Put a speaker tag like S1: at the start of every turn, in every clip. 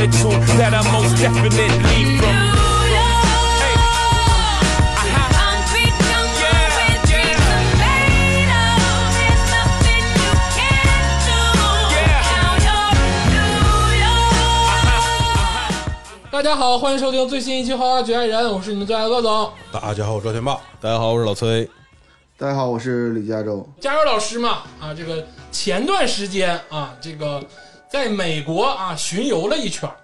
S1: that I most definitely from. Hey, aha, aha, aha.
S2: 大家好，欢迎收听最新一期《花花局爱人》，我是你们最爱的鄂总。
S3: 大家好，我是赵天霸。
S4: 大家好，我是老崔。
S5: 大家好，我是李佳洲。
S2: 加油，老师嘛啊，这个前段时间啊，这个在美国啊巡游了一圈儿，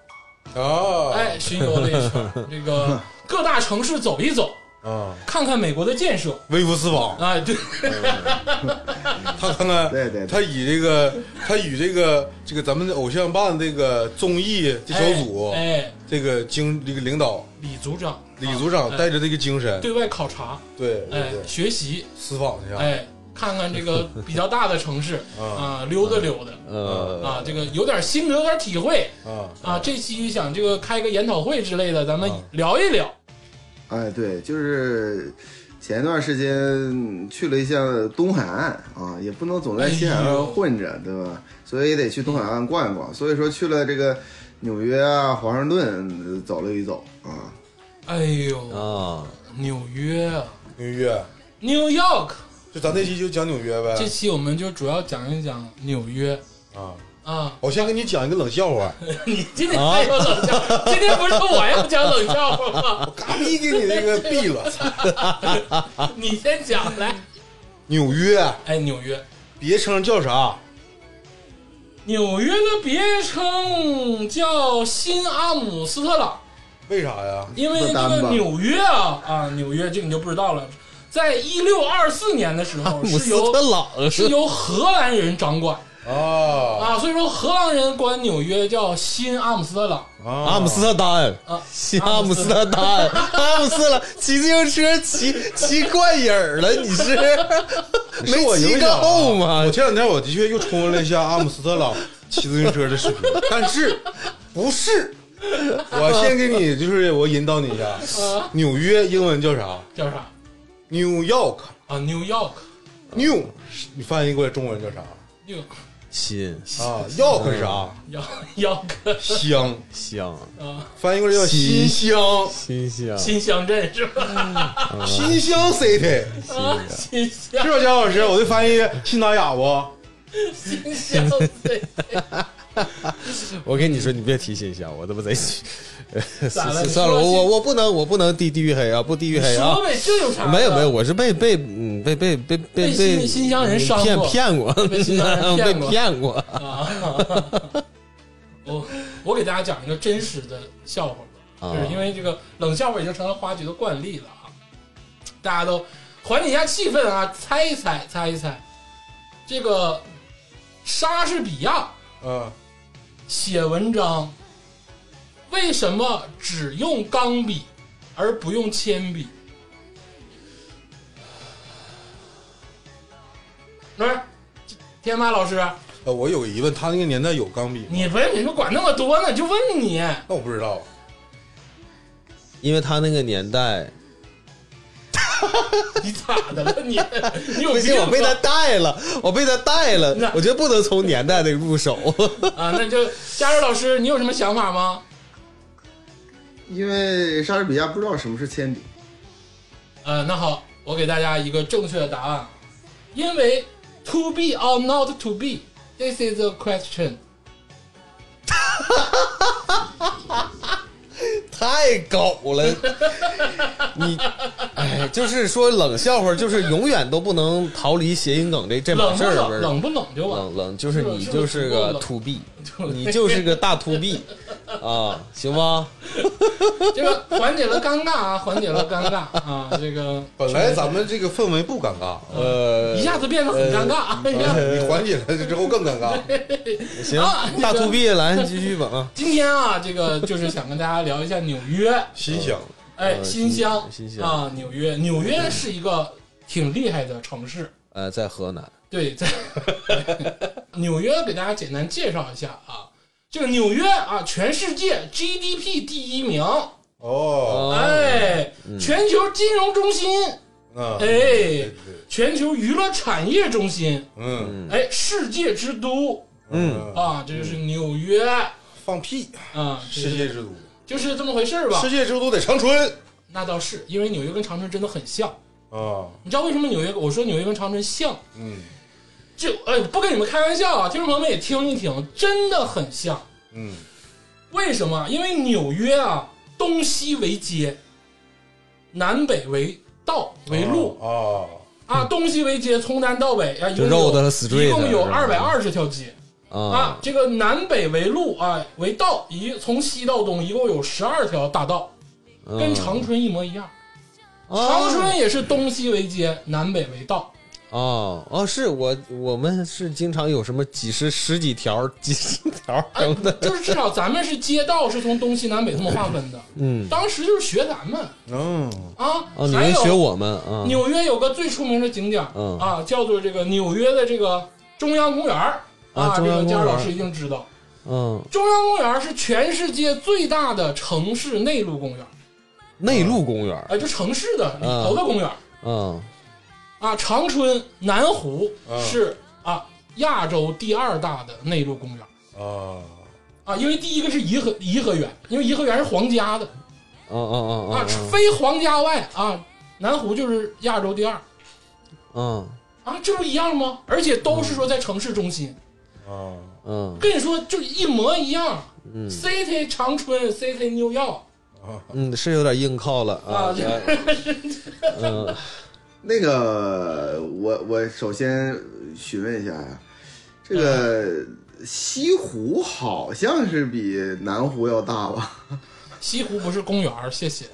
S3: 哦，
S2: 哎，巡游了一圈 儿，这个各大城市走一走，
S3: 啊，
S2: 看看美国的建设
S3: 微服私访，
S2: 啊，对，
S3: 他 看看，
S5: 对对对
S3: 他以这个，他与这个这个咱们的偶像办这个综艺这小组，
S2: 哎，哎
S3: 这个经这个领导
S2: 李组长，
S3: 李组长
S2: 啊
S3: 带
S2: 哎
S3: 着这个精神，
S2: 对外考察，
S3: 对对
S2: 哎
S3: 对，，
S2: 学习，
S3: 私访去啊，
S2: 哎，看看这个比较大的城 市
S3: 啊
S2: 啊，溜达溜达
S4: 呃，
S2: 啊，这个有点心得，有点体会
S3: 啊
S2: 啊。这期想这个开个研讨会之类的，咱们
S3: 啊
S2: 聊一聊。
S5: 哎，对，就是前段时间去了一下东海岸啊，也不能总在西海
S2: 哎呦
S5: 岸混着，对吧？所以也得去东海岸逛一逛。所以说去了这个纽约啊、华盛顿呃走了一走啊。
S2: 哎呦，
S4: 啊，
S2: 纽约啊
S3: 纽约，
S2: ，New York。
S3: 就咱这期就讲纽约
S2: 这
S3: 呗，
S2: 期我们就主要讲一讲纽约
S3: 啊，
S2: 啊。
S3: 我先给你讲一个冷笑话，
S2: 你今天还有冷笑话？今天不是我要讲冷笑话吗？
S3: 嘎逼给你那个毙了，操
S2: 你先讲来。
S3: 纽约
S2: 哎，纽约，
S3: 别称叫啥？
S2: 纽约的别称叫新阿姆斯特朗，
S3: 为啥呀？
S2: 因为这个纽约啊啊，纽约这个你就不知道了。在一六二四年的时 候，
S4: 姆
S2: 是
S4: 斯特
S2: 由
S4: 朗
S2: 是
S4: 是
S2: 由荷兰人掌管
S3: 啊
S2: 啊，所以说荷兰人管纽约叫新阿姆斯特朗
S3: 啊，
S4: 阿姆斯特丹，
S2: 啊。
S4: 西阿姆斯特丹，啊阿姆斯特朗骑自行车骑骑惯瘾儿了，你是
S3: 受
S4: 没
S3: 我
S4: 骑
S3: 影响
S4: 够
S3: 啊
S4: 吗
S3: 我？前两天我的确又重温了一下阿姆斯特朗骑自行车的视频，但是不是？我先给你，就是我引导你一下，纽约英文叫啥
S2: 叫啥
S3: ？New York，New，
S2: 啊？New York。
S3: 你翻译过来中文叫啥？
S2: New
S4: 心
S3: 啊，York 是啥？
S2: 要要个
S3: 乡，
S4: 香，
S2: 啊，
S3: 翻译过来叫
S4: 新
S3: 新乡，
S4: 心香，
S2: 新乡镇是吧？
S3: 新乡 City，
S2: 啊，新乡
S3: 是吧，姜老师？我就翻译新达雅不？
S2: 新乡 镇
S4: 我跟你说，你别提新乡，我他妈贼气。
S2: 咋了
S4: 算
S2: 你
S4: 算了，
S2: 说
S4: 我
S2: 新
S4: 我我不能，我不能地地域黑啊，不地域黑啊
S2: 说。呗，这有啥？
S4: 没有没有，，我是被被嗯被被被
S2: 被
S4: 被
S2: 新新疆人伤
S4: 骗
S2: 过
S4: 骗过，
S2: 被新疆人骗过
S4: 被骗过。
S2: 啊，我我给大家讲一个真实的笑话吧，
S4: 啊
S2: 就是因为这个冷笑话已经成了花局的惯例了啊，大家都缓解一下气氛啊，猜一猜，猜一猜，这个莎士比亚
S3: 嗯，
S2: 写文章为什么只用钢笔而不用铅笔？不是，天马老师，
S3: 呃我有个疑问，他那个年代有钢笔吗？
S2: 你不是你说管那么多呢？就问你，
S3: 那我不知道，
S4: 因为他那个年代，
S2: 你咋的了？你你有
S4: 不
S2: 病
S4: 行，
S2: 吧
S4: 我被他带了，我被他带
S2: 那
S4: 了，我觉得不能从年代那个入手。
S2: 啊？那就佳瑞老师，你有什么想法吗？
S5: 因为莎士比亚不知道什么是铅笔，
S2: 呃，那好，我给大家一个正确的答案，因为 to be or not to be，this is a question。
S4: 太狗了， 你，哎，就是说冷笑话，就是永远都不能逃离谐音梗这这码
S2: 冷不
S4: 事儿，不
S2: 冷？
S4: 是
S2: 冷不冷就完了。
S4: 冷冷就是你
S2: 是不
S4: 就是是
S2: 不够
S4: 个
S2: 冷
S4: to B，你就是个大 to B 啊，行吗？
S2: 这个缓解了尴尬啊，缓解了尴尬啊，这 个
S3: 本来咱们这个氛围不尴尬，
S4: 呃，
S2: 一下子变得很尴尬啊。这个
S3: 你缓解了之后更尴尬。
S4: 行
S2: 啊，
S4: 大
S2: 这个
S4: to B 来你继续吧啊，
S2: 今天啊，这个就是想跟大家聊一下纽约，
S3: 心想，
S2: 哎，
S4: 呃
S2: 新乡，
S4: 新新乡
S2: 啊，纽约，纽约是一个挺厉害的城市。
S4: 呃，在河南，
S2: 对，在纽约给大家简单介绍一下啊，这个纽约啊，全世界 GDP 第一名，
S3: 哦，
S2: 哎，全球金融中心，
S3: 嗯，
S2: 哎
S3: 对，对
S2: 全球娱乐产业中心，
S3: 嗯
S2: 哎，世界之都
S3: 嗯
S2: 啊，这就是纽约。
S3: 发放屁，
S2: 嗯，对
S3: 世界之都，
S2: 就是这么回事儿吧
S3: 世。界之都得长春
S2: 那倒是，因为纽约跟长春真的很像。
S3: 啊，
S2: 你知道为什么纽约？我说纽约跟长春像，
S3: 嗯
S2: 这哎不跟你们开玩笑啊，听众朋友们也听一听，真的很像。
S3: 嗯
S2: 为什么？因为纽约啊，东西为街，南北为道为路、
S3: 啊
S2: 啊，东西为街，从南到北啊，一
S4: 哦就
S2: 共
S4: 绕
S2: 有
S4: 的死坠
S2: 一
S4: 的，
S2: 共有
S4: 是吧
S2: 二百二十条街啊
S4: 啊，，
S2: 这个南北为路啊，为道一从西到东一共有十二条大道，
S4: 嗯
S2: 跟长春一模一样。
S4: 哦
S2: 长春也是东西为街，南北为道。
S4: 哦哦，是我我们是经常有什么几十十几条、几十条
S2: 哎
S4: 什么的，，
S2: 就是至少咱们是街道是从东西南北这么划分的，
S4: 嗯，
S2: 当时就是学咱们
S3: 嗯
S2: 啊。
S4: 哦，你
S2: 还
S4: 们
S2: 有
S4: 学我们啊，
S2: 纽约有个最出名的景点儿、
S4: 嗯
S2: 啊，叫做这个纽约的这个中央公园儿
S4: 啊
S2: 这
S4: 中央
S2: 个
S4: 公
S2: 佳
S4: 园儿
S2: 儿老师一定知道。
S4: 嗯，
S2: 中央公园儿是全世界最大的城市内陆公园儿，
S4: 内陆公园
S2: 啊、，就城市的里头的公园儿、
S4: 嗯，
S2: 啊。长春南湖
S3: 嗯
S2: 是、啊亚洲第二大的内陆公园儿
S3: 啊
S2: 啊，因为第一个是颐和颐和园，因为颐和园是皇家的。
S4: 哦哦
S2: 啊
S4: 哦，哦
S2: 非皇家外啊，南湖就是亚洲第二
S4: 哦，
S2: 啊，这不一样吗？而且都是说在城市中心，
S3: 啊
S4: 嗯嗯
S2: 跟你说就一模一样。
S4: 嗯
S2: City 长春，City New York，
S3: 啊
S4: 嗯，是有点硬靠了
S2: 啊
S4: 啊，嗯
S5: 那个，我我首先询问一下呀，这个西湖好像是比南湖要大吧？
S2: 西湖不是公园儿，谢谢。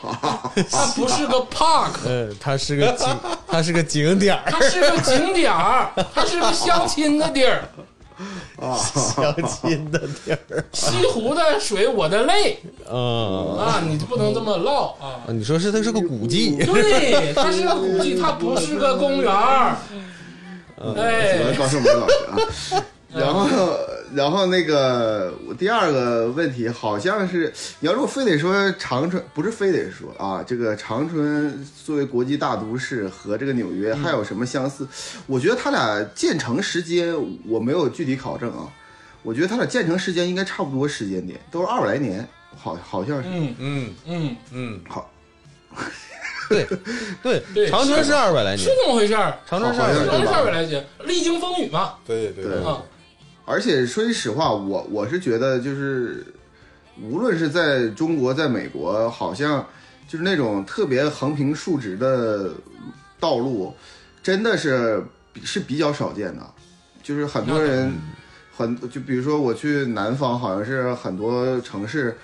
S2: 它不是个 park，
S4: 呃，它是个景，它是个景点儿，
S2: 它是个景点儿，它是个相亲的地儿。
S5: 啊，
S4: 相亲的地儿，
S2: 西湖的水我的泪
S4: 嗯。
S2: 啊，你就不能这么唠啊
S4: 啊，。你说是它是个古迹，
S2: 对，它是个古迹，它不是个公园儿。
S5: 我
S2: 哎
S5: 来，告诉我们老师啊。
S4: 嗯
S5: 然后，然后那个我第二个问题好像是，你要如果非得说长春，不是非得说啊，这个长春作为国际大都市和这个纽
S4: 嗯
S5: 约还有什么相似？我觉得它俩建成时间我没有具体考证啊，我觉得它俩建成时间应该差不多时间点，都是二百来年，好好像是、
S2: 嗯
S3: 嗯
S2: 嗯，
S3: 嗯
S5: 好，
S4: 对
S2: 对
S4: 对，长春是二百来年
S2: 是，这么回事儿。
S4: 长春是
S5: 好
S4: 二
S5: 好
S4: 百
S2: 从
S5: 像
S4: 来年，
S2: 这上面来讲，历经风雨嘛，
S3: 对对
S5: 对
S2: 啊，
S5: 而且说句实话，我我是觉得就是，无论是在中国，在美国，好像就是那种特别横平竖直的道路，真的是是比较少见的。就是很多
S4: 嗯
S5: 人，很就比如说我去南方，好像是很多城市，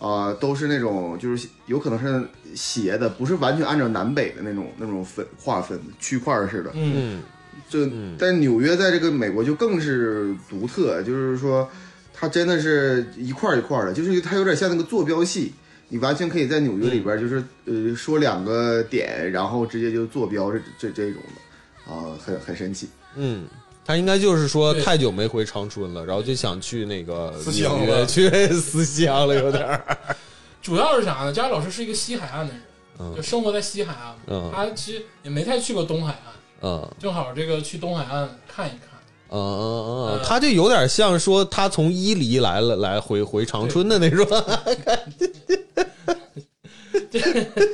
S5: 啊、都是那种就是有可能是斜的，不是完全按照南北的那种那种分划分区块似的。
S2: 嗯，
S4: 嗯
S5: 就但纽约在这个美国就更是独特，就是说它真的是一块儿一块儿的，就是它有点像那个坐标系，你完全可以在纽约里边儿就是、呃说两个点，然后直接就坐标这这这种的，啊、很很神奇。
S4: 嗯，他应该就是说
S2: 对
S4: 太久没回长春了，然后就想去那个
S3: 思乡
S4: 纽约
S3: 了
S4: 去思乡了，有点儿。
S2: 主要是啥呢？佳老师是一个西海岸的人，
S4: 嗯
S2: 就生活在西海岸嘛，
S4: 嗯
S2: 他其实也没太去过东海岸，
S4: 嗯
S2: 正好这个去东海岸看一看。
S4: 嗯嗯
S2: 嗯
S4: 嗯，他就有点像说他从伊犁来了，来回回长春的那种。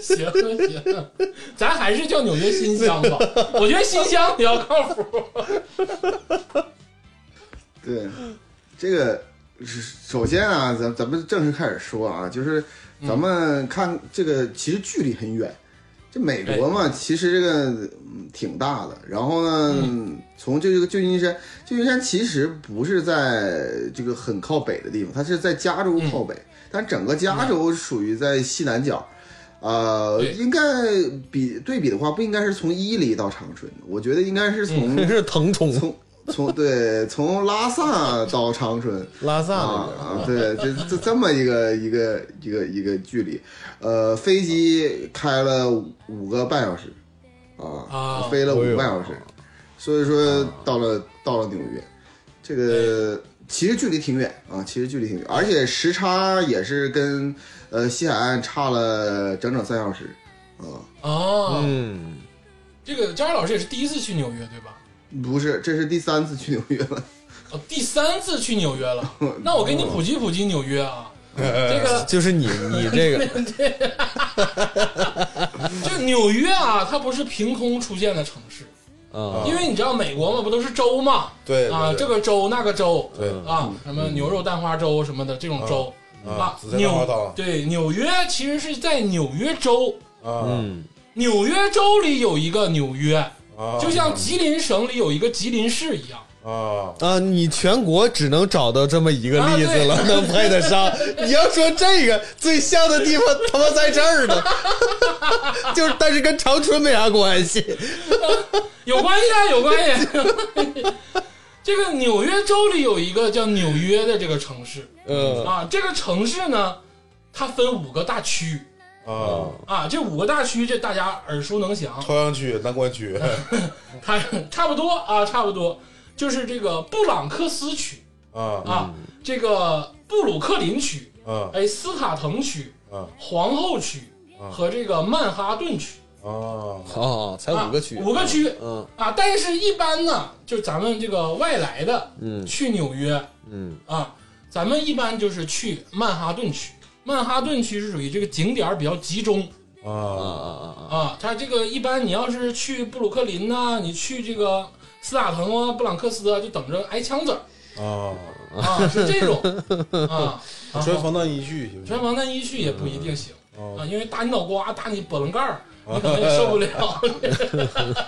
S2: 行行，咱还是叫纽约新乡吧，我觉得新乡比较靠谱。
S5: 对，这个是首先啊，咱咱们正式开始说啊，就是咱们看这个，其实距离很远。这美国嘛，其实这个嗯挺大的。然后呢，从这个旧金山，旧金山其实不是在这个很靠北的地方，它是在加州靠北，但整个加州属于在西南角。呃，
S2: 对
S5: 应该比对比的话，不应该是从伊犁到长春，我觉得应该是 从、
S4: 真是腾冲
S5: 从从对从拉萨到 长春
S4: 拉萨
S5: 啊
S4: 那边，
S5: 啊，对，这这这么一个一个一个一个距离，呃，飞机开了五个半小时，啊
S2: 啊，
S5: 飞了五
S4: 哎
S5: 个
S4: 呦
S5: 半小时，所以说到了到了纽约，这个
S2: 哎
S5: 其实距离挺远啊，其实距离挺远，而且时差也是跟呃西海岸差了整整三小时啊。
S2: 哦，
S4: 嗯，
S2: 这个佳老师也是第一次去纽约对吧？
S5: 不是，这是第三次去纽约了。
S2: 我第三次去纽约了，那我给你普及普及纽约啊。
S3: 嗯
S2: 这个
S4: 就是你你 这个
S2: 就纽约啊，它不是凭空出现的城市，
S4: 啊，
S2: 因为你知道美国嘛，不都是州嘛？
S3: 对
S2: 啊，
S3: 对
S2: 这个州那个州，
S3: 对
S2: 啊，什么牛肉蛋花粥什么的这种州
S3: 嗯啊紫菜蛋花
S2: 纽
S3: 汤
S2: 对纽约其实是在纽约州，
S3: 啊
S4: 嗯
S2: 纽约州里有一个纽约，
S3: 啊，
S2: 就像吉林省里有一个吉林市一样。
S3: 啊，
S4: 啊，你全国只能找到这么一个例子了，
S2: 啊
S4: 能配得上？你要说这个最像的地方，他妈在这儿呢， 就是但是跟长春没啥关系。
S2: 有关系啊，有关系。 这个纽约州里有一个叫纽约的这个城市
S4: 嗯
S2: 啊，这个城市呢，它分五个大区
S3: 啊，
S2: 啊，这五个大区这大家耳熟能详，
S3: 朝阳区、南关区，
S2: 它 差不多啊，差不多就是这个布朗克斯区
S3: 啊
S2: 啊，这个布鲁克林区，
S3: 啊
S2: 哎，斯卡滕区、
S3: 啊
S2: 皇后区
S4: 啊
S2: 和这个曼哈顿区，
S3: 啊，
S4: 哦，才
S2: 啊
S4: 五个区，
S2: 五个区
S4: 嗯
S2: 啊，但是一般呢，就咱们这个外来的，
S4: 嗯
S2: 去纽约。
S4: 嗯
S2: 啊，咱们一般就是去曼哈顿区，曼哈顿区是属于这个景点儿比较集中
S4: 啊
S3: 啊
S4: 啊啊
S2: 啊。它这个一般你要是去布鲁克林呐、你去这个斯塔滕啊、布朗克斯啊，就等着挨枪子儿
S3: 啊！
S2: 啊，是这种 啊。
S3: 你穿防弹衣去行不
S2: 穿
S3: 行？
S2: 防弹衣去也不一定行
S4: 嗯
S3: 哦
S2: 啊，因为打你脑瓜、打你波棱盖儿，
S4: 啊
S2: 你可能也受不了。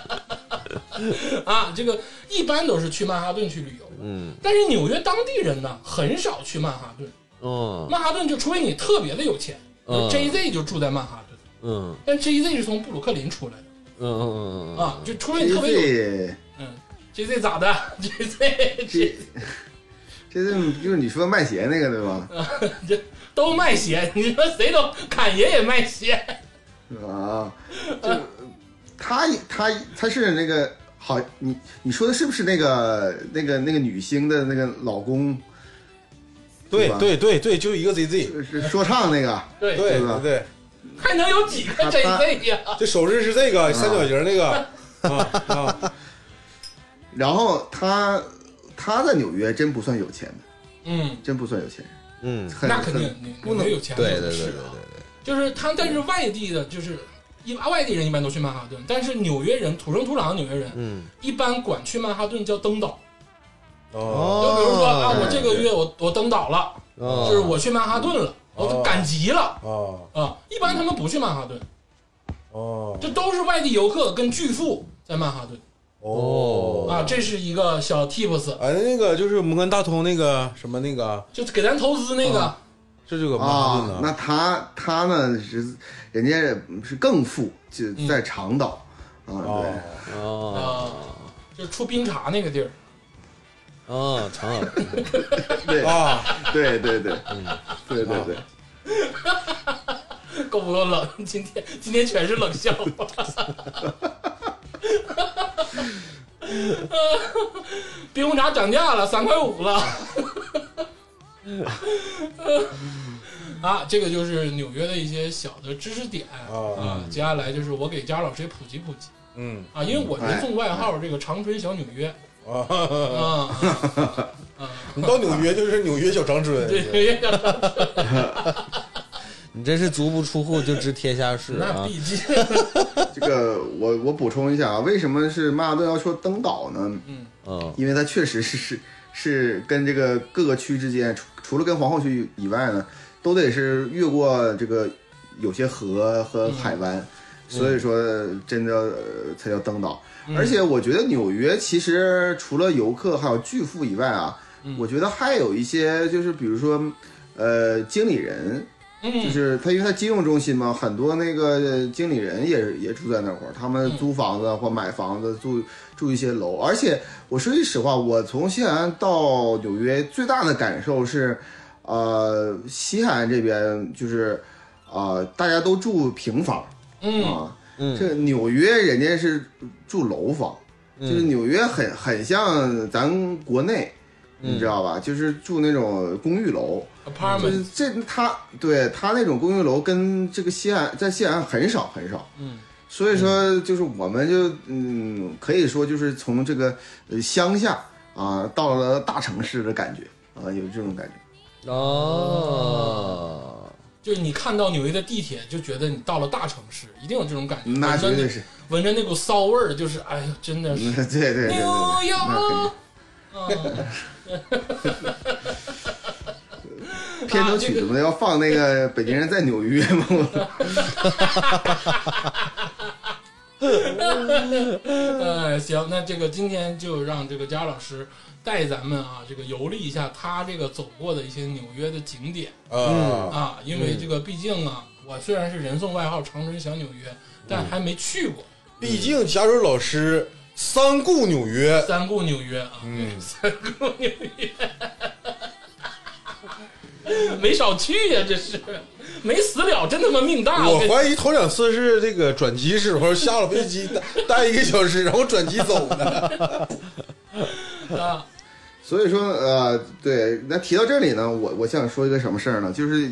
S2: 啊，这个一般都是去曼哈顿去旅游的，
S4: 嗯
S2: 但是纽约当地人呢，很少去曼哈顿。
S4: 嗯
S2: 曼哈顿就除非你特别的有钱、
S4: 嗯
S2: j z 就住在曼哈顿，
S4: 嗯
S2: 但 JZ 是从布鲁克林出来的
S4: 嗯嗯嗯
S2: 啊，就除非你特别有，
S5: 这
S2: 嗯，JZ 咋的？JZ
S5: 这这就是你说卖鞋那个对吧？
S2: 都卖鞋，你说谁都侃爷也卖鞋，
S5: 啊，就他他他是那个好，你你说的是不是那个那个那个女星的那个老公
S3: 对
S5: 是吧
S3: 对对对，就一个 ZZ，
S5: 是说唱那个？
S2: 对，
S3: 对
S5: 是吧
S3: 对对，
S2: 还能有几个
S5: 他
S2: JZ 呀？
S3: 这手势是这个三角形那个啊啊
S5: 然后他他在纽约真不算有钱的，
S2: 嗯，
S5: 真不算有钱，
S4: 嗯，
S5: 很
S2: 那肯定
S5: 很
S2: 你
S5: 不能
S2: 你有钱
S4: 对
S2: 可
S4: 对
S2: 能
S4: 对
S2: 是
S4: 对
S2: 啊
S4: 对，
S2: 就是他，但是外地的，就是一啊外地人一般都去曼哈顿，但是纽约人土生土长的纽约人
S4: 嗯
S2: 一般管去曼哈顿叫登岛，
S3: 啊
S4: 哦
S2: 就比如说啊，我这个
S5: 对
S2: 月我我登岛了。
S4: 啊
S2: 就是我去曼哈顿了，我
S5: 哦
S2: 都赶集了
S3: 啊
S2: 啊！一般他们不去曼哈顿，
S3: 哦
S2: 这都是外地游客跟巨富在曼哈顿
S3: 哦
S2: 啊，这是一个小 tips，
S3: 哎，那个就是摩根大通那个什么那个，
S2: 就是给咱投资那个
S3: 这就搁曼哈
S5: 啊
S3: 顿。
S5: 那
S3: 呢。
S5: 他他呢是人家是更富，就
S2: 嗯
S5: 在长岛、啊，对。
S3: 哦，
S4: 啊
S2: 啊，就出冰茶那个地儿，
S4: 啊长岛
S5: 对
S2: 哦
S3: 啊，
S5: 对对对，
S2: 嗯
S5: 对对对，
S2: 够不够冷？ 今天今天全是冷笑话。 冰红茶涨价了，三块五了。 啊，这个就是纽约的一些小的知识点
S3: 啊
S2: 啊。接下来就是我给佳老师也普及普及
S3: 嗯
S2: 啊，因为我人送外号这个“长春小纽约
S3: 啊哈”哈，
S2: 啊，
S3: 你到纽约就是纽约小长春，
S2: 对，
S4: 你真是足不出户就知天下事
S2: 那
S4: 啊！
S2: 毕竟
S5: 这个我我补充一下啊，为什么是曼哈顿要说登岛呢？
S4: 嗯
S5: 因为它确实是是是跟这个各个区之间，除除了跟皇后区以外呢，都得是越过这个有些河和海湾，所以说真的、呃才叫登岛。而且我觉得纽约其实除了游客还有巨富以外啊，我觉得还有一些就是比如说，呃，经理人，就
S2: 嗯
S5: 是他，因为他金融中心嘛，很多那个呃经理人也也住在那块儿，他们租房子啊或买房子住住一些楼。而且我说句实话，我从西海岸到纽约最大的感受是，呃，西海岸这边就是，呃，大家都住平房
S2: 嗯
S5: 啊，这个纽约人家是住楼房，就是
S2: 嗯
S5: 纽约很很像咱国内，你知道
S2: 嗯
S5: 吧？就是住那种公寓楼。就
S2: ，apartment，
S5: 是这他对他那种公寓楼跟这个西安在西安很少很少，
S2: 嗯，
S5: 所以说就是我们就嗯可以说就是从这个呃乡下啊，到了大城市的感觉啊，有这种感觉。
S4: 哦，
S2: 就是你看到纽约的地铁，就觉得你到了大城市，一定有这种感觉。
S5: 那
S2: 闻着
S5: 绝对是，
S2: 闻着那股骚味儿，就是哎呀，真的
S5: 对
S2: 是哎
S5: 对 对对对，
S2: 牛油
S5: 那肯定。片头曲怎么要放那个北京人在纽约吗？
S2: 呃，行，那这个今天就让这个佳老师带咱们啊，这个游历一下他这个走过的一些纽约的景点
S3: 啊，
S2: 啊，因为这个毕竟啊，我虽然是人送外号“长春小纽约”，但还没去过
S3: 毕竟贾水老师三顾纽约，
S2: 三顾纽约啊，
S3: 嗯，
S2: 三顾纽约， 没少去呀、这是没死了，真他妈命大！
S3: 我
S2: 跟你
S3: 怀疑头两次是这个转机时候下了飞机待待一个小时，然后转机走的。
S2: 说啊，
S5: 所以说，呃，对，那提到这里呢，我我想说一个什么事儿呢？就是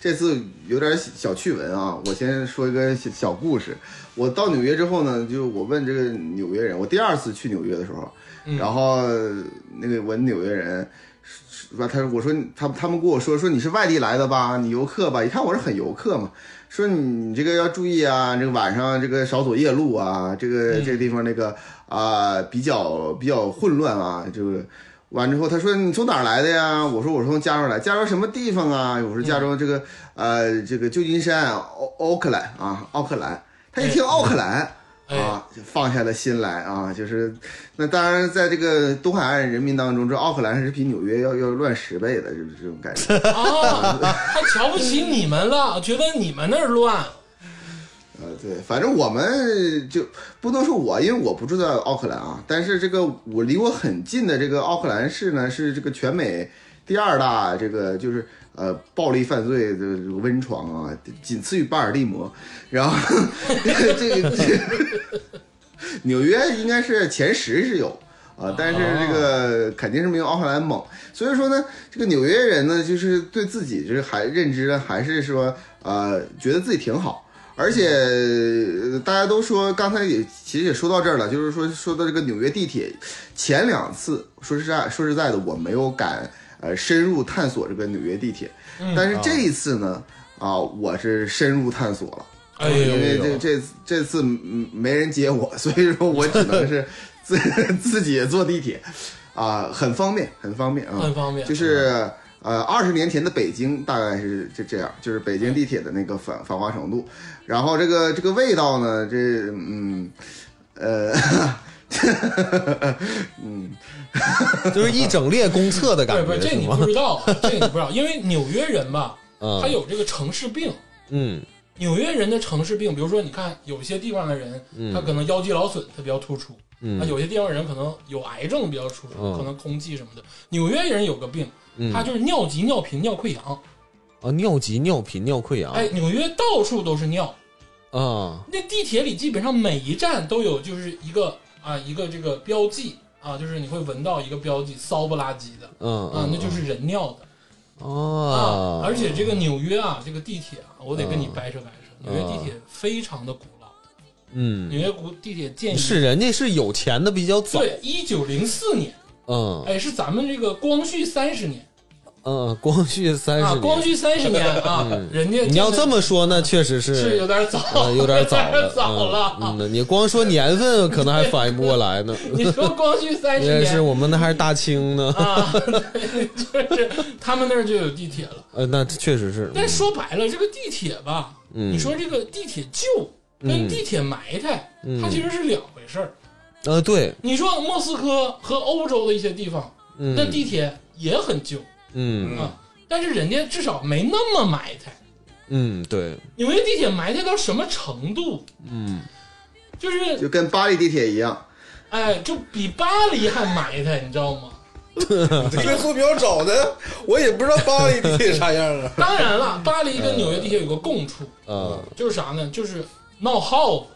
S5: 这次有点小趣闻啊，我先说一个小小故事。我到纽约之后呢，就我问这个纽约人，我第二次去纽约的时候，然后呃那个问纽约人，说他我说他他们跟我说说你是外地来的吧，你游客吧，一看我是很游客嘛，说你这个要注意啊，这个晚上这个少走夜路啊，这个这个地方那个啊、比较比较混乱啊，就是完之后他说你从哪儿来的呀？我说我是从加州来，加州什么地方啊？我说加州这个、呃这个旧金山奥奥克兰啊奥克兰，他一听奥克兰。
S2: 哎
S5: 啊，就放下了心来啊，就是那当然，在这个东海岸人民当中，这奥克兰是比纽约要要乱十倍的，就是这种感觉。
S2: 啊，还瞧不起你们了，觉得你们那儿
S4: 哦
S2: 乱。
S5: 呃，对，反正我们就不能说我，因为我不住在奥克兰啊，但是这个我离我很近的这个奥克兰市呢，是这个全美第二大这个就是呃暴力犯罪的这个温床啊，仅次于巴尔的摩。然后 这个这个这个纽约应该是前十是有啊，但是这个肯定是没有奥克兰猛。所以说呢，这个纽约人呢，就是对自己就是还认知呢，还是说呃觉得自己挺好。而且呃大家都说，刚才也其实也说到这儿了，就是说说到这个纽约地铁，前两次说实在说实在的，我没有敢呃深入探索这个纽约地铁，但是这一次呢，啊，我是深入探索了。
S2: 哎
S5: 因
S2: 呦，
S5: 为这这次这次嗯没人接我，所以说我只能是自 自己坐地铁，啊、很方便，很方便啊，
S2: 很方便
S5: 就是呃，二十年前的北京大概是这这样，就是北京地铁的那个繁繁华程度，然后这个这个味道呢，这嗯呃。 嗯
S4: 就是一整列公厕的
S2: 对
S4: 感
S2: 不
S4: 觉，
S2: 是这
S4: 是
S2: 你
S4: 吗
S2: 不？知道，这你不知道，因为纽约人吧，
S4: 嗯
S2: 他有这个城市病。
S4: 嗯
S2: 纽约人的城市病，比如说，你看有些地方的人，他可能腰肌劳损，他比较突出；啊，
S4: 嗯
S2: 有些地方人可能有癌症比较突出，
S4: 嗯
S2: 可能空气什么的。纽约人有个病，他
S4: 嗯，
S2: 就是尿急、尿频、尿溃疡。
S4: 啊，尿急、尿频、尿溃疡，
S2: 哎，纽约到处都是尿，
S4: 啊，
S2: 那地铁里基本上每一站都有，就是一个啊，一个这个标记啊，就是你会闻到一个标记，骚不拉几的
S4: 嗯
S2: 啊，那就是是人尿的。
S4: 哦
S2: 啊，，而且这个纽约啊，这个地铁啊，我得跟你掰扯掰扯。纽约地铁非常的古老，
S4: 嗯
S2: 纽约古地铁建于
S4: 是人家是有钱的比较早，
S2: 对一九零四年，
S4: 嗯
S2: 哎，是咱们这个光绪三十年
S4: 嗯，光绪三十
S2: 啊，
S4: 年，
S2: 光绪三十年啊，人家
S4: 嗯你要这
S2: 么
S4: 么说，那确实
S2: 是有点
S4: 呃
S2: 早，
S4: 有 点早了，
S2: 早了
S4: 嗯
S2: 啊。
S4: 嗯，你光说年份可能还反应不过来呢，
S2: 你说光绪三
S4: 因
S2: 十
S4: 为是
S2: 年
S4: 我们那还是大清呢，
S2: 啊， 对就是他们那儿就有地铁了。
S4: 呃，那确实是，
S2: 但说白了，这个地铁吧，
S4: 嗯
S2: 你说这个地铁旧跟
S4: 嗯
S2: 地铁埋汰，
S4: 嗯
S2: 它其实是两回事儿。
S4: 呃，对，
S2: 你说莫斯科和欧洲的一些地方，
S4: 嗯，
S2: 那地铁也很旧
S4: 嗯
S2: 啊，但是人家至少没那么埋汰。
S4: 嗯，对，
S2: 纽约地铁埋汰到什么程度？
S4: 嗯，
S2: 就是
S5: 就跟巴黎地铁一样，
S2: 哎，就比巴黎还埋汰，你知道吗？
S3: 这个坐标找的，我也不知道巴黎地铁啥样 啊。
S2: 当然了，巴黎跟纽约地铁有个共处，
S4: 啊，
S2: 就是啥呢？就是闹耗子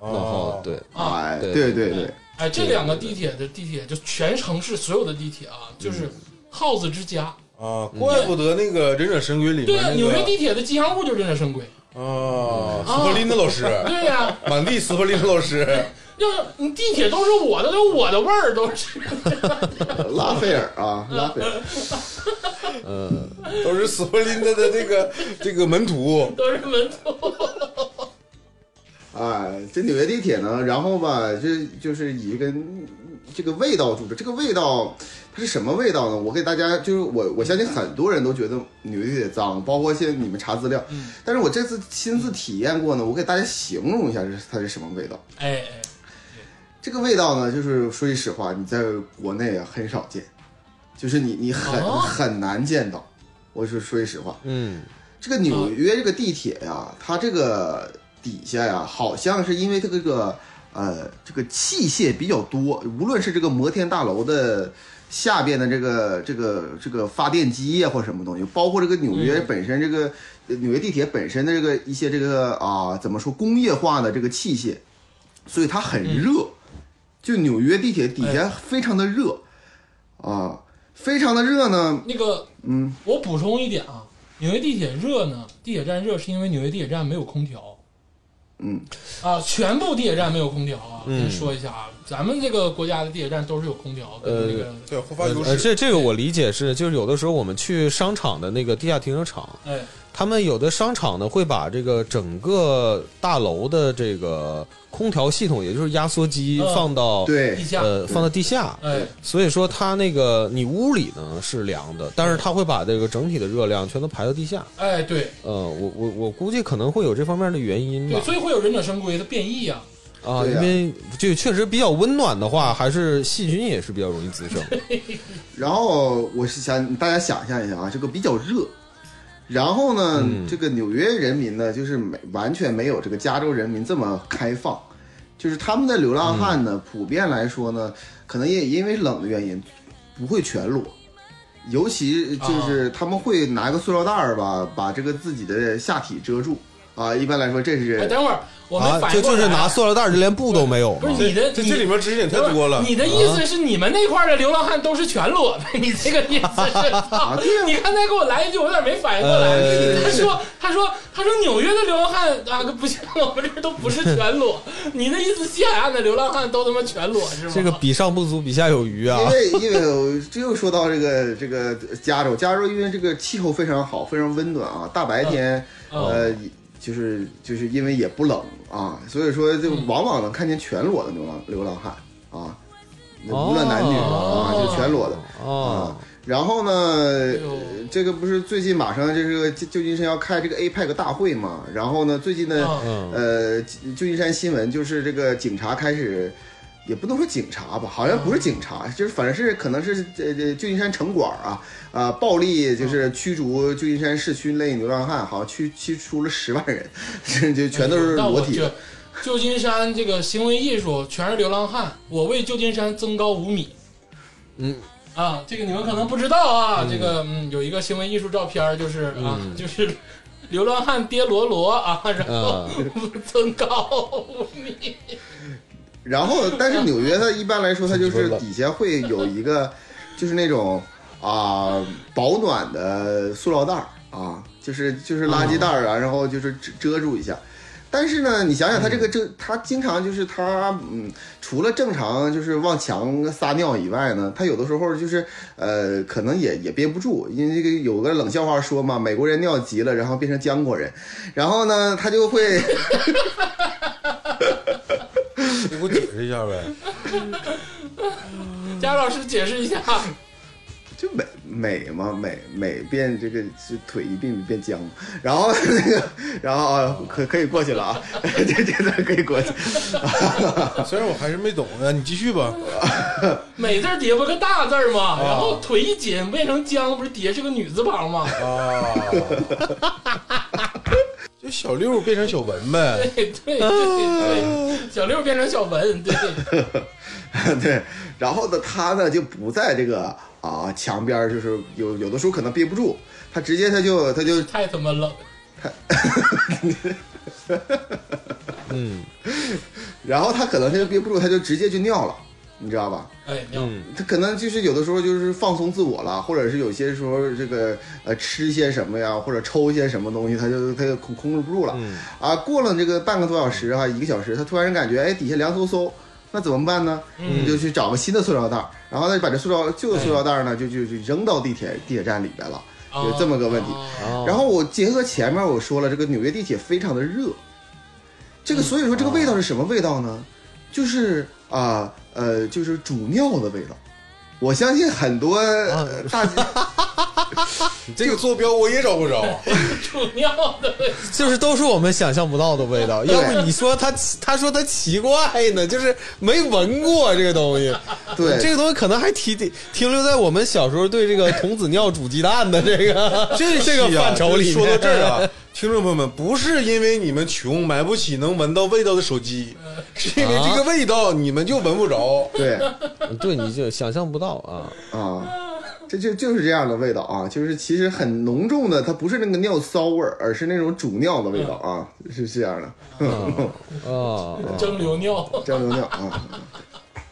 S3: 哦
S4: 那好，对，
S2: 啊！
S5: 哎，
S4: 对
S5: 对对对，
S2: 哎，这两个地铁的地铁，就全城市所有的地铁啊，就是耗子之家。
S3: 啊，怪不得那个《忍者神龟》里
S2: 对
S3: 面
S2: 啊，
S3: 那
S2: 纽约
S3: 个
S2: 地铁的吉祥物就是忍者神龟。
S3: 啊，啊，斯伯林的老师，
S2: 哦对呀、
S3: 满地斯伯林的老师，
S2: 要 是你地铁都是我的，都是我的味儿，都是。
S5: 拉斐尔啊，拉斐尔，
S3: 都是斯伯林的的这个这个门徒。
S2: 都是门头。
S5: 哎，这纽约地铁呢，然后吧，这就是以一个这个味道著称。这个味道它是什么味道呢？我给大家就是我我相信很多人都觉得纽约地铁脏，包括现在你们查资料，但是我这次亲自体验过呢，我给大家形容一下是它是什么味道。
S2: 哎哎，
S5: 这个味道呢，就是说句实话，你在国内啊很少见，就是你你很、
S2: 哦
S5: 很难见到。我是说句实话，
S4: 嗯，
S5: 这个纽约这个地铁呀、它这个底下呀、好像是因为它这个呃这个器械比较多，无论是这个摩天大楼的下边的这个这个这个发电机呀、或什么东西，包括这个纽约本身这个、呃纽约地铁本身的这个一些这个啊、怎么说工业化的这个器械，所以它很热。就纽约地铁底下非常的热，啊，非常的热呢，
S2: 那个，嗯，我补充一点啊，纽约地铁热呢，地铁站热是因为纽约地铁站没有空调。
S5: 嗯，
S2: 啊，全部地铁站没有空调啊！先说一下啊，咱们这个国家的地铁站都是有空调的。那个，
S3: 对，后发优
S4: 呃，这这个我理解是，就是有的时候我们去商场的那个地下停车场，
S2: 哎，
S4: 他们有的商场呢会把这个整个大楼的这个空调系统，也就是压缩机
S2: 嗯
S4: 放到、
S5: 对
S2: 地，下，
S4: 呃放到地下，
S2: 哎，
S4: 所以说它那个你屋里呢是凉的，但是它会把这个整体的热量全都排到地下。
S2: 哎，对
S4: 呃，我我我估计可能会有这方面的原因吧
S2: 对，。所以会有忍者神龟的变异啊。
S4: 啊，
S5: 对
S4: 因
S5: 呀
S4: 为就确实比较温暖的话，还是细菌也是比较容易滋生。
S5: 然后我是想大家想象一下啊，这个比较热，然后呢，这个纽约人民呢，就是没完全没有这个加州人民这么开放，就是他们的流浪汉呢，普遍来说呢，可能也因为冷的原因，不会全裸。尤其就是他们会拿个塑料袋儿吧，把这个自己的下体遮住啊。一般来说，这
S2: 哎，
S5: 是
S2: 等会儿我
S4: 啊
S2: 们，反
S4: 就
S2: 应过
S4: 就
S2: 来
S4: 是拿塑料袋儿，就连布都没有
S2: 不
S4: 嘛
S2: 是。你的，
S3: 这
S2: 你
S3: 这里面知识点太多了。
S2: 你的意思是你们那块儿的流浪汉都是全裸的？ 你这个意思是？
S5: 对啊
S2: 你刚才给我来一句，我有点没反应过来。
S4: 呃
S2: 他说：“他说他说纽约的流浪汉啊，不像 我们这儿都不是全裸。你的意思西海岸的流浪汉都他妈全裸是吗？”
S4: 这个比上不足，比下有余啊
S5: 因！为因为我这又说到这个这个加州，加州因为这个气候非常好，非常温暖啊，大白天、
S2: 嗯
S5: 呃就是就是因为也不冷啊，所以说
S2: 嗯
S5: 就往往能看见全裸的流浪流浪汉啊，那无论男女、
S4: 哦
S5: 啊，就全裸的。
S4: 哦，
S5: 然后呢，
S2: 哎呦
S5: 呃这个不是最近马上就是个旧旧金山要开这个 APEC 大会嘛？然后呢，最近呢，
S2: 嗯
S5: 呃，旧旧金山新闻就是这个警察开始，也不能说警察吧，好像不是警察，就是反正是可能是呃呃旧金山城管啊啊、暴力就是驱逐旧金山市区内流浪汉，好像驱驱逐了十万人，这就全都是
S2: 那我
S5: 裸体
S2: 觉
S5: 的
S2: 得。旧金山这个行为艺术全是流浪汉，我为旧金山增高五米。
S4: 嗯。
S2: 啊，这个你们可能不知道啊，这个嗯，有一个行为艺术照片儿，就是啊，
S5: 嗯
S2: 就是流浪汉跌罗罗啊，然后增高五米。
S5: 然后，但是纽约它一般来说，它就是底下会有一个，就是那种啊、保暖的塑料袋儿啊，就是就是垃圾袋儿啊，然后就是遮遮住一下。但是呢，你想想它这个这，它经常就是它嗯，除了正常就是往墙撒尿以外呢，它有的时候就是呃，可能也也憋不住，因为这个有个冷笑话说嘛，美国人尿急了，然后变成浆果人，然后呢，他就会。
S3: 你给我解释一下呗。
S2: 佳老师解释一下，
S5: 就美美嘛，美美变这个是腿一变变僵，然后那个，然后啊，可可以过去了啊， 这这段可以过去。
S3: 虽然我还是没懂啊，你继续吧。
S2: 美字儿底下不是个大字儿
S5: 啊
S2: 吗？然后腿一紧变成僵，不是底下是个女字旁 吗？
S3: 啊，就小六变成小文呗。
S2: 对对对对，小六变成小文，对，
S5: 对，然后呢，他呢就不在这个啊墙边儿，就是有有的时候可能憋不住，他直接他就他就
S2: 太他妈冷。
S5: 然后他可能他就憋不住，他就直接就尿了。你知道吧？
S2: 哎，你好，
S4: 嗯，
S5: 他可能就是有的时候就是放松自我了，或者是有些时候这个呃吃一些什么呀，或者抽一些什么东西，他就他就控控制不住了、
S4: 嗯
S5: 啊。过了这个半个多小时哈、一个小时，他突然感觉哎底下凉飕飕，那怎么办呢？
S4: 嗯
S5: 你就去找个新的塑料袋儿，然后呢把这塑料旧的塑料袋儿
S4: 嗯
S5: 呢、就就就扔到地铁地铁站里边了，有这么个问题。
S4: 哦
S5: 然后我结合前面我说了，这个纽约地铁非常的热，这
S4: 嗯
S5: 个所以说这个
S4: 哦
S5: 味道是什么味道呢？就是啊呃就是煮尿的味道。我相信很多
S4: 哦
S5: 呃 大姐，
S3: 你这个坐标我也找不着，啊
S2: 臭尿
S4: 哦
S2: 的 味
S4: 就是都是我们想象不到的味道。要不
S5: 对
S4: 你说他他说他奇怪呢，就是没闻过这个东西。
S5: 对
S4: 这个东西可能还停停留在我们小时候对这个童子尿煮鸡蛋的这 个这这个
S3: 是呀
S4: 范畴里面。
S3: 说到这儿啊，听众朋友们，不是因为你们穷买不起能闻到味道的手机，是因为这个味道你们就闻不着。
S5: 对
S4: 对，你就想象不到啊。
S5: 啊，这就就是这样的味道啊，就是其实很浓重的，它不是那个尿骚味儿，而是那种煮尿的味道啊，是这样的，
S4: 啊，
S2: 儿，蒸馏尿，
S5: 这样的尿啊，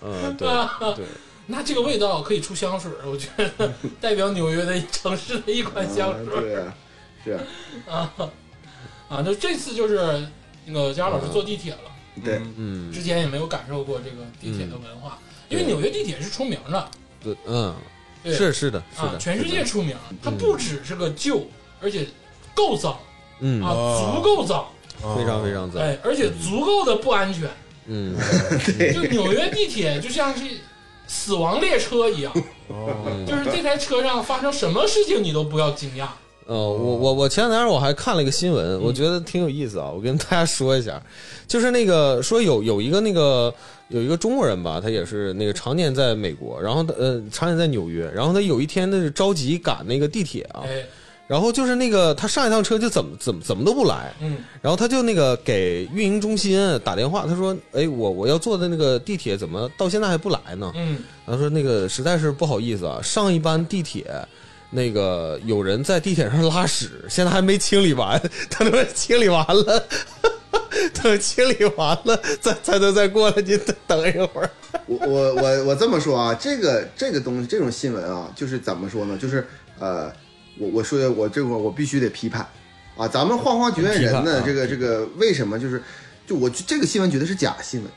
S4: 嗯，对对，
S2: 那这个味道可以出香水儿，我觉 得代表纽约的城市的一款香
S5: 啊
S2: 水儿
S5: 对，是，
S2: 啊。那这次就是那个佳老师坐地铁了。
S5: 对，
S4: 嗯，
S2: 之前也没有感受过这个地铁的文化，因为纽约地铁是出名的，
S4: 对，嗯，
S2: 对
S4: 是是的，是
S2: 啊
S4: 的，，
S2: 全世
S4: 是
S2: 界
S4: 的，
S2: 出名。它不只是个旧，而且够脏
S4: 嗯，
S2: 啊，
S3: 哦
S2: 足够脏，
S4: 非常非常赞，
S2: 哎，而且足够的不安全。
S4: 嗯
S2: 就纽约地铁就像是死亡列车一样，
S5: 哦
S2: 就是这台车上发生什么事情你都不要惊讶。
S4: 呃，
S2: 哦
S4: 我我我前两天我还看了一个新闻，
S2: 嗯
S4: 我觉得挺有意思啊，我跟大家说一下，就是那个说有有一个那个有一个中国人吧，他也是那个常年在美国，然后他呃常年在纽约，然后他有一天呢是着急赶那个地铁啊，
S2: 哎，
S4: 然后就是那个他上一趟车就怎么怎么怎么都不来，
S2: 嗯，
S4: 然后他就那个给运营中心打电话，他说，哎，我我要坐的那个地铁怎么到现在还不来呢？
S2: 嗯，
S4: 他说那个实在是不好意思啊，上一班地铁。那个有人在地铁上拉屎，现在还没清理完，等他们清理完了， 等清理完了，再再再再过来，您等等一会儿。
S5: 我我我我这么说啊，这个这个东西，这种新闻啊，就是怎么说呢？就是呃，我我说我这块我必须得批判啊，咱们晃晃局外人
S4: 批判
S5: 呢，
S4: 啊
S5: 这个这个为什么就是就我这个新闻绝对是假新闻，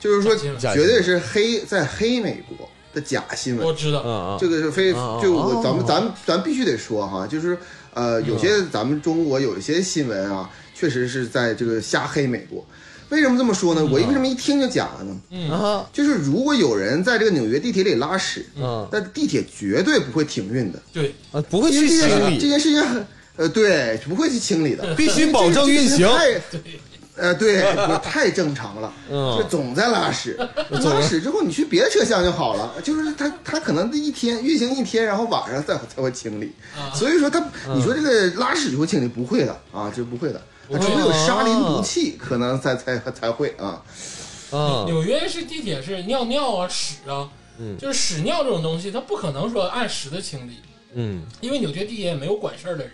S5: 就是说
S2: 假新闻
S4: 假新
S5: 绝
S4: 闻
S5: 对是黑在黑美国的假新闻
S2: 我。知道，
S4: 啊
S5: 这个是非
S4: 啊
S5: 就
S4: 哦
S5: 我咱们咱们咱必须得说哈，就是
S4: 嗯
S5: 呃，有些咱们中国有一些新闻啊，确实是在这个瞎黑美国。为什么这么说呢？
S4: 嗯
S5: 我为什么一听就假了呢？
S2: 嗯
S4: 啊啊
S5: 就是如果有人在这个纽约地铁里拉屎，
S4: 嗯
S5: 那地铁绝对不会停运的，
S2: 对，
S4: 啊！不会
S5: 因为
S4: 去
S5: 这
S4: 清
S5: 件这
S4: 理，
S5: 件事情很，呃，对，不会去清理的，
S4: 必须保证运行
S5: 这。个事情太呃，对，不是太正常了，
S4: 嗯
S5: 就总在拉屎，拉屎之后你去别的车厢就好了，就是他他可能一天运行一天，然后晚上再才会清理，所以说他你说这个拉屎就会清理，不会的啊，这不会的，除非有沙林毒气，可能才才才会啊，
S4: 啊
S2: 纽约是地铁是尿尿啊、屎啊，
S5: 嗯
S2: 就是屎尿这种东西，它不可能说按时的清理，
S4: 嗯
S2: 因为纽约地铁也没有管事儿的人，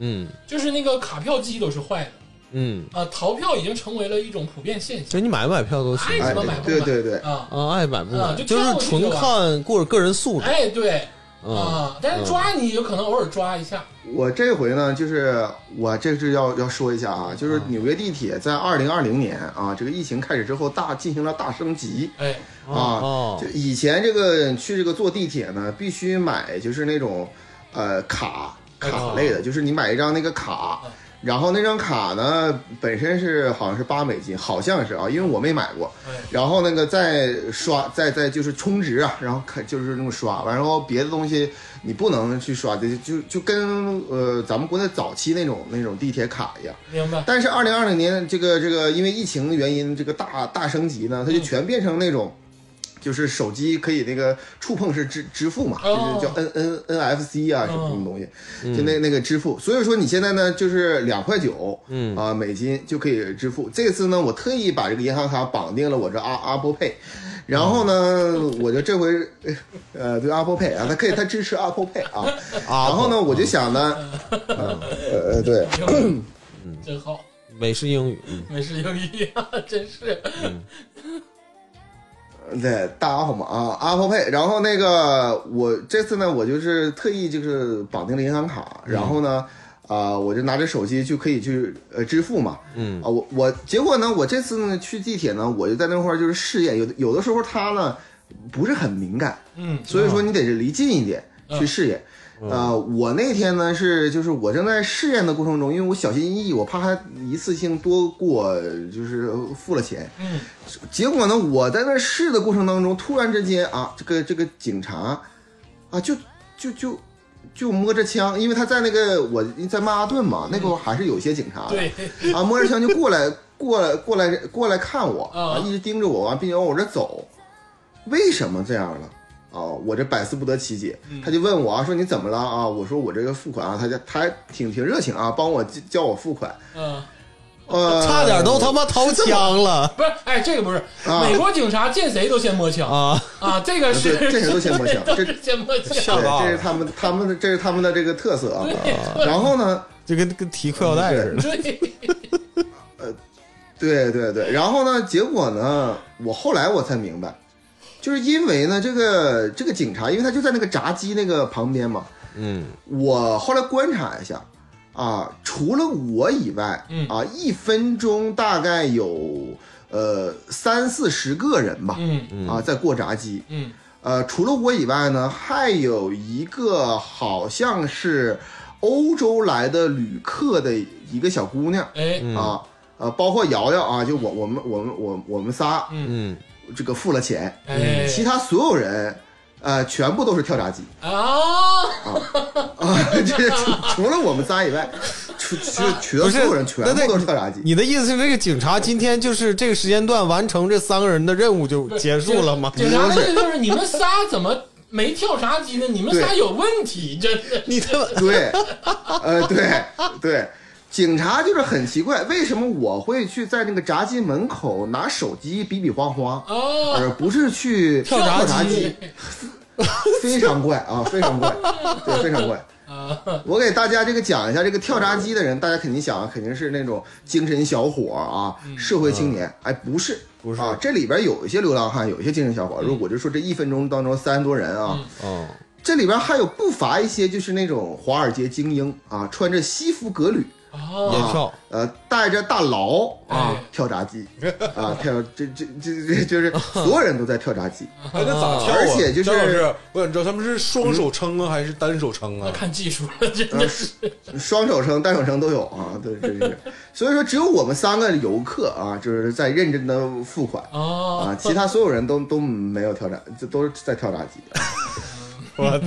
S4: 嗯
S2: 就是那个卡票机都是坏的
S4: 嗯，
S2: 啊，逃票已经成为了一种普遍现象
S4: 就你买不买票都行
S2: 哎
S5: 哎
S2: 怎么买，不
S5: 对
S2: 买
S5: 对对，
S2: 啊。
S4: 啊，爱买不买，
S2: 啊就跳
S4: 是
S2: 过去
S4: 纯
S2: 就完
S4: 看个个人素质
S2: 哎，对
S5: 嗯
S4: 啊。
S2: 啊，但是抓你有可能偶尔抓一下，
S5: 我这回呢，就是我这是要要说一下啊，就是纽约地铁在二零二零年啊，这个疫情开始之后大进行了大升级
S2: 哎，
S5: 啊
S4: 哦。
S5: 就以前这个去这个坐地铁呢，必须买就是那种呃
S4: 哦
S5: 卡卡类的，就是你买一张那个卡，然后那张卡呢本身是好像是八美金，好像是啊，因为我没买过
S2: 哎。
S5: 然后那个再刷，再再就是充值啊，然后看就是那么刷，完然后别的东西你不能去刷，就就就跟呃咱们国内早期那种那种地铁卡一样。
S2: 明白？
S5: 但是二零二零年这个这个因为疫情的原因，这个大大升级呢，它就全变成那种。就是手机可以那个触碰式支支付嘛，
S2: 哦
S5: 就是叫 N N N F C 啊什么什么东西，就那那个支付。所以说你现在呢就是两块九，嗯啊美金就可以支付。这次呢我特意把这个银行卡绑定了我这阿阿波 Pay，然后呢我就这回呃对阿波 Pay 啊，它可以它支持阿波 Pay 啊，然后呢我就想呢，呃呃对，
S2: 明白真好，
S4: 美式英语，嗯
S2: 美式英语啊，真是
S5: 对，大阿 p 嘛啊阿 p 配。然后那个我这次呢，我就是特意就是绑定了银行卡，然后呢，啊、我就拿着手机就可以去呃支付嘛。嗯啊，我我结果呢，我这次呢去地铁呢，我就在那块儿就是试验，有的有的时候它呢不是很敏感，
S2: 嗯，
S5: 所以说你得是离近一点去试验。呃，我那天呢是就是我正在试验的过程中，因为我小心翼翼，我怕他一次性多给我就是付了钱。
S2: 嗯，
S5: 结果呢，我在那试的过程当中，突然之间啊，这个这个警察啊，就就就就摸着枪，因为他在那个我在曼哈顿嘛，那个还是有些警察的。
S2: 嗯对，
S5: 啊，摸着枪就过来，过来，过来，过来看我
S2: 啊
S5: 啊，一直盯着我，完并且往我这走，为什么这样了？啊，我这百思不得其解。
S2: 嗯
S5: 他就问我啊，说你怎么了啊？我说我这个付款啊，他就他还挺挺热情啊，帮我叫叫我付款，
S2: 嗯，
S5: 呃，
S4: 差点都他妈掏枪了
S2: 不是，哎，这个不是，
S5: 啊
S2: 美国警察见谁都先摸枪
S4: 啊！
S2: 啊，这个是
S5: 对这个都 先摸枪
S2: 都
S5: 这
S2: 是先摸枪，
S4: 吓到
S5: 对，这是
S4: 了，
S5: 他们他们的这是他们的这个特色啊。
S2: 对
S5: 然后呢，
S4: 就跟跟提裤腰带似的。
S2: 对，
S5: 对对对，然后呢，结果呢，我后来我才明白，就是因为呢，这个这个警察，因为他就在那个闸机那个旁边嘛，
S4: 嗯，
S5: 我后来观察一下，啊，除了我以外，
S2: 嗯
S5: 啊，一分钟大概有呃三四十个人吧，
S2: 嗯
S5: 啊，在过闸机。
S2: 嗯
S5: 呃，除了我以外呢，还有一个好像是欧洲来的旅客的一个小姑娘、
S2: 哎，
S5: 啊，呃，包括瑶瑶啊，就我我们我们我我们仨，
S4: 嗯，
S5: 这个付了钱，
S2: 哎，
S5: 其他所有人，呃，全部都是跳闸机。
S2: 啊，
S5: 啊，这除除了我们仨以外，除除除
S4: 啊不
S5: 了
S4: 是
S5: 所有人全
S4: 那那
S5: 部都是跳闸机。
S4: 你的意思是这个警察今天就是这个时间段完成这三个人的任务就结束了吗？
S2: 警察问的就是你们仨怎么没跳闸机呢？你们仨
S5: 对
S2: 有问题，真是。
S4: 你他妈
S5: 对，呃，对对，警察就是很奇怪，为什么我会去在那个闸机门口拿手机比比划划，
S2: 哦，
S5: 而不是去
S4: 跳
S5: 闸
S4: 闸
S5: 机？非常怪啊，非常怪，对，非常怪。
S2: 啊，
S5: 我给大家这个讲一下，这个跳闸机的人，大家肯定想啊肯定是那种精神小伙儿啊，
S2: 嗯
S5: 社会青年。哎，不是，
S4: 不是
S5: 啊，这里边有一些流浪汉，有一些精神小伙儿。
S2: 嗯
S5: 如果就说这一分钟当中三十多人啊，
S4: 哦，
S5: 这里边还有不乏一些就是那种华尔街精英啊，穿着西服革履，
S2: 哦，
S4: 也跳
S5: 啊，呃，戴着大牢啊
S2: 哎，
S5: 跳 闸机啊，跳这这这这就是所有人都在跳闸机。
S3: 哎，那咋跳啊？
S5: 而且就是
S3: 张老师，我想知道他们是双手撑啊，还是单手撑
S2: 那
S3: 啊？
S2: 看技术了，真的是。
S5: 呃双手撑、单手撑都有啊，对，真是。所以说，只有我们三个游客啊，就是在认真的付款
S2: 哦
S5: 啊，，其他所有人都都没有跳闸，就都是在跳闸机。
S4: 我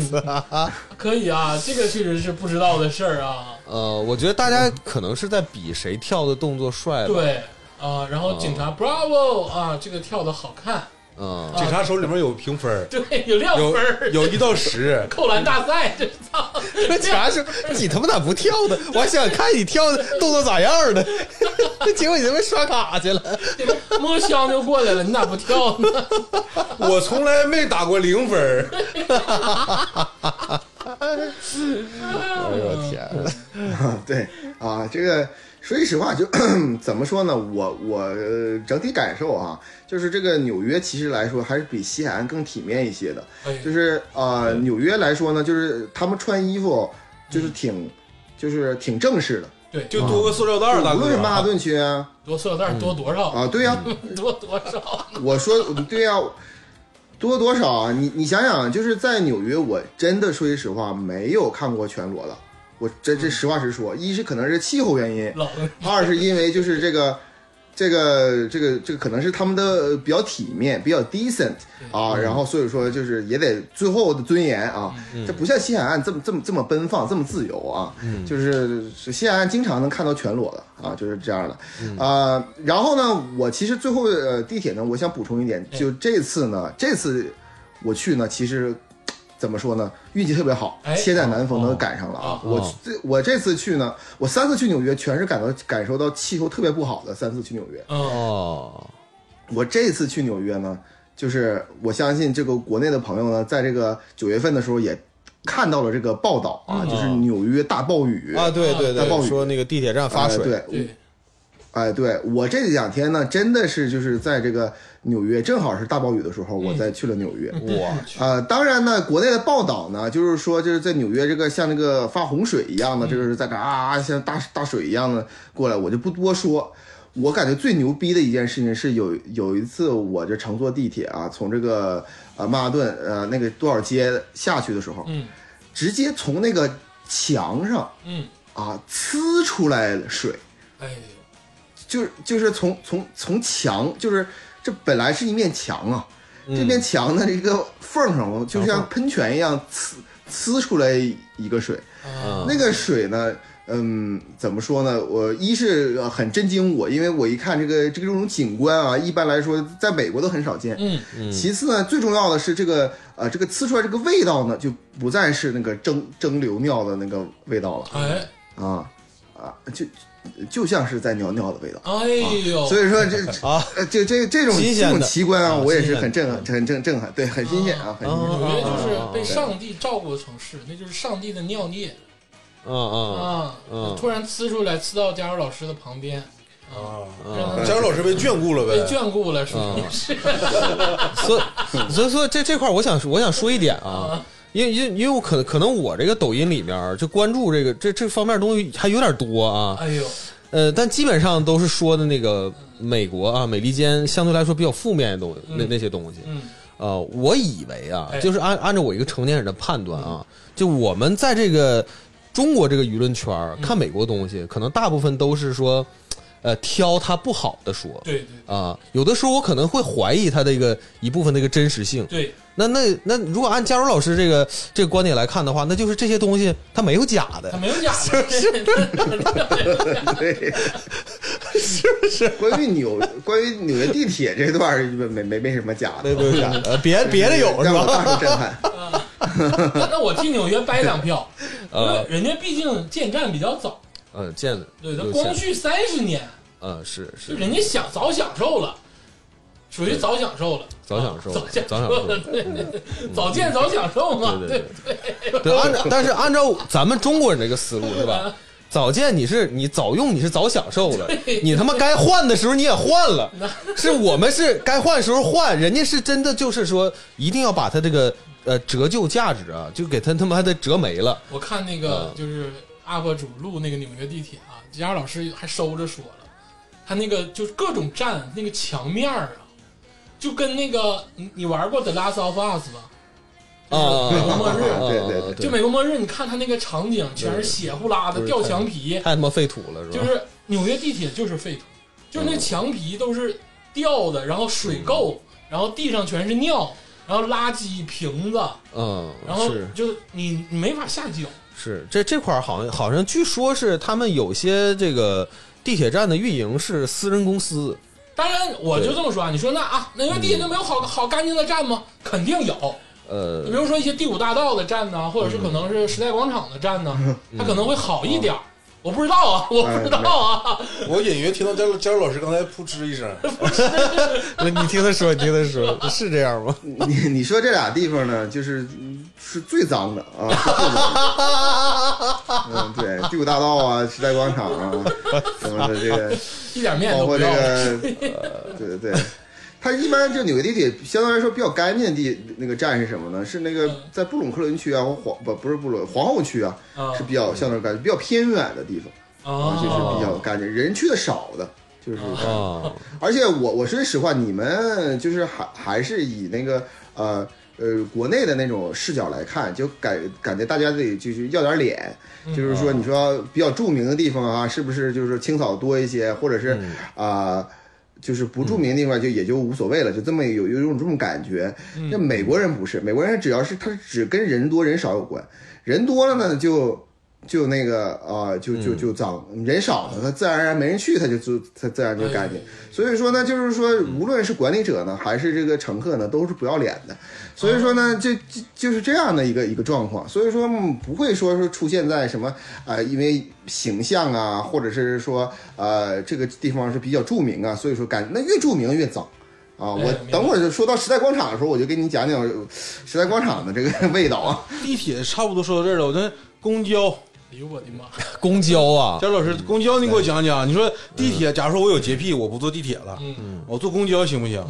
S4: 操！
S2: 可以啊，这个确实是不知道的事儿啊。
S4: 呃，我觉得大家可能是在比谁跳的动作帅吧。
S2: 对啊，然后警察 Bravo 啊，这个跳的好看，
S4: 嗯，
S3: 警察手里面有评分 儿，
S2: 对，有亮分
S3: 有
S2: 儿，
S3: 有一到
S2: ，
S3: 十
S2: 扣篮大赛，这操，
S4: 那警察说：“你他妈咋不跳呢？我还想看你跳的 动作咋样呢。”结果你他妈刷卡去了。
S2: 这个摸枪就过来了，你咋不跳呢？
S3: 我从来没打过零分儿。
S4: 哎呦我天！
S5: 啊， 对啊，这个说句实话，就 怎么说呢？我我、呃整体感受啊，就是这个纽约其实来说还是比西海岸更体面一些的。
S2: 哎
S5: 就是呃，纽约来说呢，就是他们穿衣服就是挺、就是挺正式的，
S2: 对，就
S3: 就多个塑料袋儿，大
S5: 无论是
S3: 哥
S5: 曼哈
S3: 啊。
S5: 顿区啊，
S2: 多塑料袋儿多多少，
S5: 啊，对呀、
S2: 多多少，
S5: 我说对呀、多多少啊？你你想想，就是在纽约，我真的说句实话，没有看过全裸的。我这这实话实说，一是可能是气候原因，
S2: 冷，
S5: 二是因为就是这个。这个这个这个可能是他们的呃比较体面，比较 decent 啊，然后所以说就是也得最后的尊严啊，这不像西海岸这么这么这么奔放，这么自由啊，就是是西海岸经常能看到全裸的啊，就是这样的啊、呃然后呢，我其实最后呃地铁呢，我想补充一点，就这次呢，这次我去呢，其实怎么说呢，运气特别好
S2: 哎，
S5: 千载难逢的赶上了啊
S2: 哦！
S4: 哦
S5: 我这我这次去呢，我三次去纽约全是感到感受到气候特别不好的。三次去纽约，
S2: 嗯，
S4: 哦，
S5: 我这次去纽约呢，就是我相信这个国内的朋友呢，在这个九月份的时候也看到了这个报道
S2: 嗯
S5: 啊，就是纽约大暴雨
S4: 啊，对对
S5: 大暴
S4: 对，
S5: 雨
S4: 说那个地铁站发
S5: 呃
S4: 水，
S5: 对，
S2: 对，
S5: 啊、哎，对我这两天呢，真的是就是在这个纽约，正好是大暴雨的时候，我再去了纽约。
S3: 我去，
S5: 呃，当然呢，国内的报道呢，就是说，就是在纽约这个像那个发洪水一样的，就是在这啊，像大大水一样的过来，我就不多说。我感觉最牛逼的一件事情是有有一次，我这乘坐地铁啊，从这个呃曼哈顿呃那个多少街下去的时候，
S2: 嗯
S5: 直接从那个墙上
S2: 嗯，
S5: 啊呲出来水，
S2: 哎呦，
S5: 就是就是从从从墙，就是这本来是一面墙啊，
S2: 嗯
S5: 这面墙的这个缝上，就像喷泉一样呲呲出来一个水。
S2: 啊，
S5: 那个水呢，嗯，怎么说呢？我一是呃很震惊我，因为我一看这个这个这种景观啊，一般来说在美国都很少见。
S2: 嗯
S5: 其次呢，最重要的是这个呃，这个呲出来这个味道呢，就不再是那个蒸蒸馏尿的那个味道了
S2: 哎，
S5: 啊啊，就就像是在尿尿的味道。
S2: 哎呦，
S5: 所以说这
S4: 啊，
S5: 呃这这这种
S4: 新鲜
S5: 这
S4: 的
S5: 种奇观啊，
S4: 啊
S5: 我也
S4: 新
S5: 是
S4: 鲜
S5: 很震撼，很震震撼，对，很新鲜啊，很新
S4: 啊
S5: 鲜。
S2: 纽约就是被上帝照顾的城市，那就是上帝的尿液
S4: 嗯嗯
S2: 啊
S4: 嗯，
S2: 突然呲出来，呲到佳茹老师的旁边，啊，让他
S3: 佳茹老师被眷顾了
S2: 被
S3: 呗，
S2: 眷顾了，是不是？
S4: 所 以所以说这这块儿我想我想说一点啊，因为因为因为我可能可能我这个抖音里面儿就关注这个这这方面儿东西还有点多啊，
S2: 哎呦，
S4: 呃，但基本上都是说的那个美国啊美利坚相对来说比较负面的东西那那些东西，
S2: 嗯
S4: 呃，我以为啊
S2: 哎，嗯
S4: 就是按按照我一个成年人的判断啊，就我们在这个中国这个舆论圈儿
S2: 嗯
S4: 看美国东西，可能大部分都是说，呃，挑它不好的说。
S2: 对对
S4: 啊，有的时候我可能会怀疑它的一个一部分的一个真实性。
S2: 对，
S4: 那那那，如果按佳茹老师这个这个观点来看的话，那就是这些东西它没有假的
S2: 他。没有假的， 对
S5: 对，是不是？关于纽关于纽约地铁这段儿没没没什么假的，
S4: 没有假的，呃别别的有是
S5: 让我
S4: 吧？
S5: 大受震撼。
S2: 那那我替纽约掰两票，因
S4: 呃
S2: 为人家毕竟建站比较早，
S4: 嗯，见了，
S2: 对他
S4: 有
S2: 光
S4: 见
S2: 绪三十年，
S4: 嗯是
S2: 就是人家享早享受了，属于早享受了，
S4: 早享受
S2: 早享
S4: 早享
S2: 受
S4: 受嗯
S2: 了，对，早见早享受嘛，
S4: 对
S2: 对
S4: 对对，对，按照但是按照咱们中国人这个思路是吧？早见你是你早用你是早享受了，你他妈该换的时候你也换了，是我们是该换的时候换，人家是真的就是说一定要把他这个呃折旧价值啊，就给他他妈还得折没了。
S2: 我看那
S4: 嗯
S2: 个就是 UP 主录那个纽约地铁啊，吉尔老师还收着说了，他那个就是各种站那个墙面儿啊，就跟那个你你玩过《The Last of Us》吧？
S4: 啊，
S2: 美国末日
S4: 啊
S5: 对对对
S2: 就美国末日，你看他那个场景全是血呼啦的
S4: 对
S2: 掉墙皮，
S4: 太他妈废土了是吧？
S2: 就是纽约地铁就是废土，就是
S5: 嗯
S2: 那墙皮都是掉的，然后水垢，然后地上全是尿，然后垃圾瓶子，
S4: 嗯，
S2: 然后
S4: 是
S2: 就你你没法下脚。
S4: 是这这块儿好像好像据说是他们有些这个地铁站的运营是私人公司，
S2: 当然，我就这么说啊，你说那啊，纽约地铁
S5: 嗯
S2: 就没有好好干净的站吗？肯定有，
S4: 呃
S2: 你比如说一些第五大道的站呢，或者是
S5: 嗯
S2: 可能是时代广场的站呢，它可能会好一点儿。我不知道啊，我不知道
S5: 哎
S2: 啊，
S3: 我隐约听到佳茹佳茹老师刚才扑哧一 声，
S4: 你听他说，你听他说，是这样吗？
S5: 你你说这俩地方呢，就是嗯是最脏的 啊，是最脏的。嗯，对，第五大道啊，时代广场啊，什么的这个。
S2: 一点面
S5: 包
S2: 都
S5: 括
S2: 不
S5: 这
S2: 要。
S5: 个， 呃对对对，它一般就纽约地铁相对来说比较干净的地那个站是什么呢？是那个
S2: 嗯
S5: 在布鲁克林区啊，或皇不不是布鲁皇后区啊，
S2: 啊
S5: 是比较相对干净、比较偏远的地方，
S2: 啊
S5: 就是比较干净，人去的少的，就是干净
S4: 啊，
S5: 而且我我说实话，你们就是还还是以那个呃呃国内的那种视角来看，就感感觉大家得就是要点脸，就是说你说比较著名的地方啊，是不是就是清扫多一些，或者是啊、就是不著名的地方就也就无所谓了，就这么有有一种这种感觉。那美国人不是，美国人只要是他只跟人多人少有关，人多了呢就就那个啊、就就就脏，人少了他自然而然没人去，他就就他自然就干净。所以说呢，就是说无论是管理者呢，还是这个乘客呢，都是不要脸的。所以说呢，就就就是这样的一个一个状况。所以说嗯不会说是出现在什么呃，因为形象啊，或者是说呃这个地方是比较著名啊，所以说感那越著名越脏。啊，
S2: 对
S5: 我
S2: 哎明白
S5: 等会儿就说到时代广场的时候，我就给你讲呃讲时代广场的这个味道啊。
S3: 地铁差不多说到这儿了，我这公交
S2: 哎呦我的妈！
S4: 公交啊，
S3: 贾老师，公交你给我讲讲，你说地铁，假如说我有洁癖，我不坐地铁了，
S2: 嗯
S3: 我坐公交行不行？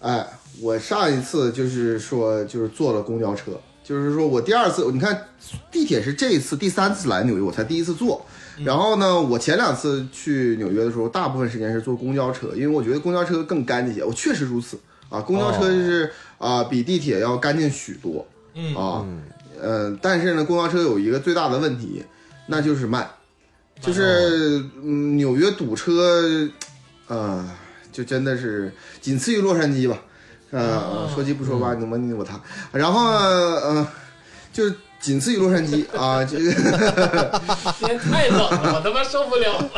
S5: 哎，我上一次就是说，就是坐了公交车，就是说我第二次，你看地铁是这一次第三次来纽约，我才第一次坐。
S2: 嗯
S5: 然后呢，我前两次去纽约的时候，大部分时间是坐公交车，因为我觉得公交车更干净一些。我确实如此啊，公交车就是啊、比地铁要干净许多
S2: 哦嗯，
S5: 啊。呃，但是呢，公交车有一个最大的问题，那就是慢，就是
S2: 哦
S5: 嗯，纽约堵车，呃，就真的是仅次于洛杉矶吧。呃，说鸡不说八，你们你我他。然后呃，就是仅次于洛杉矶啊，这个
S2: 今天太冷了，我他妈受不了 了，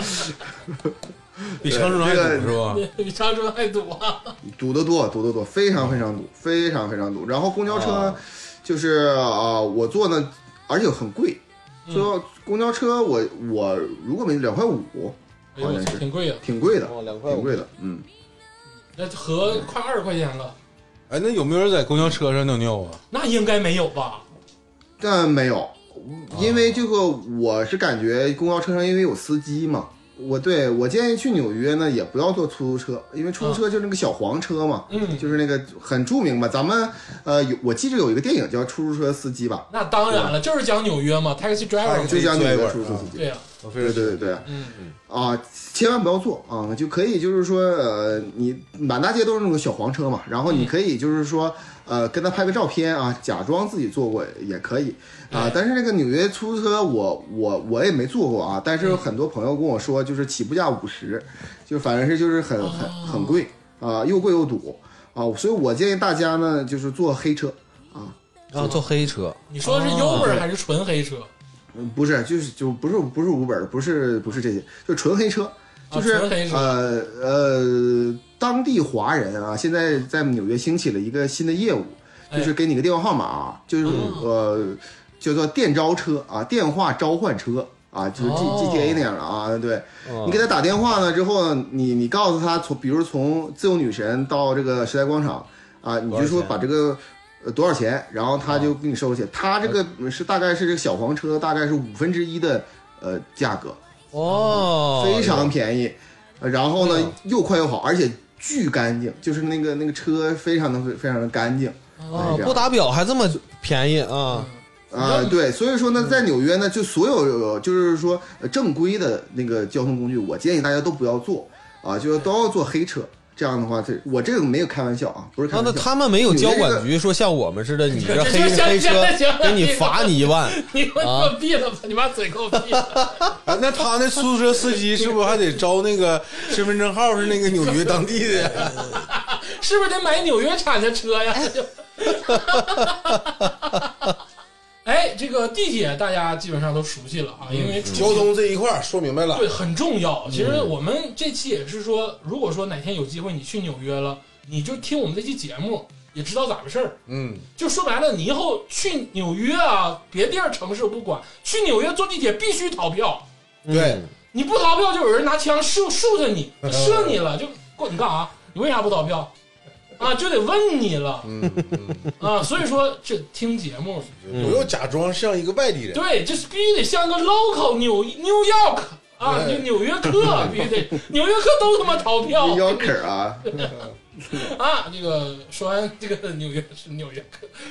S3: 比长春还堵是吧？
S2: 比长春还堵啊！
S5: 堵得多，堵得多，非常非常堵，非常非常堵。然后公交车就是啊、我坐呢，而且很贵。坐公交车我我如果没两块五，
S2: 哎呦，挺贵啊，
S5: 挺贵的，
S4: 哦两块五
S5: 挺贵的，嗯。
S2: 那合快二十块钱了，
S3: 哎，那有没有人在公交车上尿尿啊？
S2: 那应该没有吧？
S5: 但没有，因为这个我是感觉公交车上因为有司机嘛，我对我建议去纽约呢也不要坐出租车，因为出租车就是那个小黄车嘛，
S2: 嗯
S5: 就是那个很著名嘛。咱们呃有我记着有一个电影叫《出租车司机》吧，
S2: 那当然了，就是讲纽约嘛，taxi driver 嘛
S5: 就讲纽约
S3: Driver，
S5: 出租车司机。
S2: 对呀，
S3: 我非
S5: 对
S3: 常
S5: 对对对
S2: 嗯，
S5: 啊，千万不要坐啊，就可以就是说，呃，你满大街都是那种小黄车嘛，然后你可以就是说，呃，跟他拍个照片啊，假装自己坐过也可以啊
S2: 哎。
S5: 但是那个纽约出租车我，我我也没坐过啊，但是有很多朋友跟我说，就是起步价五十，就反正是就是很很很贵啊，又贵又堵啊，所以我建议大家呢，就是坐黑车啊，
S4: 啊，坐黑车，
S2: 你说的是 Uber 还是纯黑车？
S5: 嗯，不是，就是就不是不是五本的，不是不是这些，就纯黑车，就是、
S2: 啊纯黑车
S5: 呃呃，当地华人啊，现在在纽约兴起了一个新的业务，
S4: 哎
S5: 就是给你个电话号码、啊就是、
S4: 哦
S5: 呃，叫做电召车啊，电话召唤车啊，就是 G、
S2: 哦
S5: GTA 那样的啊，对。
S4: 哦
S5: 你给他打电话呢之后呢，你你告诉他从，比如从自由女神到这个时代广场啊，你就说把这个呃多少钱，然后他
S4: 哦
S5: 就给你收钱。他这个是大概是这个小黄车大概是五分之一的呃价格，
S4: 哦，嗯
S5: 非常便宜。呃然后呢又快又好，而且巨干净，就是那个那个车非常的非常的干净。
S2: 哎
S4: 啊，不打表还这么便宜啊，
S5: 啊、对，所以说呢，在纽约呢，就所有就是说呃正规的那个交通工具，我建议大家都不要坐啊，就是都要坐黑车。这样的话，这我这个没有开玩笑啊，不是开
S4: 啊，
S5: 玩
S4: 那
S5: 笑。
S4: 他们没有交管局说像我们似的，你这黑
S2: 行行
S4: 黑车
S2: 行行
S4: 给你罚你一万，
S2: 你给我闭了吧，你把嘴给我闭了。
S3: 哎，那他那出租车司机是不是还得招那 个身份证号是那个纽约当地的？
S2: 是不是得买纽约产的车呀？ 就哎，这个地铁大家基本上都熟悉了啊，因为出行
S3: 交通这一块儿说明白了
S2: 对，很重要。其
S3: 嗯
S2: 实我们这期也是说，如果说哪天有机会你去纽约了，你就听我们这期节目，也知道咋回事儿。
S3: 嗯，
S2: 就说白了，你以后去纽约啊，别地儿城市不管，去纽约坐地铁必须逃票，
S3: 嗯对，
S2: 你不逃票就有人拿枪射射着你，射你了，就过你干啥？你为啥不逃票？啊，就得问你了
S3: 嗯，嗯
S2: 啊！所以说这听节目，
S3: 不要假装像一个外地人。
S2: 对，就是必须得像个 local 纽 New York 啊，
S3: 对
S2: 就纽约客必须 得，纽约客都他妈逃票，
S5: 腰坎儿啊，
S2: 啊，这个说完这个纽约是纽约，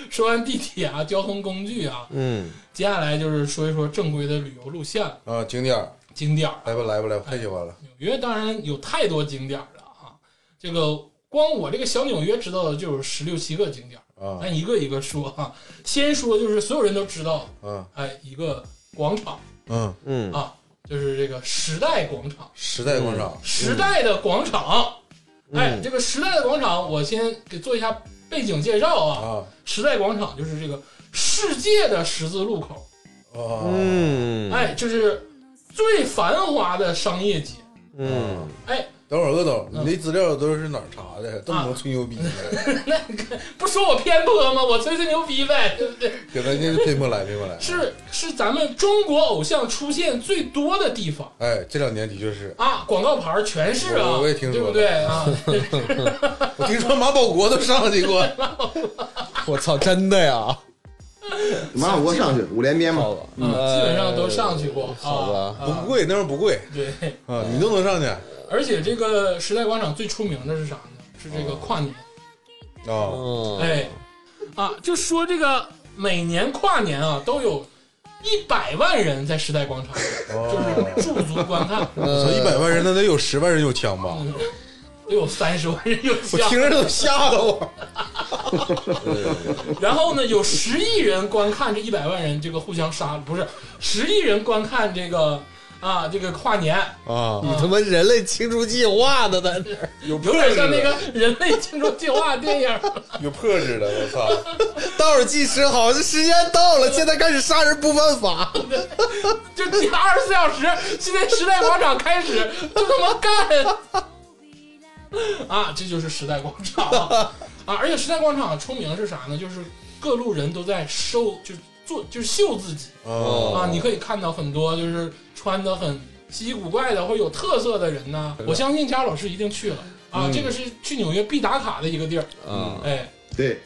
S2: 说完地铁啊，交通工具啊，
S4: 嗯，
S2: 接下来就是说一说正规的旅游路线了
S3: 啊，景点儿
S2: 景点儿。
S3: 来吧来吧来吧，太喜欢了。
S2: 纽约当然有太多景点儿了啊，这个光我这个小纽约知道的就有十六七个景点儿，
S3: 啊
S2: 咱一个一个说啊。先说就是所有人都知道，
S3: 啊
S2: 哎，一个广场
S3: 嗯，
S4: 嗯
S2: 啊，就是这个时代广场，
S3: 时代广场，
S2: 时代的广场。
S4: 嗯
S2: 哎，这个时代的广场，我先给做一下背景介绍啊。
S3: 啊
S2: 时代广场就是这个世界的十字路口，
S3: 啊，
S4: 嗯
S2: 哎，就是最繁华的商业街，
S4: 嗯，
S2: 哎，
S3: 等会儿鄂总，
S2: 嗯
S3: 你那资料都是哪儿查的？这么能吹牛逼呢？
S2: 不说我偏颇吗？我吹吹牛逼呗，对不对？
S3: 给咱这拼过来拼过来。
S2: 是是咱们中国偶像出现最多的地方
S3: 哎，这两年的确是，
S2: 啊，广告牌儿全是啊，
S3: 我我也听说
S2: 对
S3: 了
S2: 不对啊？
S3: 我听说马保国都上去过。
S4: 我操，真的呀，
S5: 完了我上去五连鞭嘛
S4: 好，吧，
S2: 嗯
S4: 呃
S2: 基本上都上去过
S4: 好吧，
S2: 啊
S3: 不贵，那时候不贵
S2: 对，
S3: 啊，你都能上去
S2: 而且这个时代广场最出名的是啥呢？是这个
S3: 哦
S2: 跨年，
S3: 啊。
S4: 嗯，
S2: 哎，啊，就说这个每年跨年啊，都有一百万人在时代广场，
S3: 哦
S2: 就是驻足观 看，
S3: 我操，一
S4: 嗯
S3: 百万人，那得有十万人有枪吧？
S2: 嗯，又有三十万人有
S3: 我
S2: 枪，
S3: 听着都吓得我。
S2: 然后呢，有十亿人观看这一百万人这个互相杀，不是十亿人观看这个啊这个跨年，
S3: 啊，
S4: 你他妈人类清除计划呢，咱这
S3: 有
S2: 有点像那个人类庆祝计划电影。
S3: 有破纸的，我操！
S4: 倒数计时好，这时间到了，现在开始杀人不犯法。
S2: 就加二十四小时，今天时代广场 开始就他妈干啊！这就是时代广场啊！而且时代广场出名是啥呢？就是各路人都在收，就是做，就是秀自己
S3: 啊，
S4: 哦
S2: 啊！你可以看到很多就是穿的很稀奇古怪的或者有特色的人呐。我相信佳老师一定去了
S4: 嗯
S2: 啊！这个是去纽约必打卡的一个地儿，
S4: 啊，
S2: 哎，
S5: 对，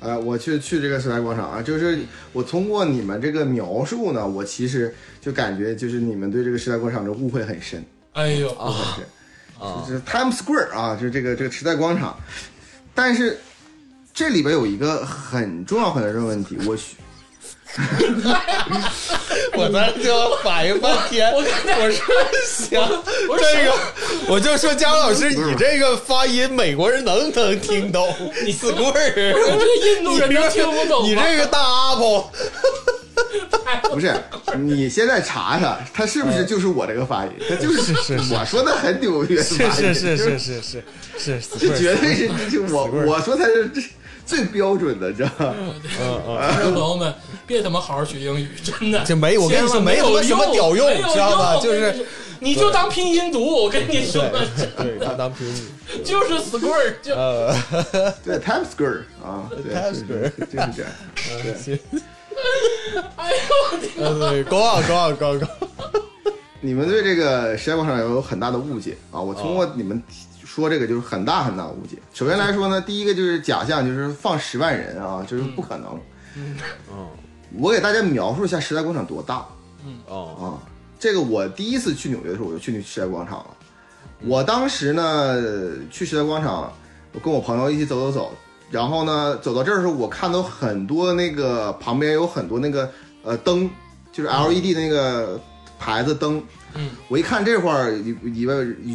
S5: 啊，我去去这个时代广场啊，就是我通过你们这个描述呢，我其实就感觉就是你们对这个时代广场的误会很深，
S2: 哎呦，
S4: 哦
S5: 误会很深。
S4: 啊
S5: 就是 Times Square 啊，就是这个这个时代广场，但是这里边有一个很重要很重要的问题，我需
S4: 我在这就反应半天，
S2: 我刚才我说
S4: 想
S2: 我
S4: 这个，我就说姜老师，你这个发音美国人能不能听懂？你死 棍
S2: 我
S4: 儿，
S2: 这个印度人能听不懂吗？啊 哎
S4: 你这个大阿婆，
S5: 不是你现在查查，他是不是就是我这个发音？他嗯就是
S4: 是是是
S5: 我说的很纽约发音，就是
S4: 是是是死
S5: 这绝对是嗯这就我我说他是最最标准的，知道吗？
S2: 观众朋友们，别他妈好好学英语，真的，
S4: 这没我跟你
S2: 千
S4: 说
S2: 万没
S4: 没有什么屌用
S2: 没有
S4: 知道吧
S2: 用
S4: 就是
S2: 我跟你说你就当拼音读，我跟你说，
S4: 对，他当平民。
S2: 就是 square，就
S4: 呃，
S5: 对，Times Square 啊，对
S4: Times
S5: 就是就是这样。
S2: 哎呦我的妈！
S4: 对，go on go on go on go on。
S5: 你们对这个时代广场有很大的误解啊！我通过你们说这个就是很大很大的误解。首先来说呢，第一个就是假象，就是放十万人啊，就是不可能。我给大家描述一下时代广场多大
S4: 哦，
S5: 啊！这个我第一次去纽约的时候，我就去时代广场了。我当时呢去时代广场，我跟我朋友一起走走走，然后呢走到这儿的时候，我看到很多那个旁边有很多那个呃灯，就是 LED 的那个牌子灯。
S2: 嗯，
S5: 我一看这块儿里里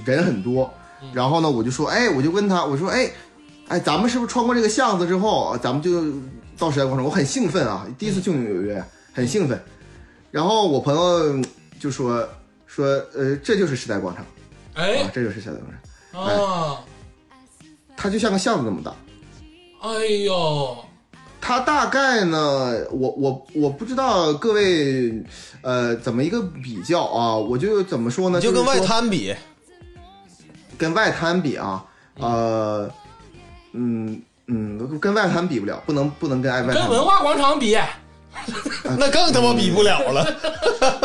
S5: 边人很多，
S4: 嗯
S5: 然后呢我就说，哎，我就问他，我说，哎，哎，咱们是不是穿过这个巷子之后，咱们就到时代广场？我很兴奋啊，第一次去纽约，
S4: 嗯
S5: 很兴奋。然后我朋友就说说，呃，这就是时代广场。啊
S2: 哎，
S5: 这就是小广场，
S4: 哎
S2: 啊，
S5: 它就像个巷子那么大。
S2: 哎呦，
S5: 它大概呢，我我我不知道各位，呃，怎么一个比较啊？我就怎么说呢？
S4: 你就跟
S5: 是
S4: 外
S5: 说
S4: 滩比，
S5: 跟外滩比啊，呃，嗯嗯，跟外滩比不了，不能不能跟爱外
S2: 跟
S5: 滩比
S2: 文化广场比，
S4: 那更他妈比不了了。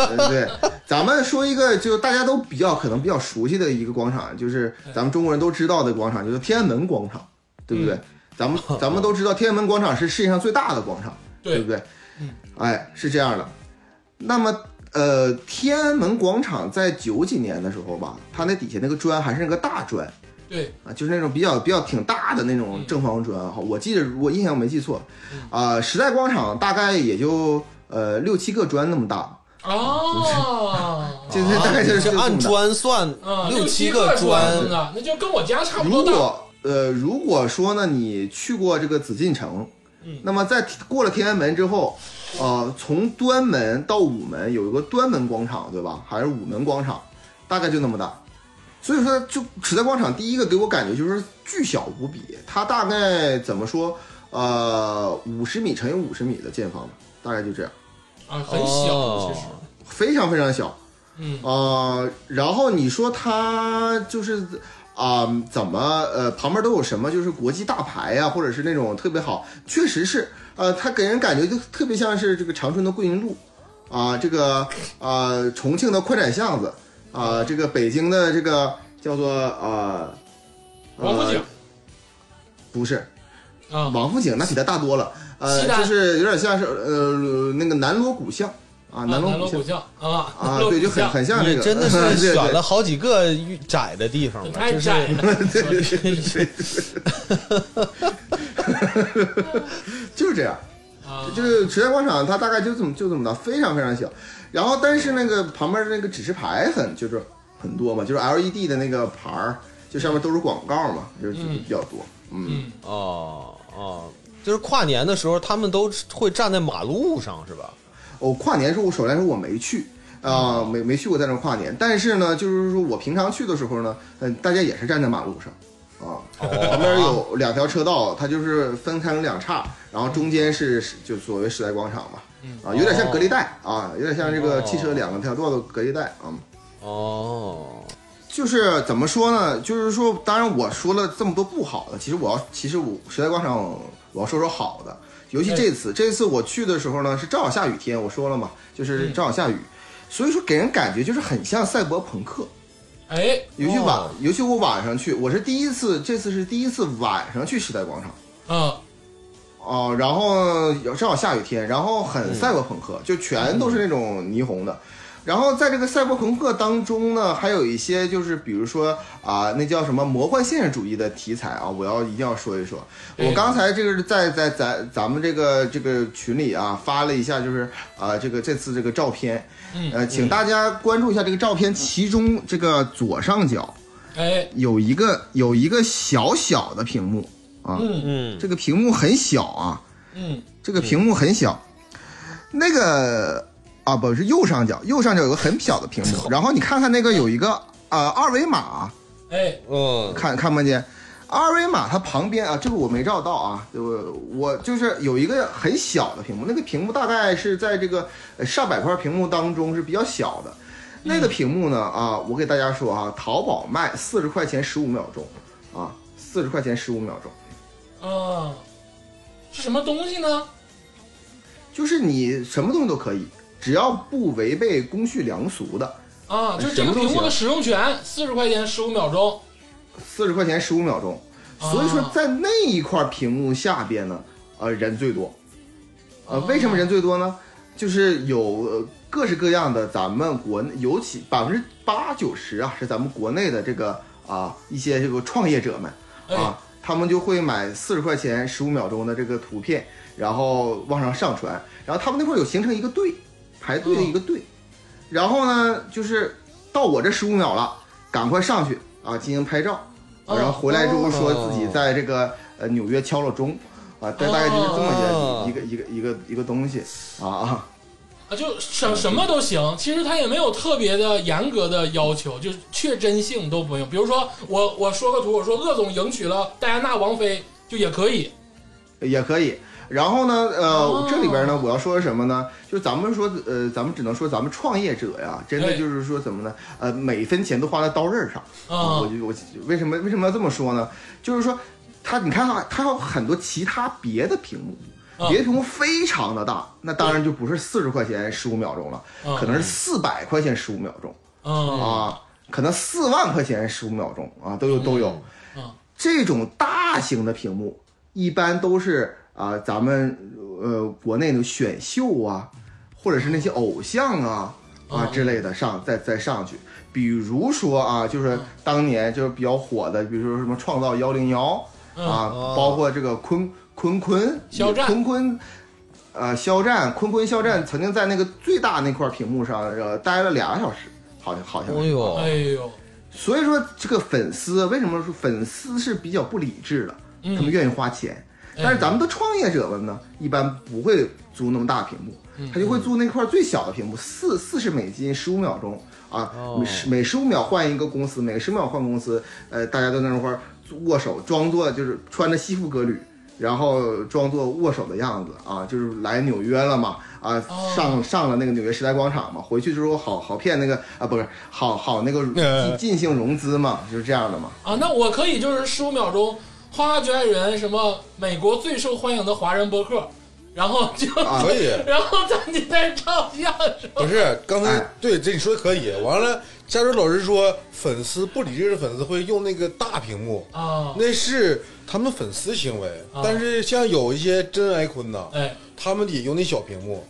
S5: 呃对，咱们说一个就大家都比较可能比较熟悉的一个广场，就是咱们中国人都知道的广场，就是天安门广场，对
S2: 嗯
S5: 不对？咱们咱们都知道天安门广场是世界上最大的广场，
S2: 对嗯
S5: 不对？哎，是这样的。那么，呃，天安门广场在九几年的时候吧，它那底下那个砖还是那个大砖
S2: 对，
S5: 啊，就是那种比较比较挺大的那种正方砖哈。我记得，如果印象没记错，啊、时代广场大概也就呃六七个砖那么大，
S2: 啊。
S5: 就是 大概就是是
S4: 按
S5: 砖。
S4: 砖算
S2: 啊，
S4: 六
S2: 七啊
S4: 个
S2: 砖
S4: 砖，
S2: 呢，那就跟我家差不
S5: 如
S2: 多大。
S5: 果呃，如果说呢，你去过这个紫禁城，
S2: 嗯
S5: 那么在过了天安门之后，呃，从端门到午门有一个端门广场，对吧？还是午门广场，大概就那么大。所以说，就时代广场第一个给我感觉就是巨小无比，它大概怎么说？呃，五十米乘以五十米的见方吧，大概就这样，
S2: 啊，很小，
S4: 哦
S2: 其实，
S5: 非常非常小。
S2: 嗯，
S5: 呃，然后你说它就是啊、怎么呃，旁边都有什么就是国际大牌呀、或者是那种特别好，确实是，呃，它给人感觉就特别像是这个长春的桂林路，啊、这个啊、重庆的宽窄巷子，啊、这个北京的这个叫做啊，呃
S2: 王府井
S5: 不是
S2: 啊，
S5: 王府井，那比它大多了，呃，
S2: 西单
S5: 就是有点像是呃那个南锣鼓巷啊，
S2: 南
S5: 锣
S2: 锣鼓
S5: 巷
S2: 巷啊，
S5: 啊，
S2: 锣
S5: 对，就
S2: 鼓
S5: 很
S2: 巷
S5: 很像这
S4: 你
S5: 个，
S4: 真的是
S5: 对
S4: 选
S5: 对
S4: 了好几个窄的地方吧，
S2: 太
S4: 就是
S2: 窄了，
S5: 就是这样。
S2: 啊，
S5: 就是时代广场，它大概就这么就这么大，非常非常小。然后，但是那个旁边那个指示牌很就是很多嘛，就是 LED 的那个牌儿，就上面都是广告嘛，就是就是比较多。嗯，
S2: 嗯，
S4: 哦哦，就是跨年的时候，他们都会站在马路上，是吧？
S5: 哦，跨年时候我首先是我没去啊、没没去过在那儿跨年。但是呢，就是说我平常去的时候呢，嗯、大家也是站在马路上。啊，旁边有两条车道，它就是分开了两岔，然后中间是是就所谓时代广场嘛，啊，有点像隔离带啊，有点像这个汽车两个条道的隔离带啊。嗯
S4: 哦，
S5: 就是怎么说呢？就是说，当然我说了这么多不好的，其实我要，其实我时代广场我要说说好的，尤其这次，这次我去的时候呢，是正好下雨天，我说了嘛，就是正好下雨，所以说给人感觉就是很像赛博朋克。
S2: 哎
S5: 尤其晚
S4: 哦，
S5: 尤其我晚上去，我是第一次，这次是第一次晚上去时代广场。
S2: 啊，
S5: 哦，然后有正好下雨天，然后很赛博朋克，就全都是那种霓虹的。然后在这个赛博朋克当中呢，还有一些就是比如说啊、那叫什么魔幻现实主义的题材啊，我要一定要说一说。
S2: 对
S5: 我刚才这个是在在咱咱们这个这个群里啊发了一下，就是啊、这个这次这个照片，呃，请大家关注一下这个照片，其中这个左上角
S2: 哎
S5: 有一个有一个小小的屏幕啊，
S4: 嗯，
S5: 这个屏幕很小啊，
S2: 嗯，
S5: 这个屏幕很小，那个啊不是右上角，右上角有个很小的屏幕，然后你看看那个有一个啊二维码，
S2: 哎
S4: 嗯，
S5: 看看不见，二维码它旁边啊，这个我没照到啊，我我就是有一个很小的屏幕，那个屏幕大概是在这个呃上百块屏幕当中是比较小的，那个屏幕呢啊，我给大家说啊，淘宝卖四十块钱十五秒钟啊，四十块钱十五秒钟。
S2: 啊，是什么东西呢？
S5: 就是你什么东西都可以，只要不违背公序良俗的，
S2: 啊，就是这
S5: 什
S2: 个
S5: 么
S2: 屏
S5: 东西
S2: 幕
S5: 啊
S2: 的使用权，四十块钱十五秒钟。
S5: 四十块钱十五秒钟。所以说
S2: 啊，
S5: 在那一块屏幕下边呢，呃，人最多。呃，为什么人最多呢？就是有呃各式各样的咱们国内，尤其百分之八九十啊，是咱们国内的这个啊一些这个创业者们
S2: 哎
S5: 啊，他们就会买四十块钱十五秒钟的这个图片，然后往上上传，然后他们那块儿有形成一个队，排队的一个队，然后呢，就是到我这十五秒了，赶快上去啊进行拍照，啊、然后回来之后说自己在这个呃纽约敲了钟，啊，大大概就是这么一个一个一个一个一个东西啊啊，
S2: 啊，就
S5: 嗯
S2: 什什么都行，其实它也没有特别的严格的要求，就是确真性都不用。比如说我我说个图，我说鄂总迎娶了戴安娜王妃，就也可以。
S5: 也可以。然后呢，
S2: 哦
S5: 呃，这里边呢，我要说什么呢？就是咱们说，呃，咱们只能说咱们创业者呀，真的
S2: 对
S5: 就是说怎么呢？呃，每分钱都花在刀刃上。啊，我
S2: 啊
S5: 就我为什么为什么要这么说呢？就是说，它你看哈，它有很多其他别的屏幕，
S2: 啊
S5: 别的屏幕非常的大，那当然就不是四十块钱十五秒钟了，
S2: 啊
S5: 可能是四百块钱十五秒钟
S2: 啊
S5: 啊，可能四万块钱十五秒钟啊，都有都有。
S2: 啊
S5: 这种大型的屏幕一般都是啊、咱们呃国内的选秀啊，或者是那些偶像啊啊之类的上再再上去。比如说啊，就是当年就是比较火的，比如说什么创造幺零幺啊，包括这个坤坤坤
S2: 嗯肖战
S5: 坤坤。呃，肖战，坤坤肖战曾经在那个最大那块屏幕上，呃，待了俩小时，好像好像是。
S4: 哎呦
S2: 哎，呦，
S5: 所以说，这个粉丝为什么说粉丝是比较不理智的？他们愿意花钱，但是咱们的创业者们呢，一般不会租那么大屏幕，他就会租那块最小的屏幕，四四十美金，十五秒钟啊，每十每十五秒换一个公司，每十秒换公司，呃，大家都在那块儿握手，装作就是穿着西服革履。然后装作握手的样子啊，就是来纽约了嘛，啊，上上了那个纽约时代广场嘛，回去之后好好骗那个啊，不是好好那个
S3: 呃
S5: 进进行融资嘛，就是这样的嘛。
S2: 啊，那我可以就是十五秒钟，《花花绝爱人》什么美国最受欢迎的华人播客，然后就、
S5: 啊
S3: 可以，
S2: 然后咱就在这照相是吧？
S3: 不是刚才
S5: 哎
S3: 对这你说的可以。完了，加州老师说粉丝不理智的粉丝会用那个大屏幕，
S2: 啊
S3: 那是他们粉丝行为
S2: 啊。
S3: 但是像有一些真爱坤呐，
S2: 哎，
S3: 他们也有那小屏幕，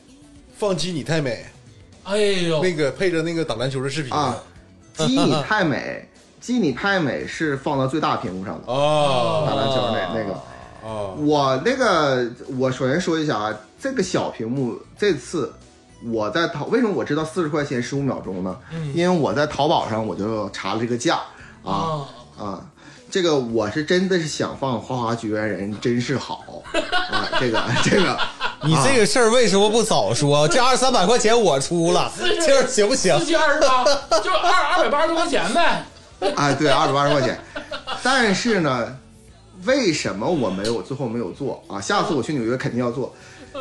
S3: 放鸡你太美，
S2: 哎呦，
S3: 那个配着那个打篮球的视频
S5: 啊，鸡你太美，鸡你太美是放到最大屏幕上的，
S3: 啊
S5: 打篮球那那个。
S3: 啊
S5: 我那个，我首先说一下啊，这个小屏幕这次我在淘，为什么我知道四十块钱十五秒钟呢？因为我在淘宝上我就查了这个价啊
S2: 啊，
S5: 啊，这个我是真的是想放《花花绝缘人》，真是好啊，这个这个
S4: 你这个事儿为什么不早说？这二三百块钱我出了，这样行不行？
S2: 四七二十八，就二二百八十多块钱呗。
S5: 啊，对，二百八十块钱，但是呢，为什么我没有最后没有做啊？下次我去纽约肯定要做。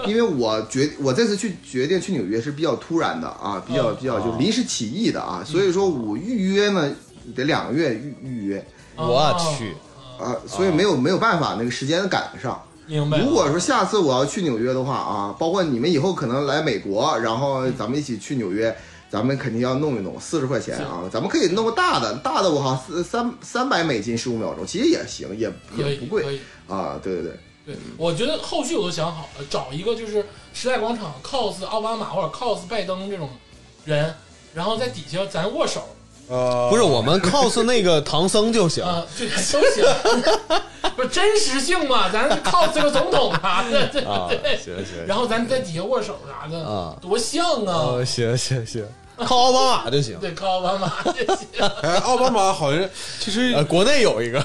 S5: 因为我决我这次去决定去纽约是比较突然的啊，比较比较就临时起意的啊，所以说我预约呢得两个月预预约
S4: 我去，
S5: 啊，所以没有没有办法那个时间赶不上。
S2: 明白了。
S5: 如果说下次我要去纽约的话啊，包括你们以后可能来美国，然后咱们一起去纽约，咱们肯定要弄一弄，四十块钱啊，咱们可以弄个大的，大的我好像三三百美金十五秒钟，其实也行，也
S2: 可
S5: 也
S2: 以
S5: 不
S2: 可
S5: 贵
S2: 以，
S5: 啊，对对对，
S2: 对，我觉得后续我都想好了，找一个就是时代广场 cos 奥巴马或者 cos 拜登这种人，然后在底下咱握手
S3: 啊！
S4: 不是我们 cos 那个唐僧就行。
S2: 啊，这都行，不是真实性嘛，咱 cos 个总统啥的，对
S4: 啊
S2: 对对，
S4: 行行
S2: 然后咱在底下握手啥的，
S4: 啊
S2: 多像啊，
S4: 哦，行行行，靠奥巴马就行。
S2: 对，靠奥巴马这些，
S3: 哎，奥巴马好像其实
S4: 呃，国内有一个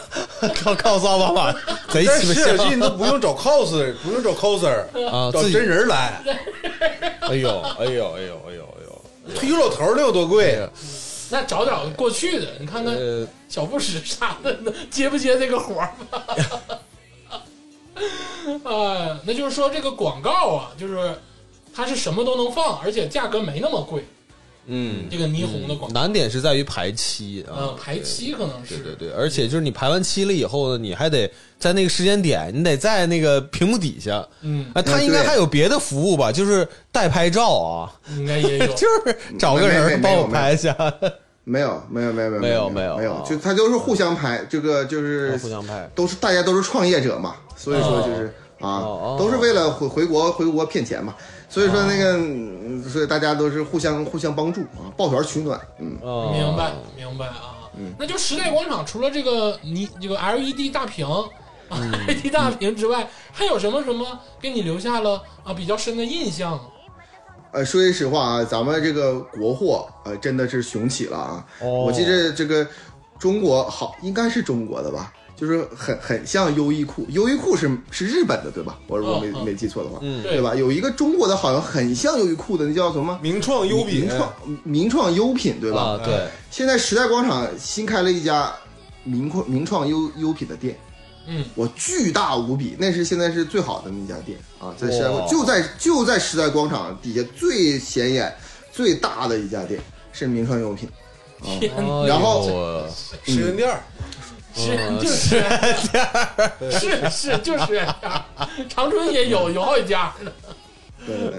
S4: 靠 cos 奥巴马，贼
S3: 但
S4: 鸡
S3: 是
S4: 巴
S3: 切尔
S4: 像
S3: 西你都不用找 cos，不用找 coser，
S4: 啊！
S3: 找
S4: 自己
S3: 真，人来。
S4: 哎呦，哎呦，哎呦，哎呦，哎呦。
S3: 退休老头儿能有多贵？
S2: 那找找过去的，你看看
S4: 呃，
S2: 小布什啥的，接不接这个活儿吧？ 呃，那就是说这个广告啊，就是它是什么都能放，而且价格没那么贵。
S3: 嗯，
S2: 这个霓虹的广告，
S4: 难点是在于排期
S2: 嗯，
S4: 啊，
S2: 排期可能
S4: 对对
S2: 是
S4: 对，而且就是你排完期了以后呢，你还得在那个时间点，你得在那个屏幕底下，
S2: 嗯，
S4: 啊，他应该还有别的服务吧，就是代拍照啊，
S2: 应该也有。
S4: 就是找个人帮我拍一下，
S5: 没有没有没有没有
S4: 没有
S5: 没
S4: 没有
S5: 没
S4: 啊
S5: 有，就他就是互相拍，这个就是
S4: 互相拍。
S5: 都是大家都是创业者嘛，所以说就是、
S4: 哦
S5: 啊，
S4: 哦
S5: 都是为了回回国回国骗钱嘛，所以说那个，嗯所以大家都是互相互相帮助啊，抱团取暖，嗯，
S4: 哦嗯
S2: 明白，明白啊。那就时代广场除了这个你这个 LED 大屏、啊
S4: 嗯
S2: LED 大屏之外，还有什么什么给你留下了啊比较深的印象？
S5: 呃，说句实话啊，咱们这个国货呃真的是雄起了啊，
S4: 哦
S5: 我记得这个中国好应该是中国的吧。就是很很像优衣库，优衣库是是日本的对吧？我如果没、
S2: 嗯嗯
S5: 没记错的话，
S4: 嗯
S5: 对吧？有一个中国的好像很像优衣库的，那叫什么？
S3: 名创优哎品
S5: 名，创名创优品对吧？
S4: 啊，对，
S5: 现在时代广场新开了一家名创名创优优品的店，
S2: 嗯，
S5: 我巨大无比，那是现在是最好的那家店啊，在时代
S4: 哇
S5: 广就在就在时代广场底下最显眼、最大的一家店是名创优品，
S2: 天哪，
S5: 然后
S4: 哎呦我
S3: 十元店儿
S2: 是就是 是是就是，长春也有有好几家呢。
S5: 对对对，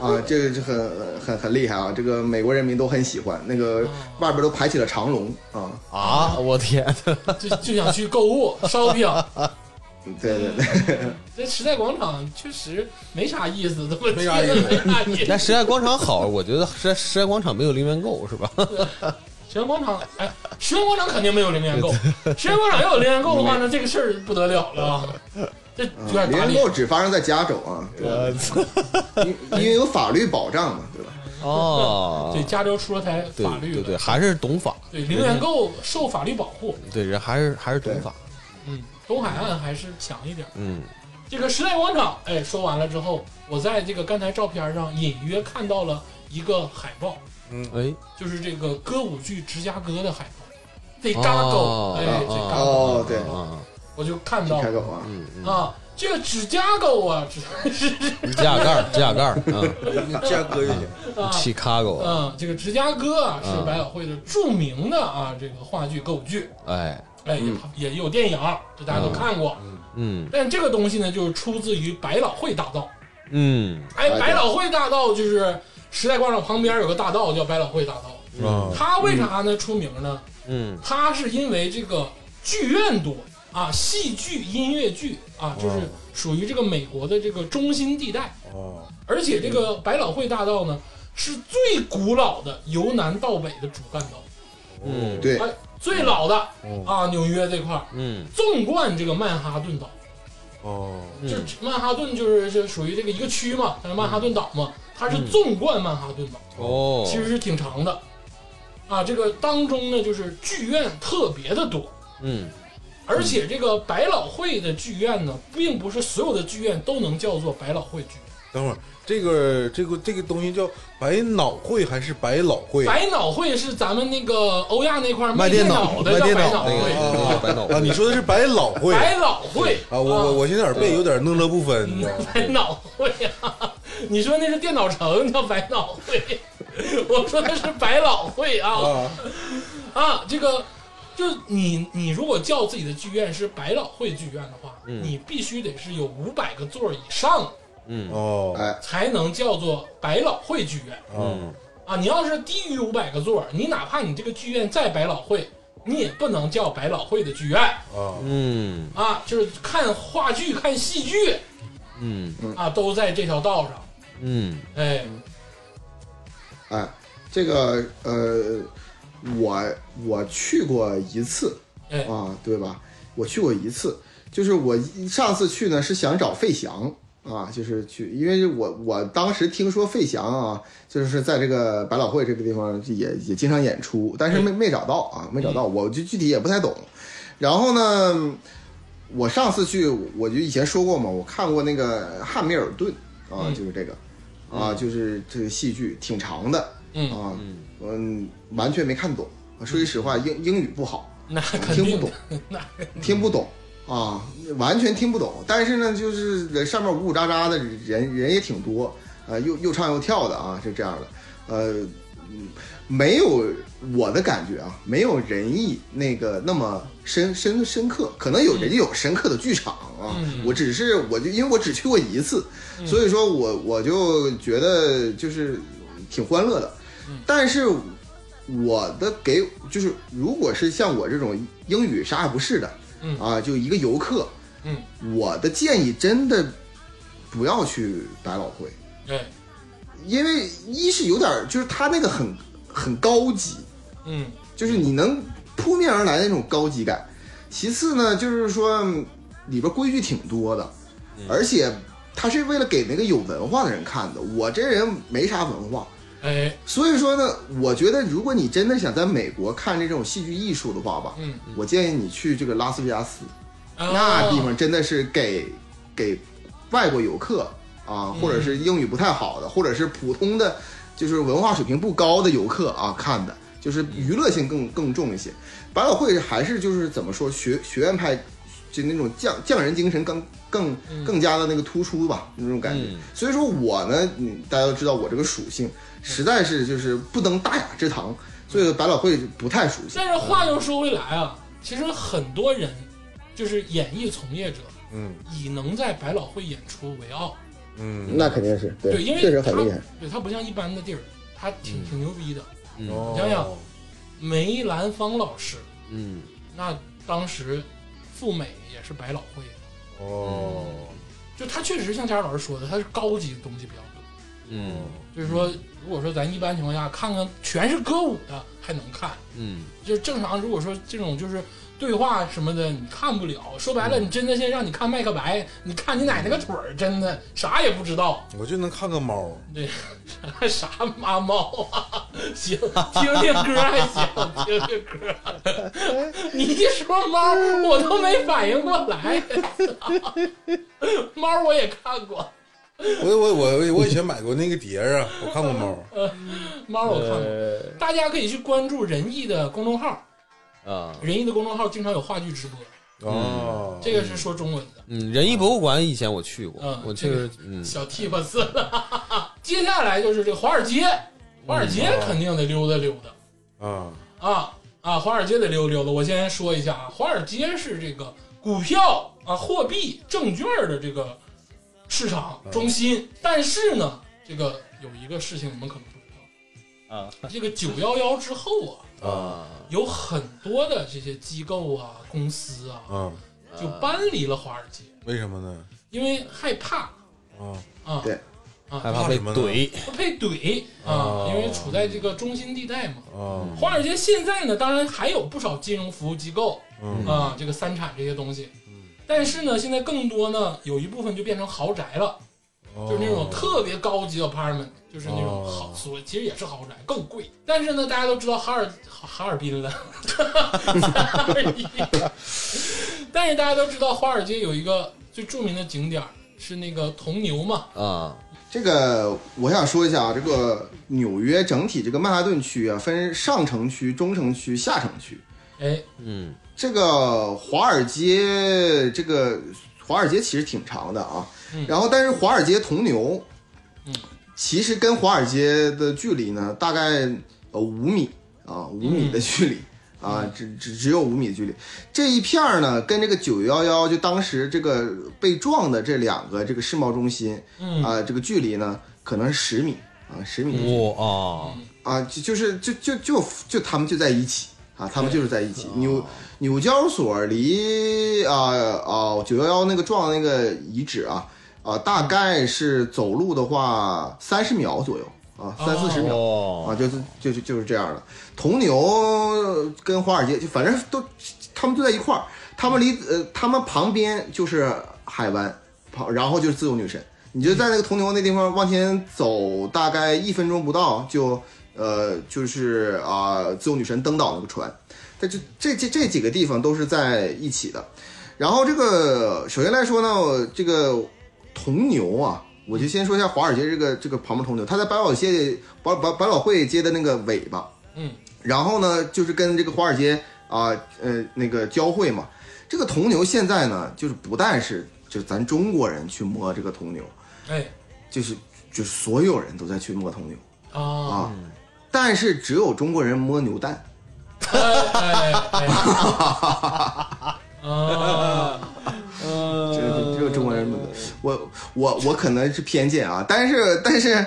S5: 啊，这个是很很很厉害啊，这个美国人民都很喜欢，那个外边都排起了长龙啊，
S4: 啊，我天呐，
S2: 就就想去购物 shopping。
S5: 对对对，
S2: 这时代广场确实没啥意思，怎么
S3: 没啥意思
S2: 没啥意
S4: 那
S2: 思。
S4: 时代广场好，我觉得时代时代广场没有零元购是吧？
S2: 时代广场，哎，时代广场肯定没有零元购。时代广场要有零元购的话，那这个事儿不得了了啊，这有点打
S5: 联
S2: 脸
S5: 购。只发生在加州啊，对吧因因为有法律保障嘛，对吧？
S4: 哦，
S2: 对，加州出了台
S4: 对
S2: 法律
S4: 对对，
S2: 了，
S4: 还是懂法，
S2: 对零元购受法律保护。
S4: 对人还是还是懂法，
S2: 嗯，东海岸还是强一点。
S4: 嗯
S2: 这个时代广场，哎，说完了之后，我在这个刚才照片上隐约看到了一个海报，
S4: 哎，
S2: 就是这个歌舞剧《芝加哥》的海报，The g a g
S4: 哦
S2: o 哎，The g a g o
S5: 哦，对，
S4: 啊，
S2: 我就看到
S5: 开口啊，
S2: 啊，这个芝加哥啊，芝是
S4: 指甲盖儿指甲盖儿，嗯
S3: 加哥就行。
S2: 啊，
S4: ，Chicago，
S2: 嗯，这个芝加哥啊是
S4: 嗯
S2: 百老汇的著名的啊这个话剧歌舞剧，
S4: 哎，
S2: 哎，也也有电影，这大家都看过，
S4: 嗯
S2: 但这个东西呢，就是出自于百老汇大道。
S4: 嗯，
S2: 哎，
S5: 哎
S2: 百老汇大道就是时代广场旁边有个大道叫百老汇大道，
S3: 啊
S2: 它为啥呢出名呢？
S4: 嗯
S2: 它是因为这个剧院多，啊，戏剧、音乐剧啊，就是属于这个美国的这个中心地带。
S3: 哦，
S2: 而且这个百老汇大道呢，是最古老的由南到北的主干道，
S4: 嗯
S5: 对
S2: 哎，最老的
S3: 哦
S2: 啊，纽约这块儿
S4: 嗯
S2: 纵贯这个曼哈顿岛，
S3: 哦，
S4: 嗯
S2: 就是曼哈顿就是就属于这个一个区嘛，叫曼哈顿岛嘛，它是纵贯曼哈顿岛，
S4: 哦，
S2: 其实是挺长的。啊，这个当中呢，就是剧院特别的多，
S4: 嗯
S2: 而且这个百老汇的剧院呢，并不是所有的剧院都能叫做百老汇剧院。
S3: 等会儿这个这个这个东西叫百脑汇还是百老汇？
S2: 百脑汇是咱们那个欧亚那块儿
S3: 卖电
S2: 电
S3: 脑
S2: 的叫
S3: 卖电
S2: 百
S3: 脑
S2: 脑
S4: 那个
S2: 汇，
S4: 那个白脑
S3: 啊，你说的是百老汇
S2: 百老汇
S3: 啊？我我
S2: 我
S3: 我现在耳背有点弄了不分，你知道吗？
S2: 百脑汇啊！ 你说那是电脑城叫百脑汇， 我说的是百老汇啊
S3: 啊，
S2: 啊！这个就是你你如果叫自己的剧院是百老汇剧院的话，
S4: 嗯
S2: 你必须得是有五百个座儿以上
S4: 嗯
S3: 哦，
S5: 哎，
S2: 才能叫做百老汇剧院
S3: 嗯，
S2: 啊！你要是低于五百个座儿，你哪怕你这个剧院在百老汇，你也不能叫百老汇的剧院。
S3: 啊，
S4: 嗯
S2: 啊，就是看话剧、看戏剧
S4: 嗯
S2: 啊，都在这条道上。
S4: 嗯
S2: 哎，
S5: 哎，这个呃，我我去过一次
S2: 哎，
S5: 啊，对吧？我去过一次，就是我一上次去呢是想找费翔啊，就是去，因为我我当时听说费翔啊，就是在这个百老汇这个地方也也经常演出，但是
S2: 嗯
S5: 没没找到啊，没找到，我就具体也不太懂。然后呢，我上次去我就以前说过嘛，我看过那个《汉密尔顿》啊，
S2: 嗯
S5: 就是这个。啊，就是这个戏剧挺长的，
S2: 嗯，
S5: 啊，嗯，完全没看懂。说句实话，英英语不好，
S2: 那肯
S5: 嗯听
S2: 定
S5: 不懂，听不懂啊，完全听不懂。但是呢，就是上面呜呜喳喳的人人也挺多，啊，又又唱又跳的啊，是这样的，呃，嗯没有我的感觉啊，没有仁义那个那么深深深刻，可能有人家有深刻的剧场啊，
S2: 嗯
S5: 我只是我就因为我只去过一次，所以说我我就觉得就是挺欢乐的，
S2: 嗯
S5: 但是我的给就是如果是像我这种英语啥也不是的，
S2: 嗯
S5: 啊，就一个游客，
S2: 嗯，
S5: 我的建议真的不要去百老汇。
S2: 哎，
S5: 因为一是有点儿，就是他那个很很高级，
S2: 嗯
S5: 就是你能扑面而来的那种高级感。其次呢，就是说嗯里边规矩挺多的，而且他是为了给那个有文化的人看的。我这人没啥文化，
S2: 哎，
S5: 所以说呢，我觉得如果你真的想在美国看这种戏剧艺术的话吧，
S2: 嗯，
S5: 我建议你去这个拉斯维加斯，
S2: 啊
S5: 那地方真的是给给外国游客
S2: 嗯
S5: 啊，或者是英语不太好的，或者是普通的，就是文化水平不高的游客啊看的，就是娱乐性更更重一些。百老汇还是就是怎么说学学院派，就那种匠匠人精神更更
S2: 嗯
S5: 更加的那个突出吧，那种感觉。
S4: 嗯
S5: 所以说我呢，嗯大家都知道我这个属性，
S2: 嗯
S5: 实在是就是不登大雅之堂，所以百老汇不太熟悉。
S2: 但是话又说回来啊，其实很多人就是演艺从业者，
S3: 嗯
S2: 以能在百老汇演出为傲。
S3: 嗯，
S5: 那肯定是对
S2: 对，因为
S5: 确实
S2: 他
S5: 很厉害。
S2: 对他不像一般的地儿，他挺挺牛逼的。
S4: 嗯
S3: 哦
S2: 想想梅兰芳老师，
S4: 嗯
S2: 那当时赴美也是百老汇的，
S3: 哦，
S2: 就他确实像佳老师说的，他是高级的东西比较多。
S4: 嗯
S2: 就是说，如果说咱一般情况下看看全是歌舞的还能看，
S4: 嗯
S2: 就是正常如果说这种就是对话什么的你看不了，说
S4: 嗯
S2: 白了你真的先让你看麦克白，你看你奶奶个腿儿，真的啥也不知道，
S3: 我就能看个猫，
S2: 对， 啥啥妈猫啊， 行，听听歌还行，听听歌，你一说猫我都没反应过来， 猫我也看过，
S3: 我我我我以前买过那个碟儿啊，我看过猫，
S2: 猫我看过，大家可以去关注仁义的公众号。
S4: 啊
S2: 仁义的公众号经常有话剧直播，
S3: 哦，
S2: 这个是说中文的。
S4: 嗯，仁义博物馆以前我去过
S2: 嗯，
S4: 我去
S2: 这个
S4: 嗯
S2: 小 tips 了， 接下来就是这华尔街，华尔街肯定得溜达溜达
S3: 啊，
S2: 啊啊，华尔街得溜达溜达。我先说一下啊，华尔街是这个股票啊、货币、证券的这个市场中心，但是呢，这个有一个事情你们可能不知道，
S6: 啊，
S2: 这个九幺幺之后啊，
S4: 啊
S2: 有很多的这些机构啊、公司啊，
S3: 啊，
S2: 就搬离了华尔街，
S3: 为什么呢？
S2: 因为害怕
S3: 啊，
S2: 啊，
S5: 对
S4: 害怕被怼，
S2: 被怼啊
S3: 哦，
S2: 因为处在这个中心地带嘛。
S3: 啊，
S2: 华尔街现在呢，当然还有不少金融服务机构
S3: 嗯
S2: 啊，这个三产这些东西，但是呢，现在更多呢，有一部分就变成豪宅了，就是那种特别高级的 apartment，就是那种
S3: 哦
S2: 豪，所其实也是豪宅，更贵。但是呢，大家都知道哈尔哈哈尔滨了， 哈尔滨。但是大家都知道，华尔街有一个最著名的景点儿是那个铜牛嘛，
S4: 啊，
S5: 这个我想说一下啊，这个纽约整体这个曼哈顿区啊，分上城区、中城区、下城区。
S2: 哎，
S4: 嗯
S5: 这个华尔街，这个华尔街其实挺长的啊。
S2: 嗯
S5: 然后，但是华尔街铜牛，
S2: 嗯
S5: 其实跟华尔街的距离呢，大概呃五米啊，
S2: 嗯
S5: 五米的距离。啊，只只只有五米的距离，这一片儿呢，跟这个九幺幺就当时这个被撞的这两个这个世贸中心，
S2: 嗯
S5: 啊，这个距离呢，可能十米啊，十米的距离
S4: 哇啊，
S5: 啊，就就是就就就就他们就在一起啊，他们就是在一起。纽纽交所离啊啊九幺幺那个撞那个遗址啊啊，大概是走路的话三十秒左右啊，三四十秒。啊，
S4: 哦，
S5: 就是就是就是这样的。铜牛跟华尔街，就反正都他们都在一块儿，他们离呃他们旁边就是海湾，旁然后就是自由女神。你就在那个铜牛那地方往前走，大概一分钟不到就呃就是啊、自由女神登岛那个船，在这这这这几个地方都是在一起的。然后这个首先来说呢，这个铜牛啊，我就先说一下华尔街这个这个旁边铜牛，它在百老街百百百老汇街的那个尾巴，
S2: 嗯，
S5: 然后呢就是跟这个华尔街啊呃那个交汇嘛。这个铜牛现在呢，就是不但是就是咱中国人去摸这个铜牛，
S2: 哎
S5: 就是就是所有人都在去摸铜牛
S2: 啊，
S5: 啊，但是只有中国人摸牛蛋。
S2: 哎哎哎， 啊，
S5: 只有只有中国人这么多我我我可能是偏见啊，但是但是，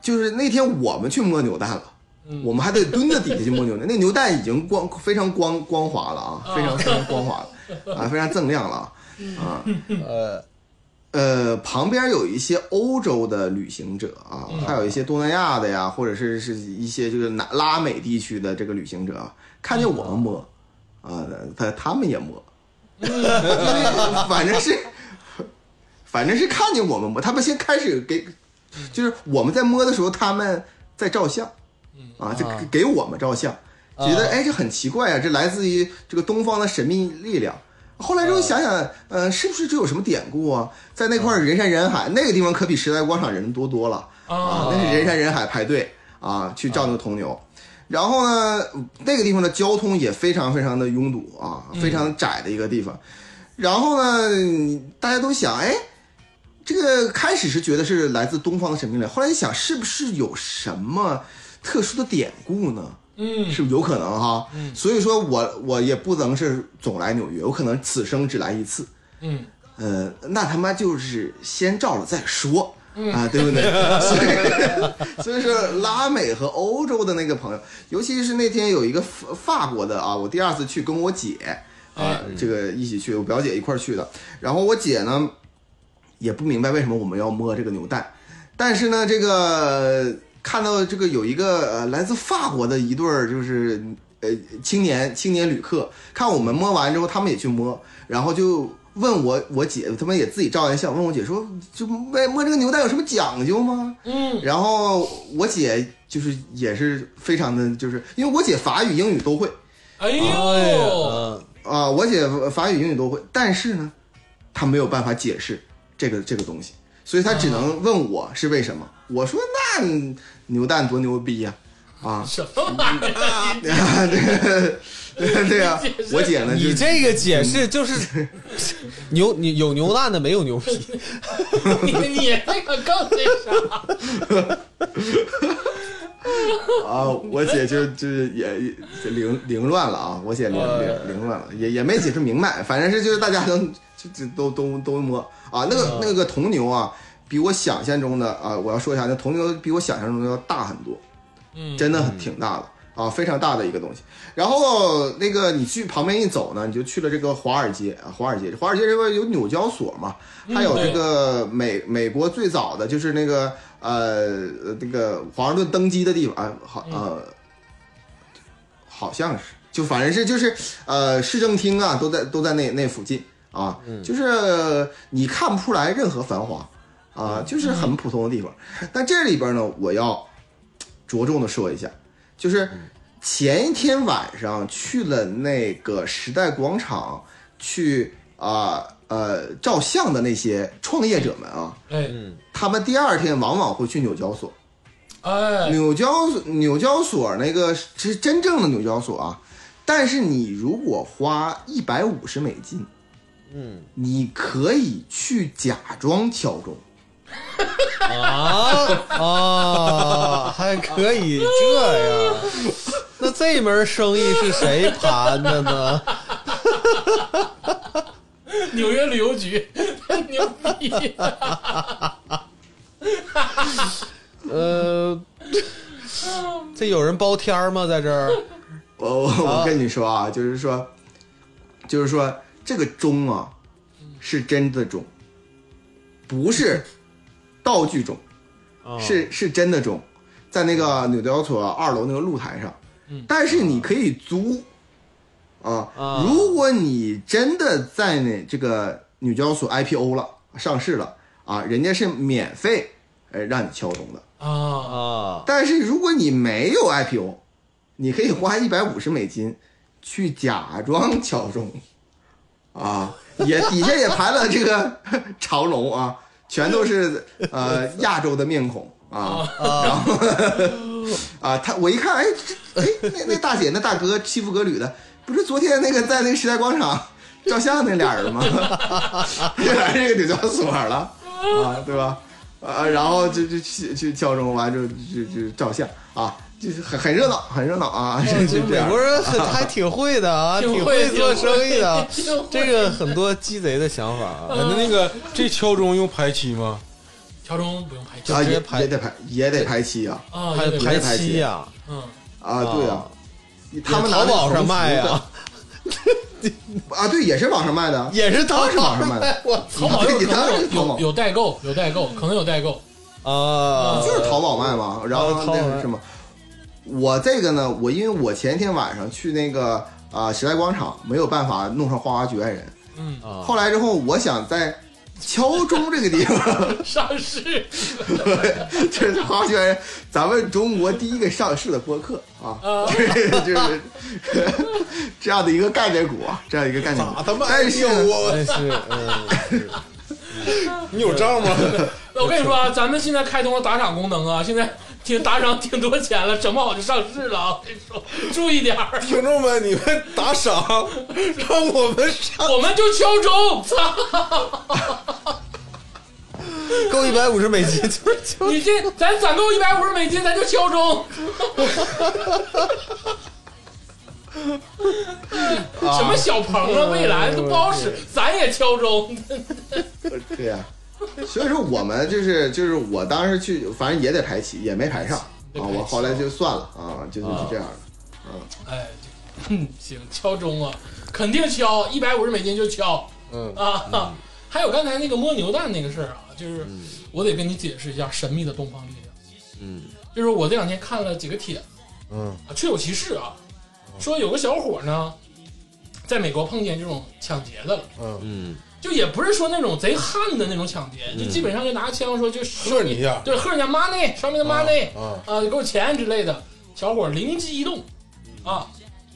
S5: 就是那天我们去摸牛蛋了，我们还得蹲在底下去摸牛蛋，那个牛蛋已经光非常光光滑了啊，非常非常光滑了啊，非常锃亮了啊啊。
S4: 呃，
S5: 呃，旁边有一些欧洲的旅行者啊，还有一些东南亚的呀，或者是是一些这个南拉美地区的这个旅行者啊，看见我们摸，啊、他他们也摸， 因为反正是反正是看见我们摸，他们先开始给，就是我们在摸的时候，他们在照相，啊，就
S4: 啊
S5: 给给我们照相，觉得哎这很奇怪啊，这来自于这个东方的神秘力量。后来之后想想，呃，是不是这有什么典故啊？在那块儿人山人海，那个地方可比时代广场人多多了
S2: 啊
S5: 那是人山人海排队啊，去照那个铜牛。然后呢，那个地方的交通也非常非常的拥堵啊，非常窄的一个地方。然后呢，大家都想，哎，这个开始是觉得是来自东方的神秘力量，后来一想，是不是有什么特殊的典故呢？
S2: 嗯
S5: 是不是有可能哈？所以说我我也不能是总来纽约，我可能此生只来一次。
S2: 嗯，
S5: 呃，那他妈就是先照了再说。
S2: 嗯
S5: 啊，对不对？所以，所以说拉美和欧洲的那个朋友，尤其是那天有一个法法国的啊，我第二次去跟我姐啊
S2: 哎，
S5: 这个一起去，我表姐一块儿去的。然后我姐呢，也不明白为什么我们要摸这个牛蛋，但是呢，这个看到这个有一个呃来自法国的一对儿就是呃青年青年旅客，看我们摸完之后，他们也去摸，然后就问我我姐，他们也自己照完相，问我姐说，就摸摸这个牛蛋有什么讲究吗？
S2: 嗯，
S5: 然后我姐就是也是非常的，就是因为我姐法语英语都会
S2: 哎
S4: 哎呀
S2: 呦，
S4: 呃
S5: 啊、我姐法语英语都会，但是呢，她没有办法解释这个这个东西，所以她只
S4: 哦
S5: 能问我是为什么。我说那牛蛋多牛 逼呀、 啊！
S2: 什么玩意儿？
S5: 啊，对 对啊，我姐呢，就
S4: 你这个解释就是 牛，你有牛蛋的没有牛皮，
S2: 你你这个更那啥，
S5: 啊，我姐就就是也也就凌凌乱了啊，我姐凌
S4: 哦
S5: 凌凌乱了，也也没解释明白，反正是就是大家都就就都都都摸啊，那个
S4: 哦
S5: 那个铜牛啊，比我想象中的啊，我要说一下，那铜牛比我想象中的要大很多，
S2: 嗯
S5: 真的很挺大的。啊，非常大的一个东西。然后那个你去旁边一走呢，你就去了这个华尔街啊，华尔街，华尔街这边有纽交所嘛，还有这个美美国最早的就是那个呃呃那个华盛顿登基的地方，啊，好呃，好像是，就反正是就是呃市政厅啊都在都在那那附近啊，就是你看不出来任何繁华啊，就是很普通的地方。但这里边呢，我要着重的说一下，就是前一天晚上去了那个时代广场去啊呃照相的那些创业者们啊，
S2: 哎
S4: 嗯
S5: 他们第二天往往会去纽交所。
S2: 哎，
S5: 纽交所纽交所那个是真正的纽交所啊，但是你如果花一百五十美金，嗯，你可以去假装敲钟。
S4: 啊啊，还可以这样。那这门生意是谁盘的呢？
S2: 纽约旅游局，牛逼！啊
S4: 呃，这有人包天儿吗？在这儿？
S5: 我我我跟你说啊，就是说，就是说这个钟啊，是真的钟，不是道具钟，
S4: 啊
S5: 是是真的钟，在那个纽交所二楼那个露台上，但是你可以租啊
S4: 啊。
S5: 如果你真的在那这个纽交所 IPO 了上市了啊，人家是免费呃让你敲钟的。
S2: 啊，
S4: 啊
S5: 但是如果你没有 IPO，你可以花一百五十美金去假装敲钟，啊，也底下也排了这个 长龙啊，全都是呃亚洲的面孔啊，然后 啊，他我一看，哎，这哎，那那大姐那大哥西服革履的，不是昨天那个在那个时代广场照相那俩人吗？ 原来这个纽交所了啊，对吧？啊，然后就就去去敲钟，完就就就照相啊，就是很很热闹，很热闹啊，
S4: 哦
S5: 就
S4: 这
S5: 就这
S4: 美
S5: 样
S4: 国。人很还挺会的啊，
S2: 挺
S4: 挺
S2: 会
S4: 会做生意的
S2: 挺会。
S4: 这个很多鸡贼的想法啊。
S3: 哎
S5: 嗯
S3: 那那个这敲钟用排期吗？
S2: 乔中不用排
S5: 啊，
S4: 直接
S5: 也
S4: 排
S5: 也得排，也得排期啊！
S2: 啊，
S4: 还
S2: 也
S4: 有
S2: 得
S4: 排
S5: 排
S4: 期
S5: 期
S4: 呀、
S2: 嗯，
S5: 啊，对啊，他们拿
S4: 淘
S5: 那个
S4: 宝上
S5: 横幅
S4: 卖呀、啊
S5: 的啊，对，也是网上卖的，
S4: 也是
S5: 当
S4: 淘
S5: 然是
S4: 宝
S5: 网上卖的，啊
S4: 我
S2: 淘宝有可
S5: 你当然
S2: 能
S5: 是淘
S2: 有
S5: 宝
S2: 有代购，有代购，可能有代购。
S4: 操啊，
S5: 就是淘宝卖嘛。然后
S4: 啊淘宝
S5: 那
S4: 卖
S5: 是什么？我这个呢，我因为我前一天晚上去那个啊、时代广场，没有办法弄上花花局外人。
S2: 嗯，
S4: 啊
S5: 后来之后，我想在敲钟这个地方，
S2: 上市
S5: 这是花花局外人，咱们中国第一个上市的播客啊，
S2: 啊
S5: 就是就是这样的一个概念股啊，这样一个概念股。
S3: 咋他妈啊
S5: 但是呢
S3: 我？
S4: 但是嗯，
S3: 你有账吗？
S2: 我跟你说啊，咱们现在开通了打赏功能啊，现在挺打赏挺多钱了，整不好就上市了啊！我跟你说，注意点儿，
S3: 听众们，你们打赏，让我们上。
S2: 我们就敲钟，操！
S4: 够一百五十美金就是就
S2: 你这咱攒够一百五十美金，咱就敲钟。什么小鹏啊，蔚来都不好使，咱也敲钟。
S5: 对呀、呃所以说我们就是就是我当时去，反正也得排期，也没排上啊。
S2: 得排期
S5: 我后来就算了啊，就就是这样的。
S2: 哎，嗯，行，敲钟啊，肯定敲，一百五十美金就敲
S3: 嗯，
S2: 啊。还有刚才那个摸牛蛋那个事儿啊，就是我得跟你解释一下神秘的东方力量。
S4: 嗯，
S2: 就是我这两天看了几个帖子，
S3: 嗯
S2: 啊，确有其事啊，
S3: 哦
S2: 说有个小伙呢，在美国碰见这种抢劫的了。
S4: 嗯
S2: 就也不是说那种贼悍的那种抢劫，就基本上就拿枪说就
S3: 喝嗯你一下
S2: 对，喝人家 money 上面的 money
S3: 啊
S2: 啊，给我钱之类的。小伙灵机一动啊，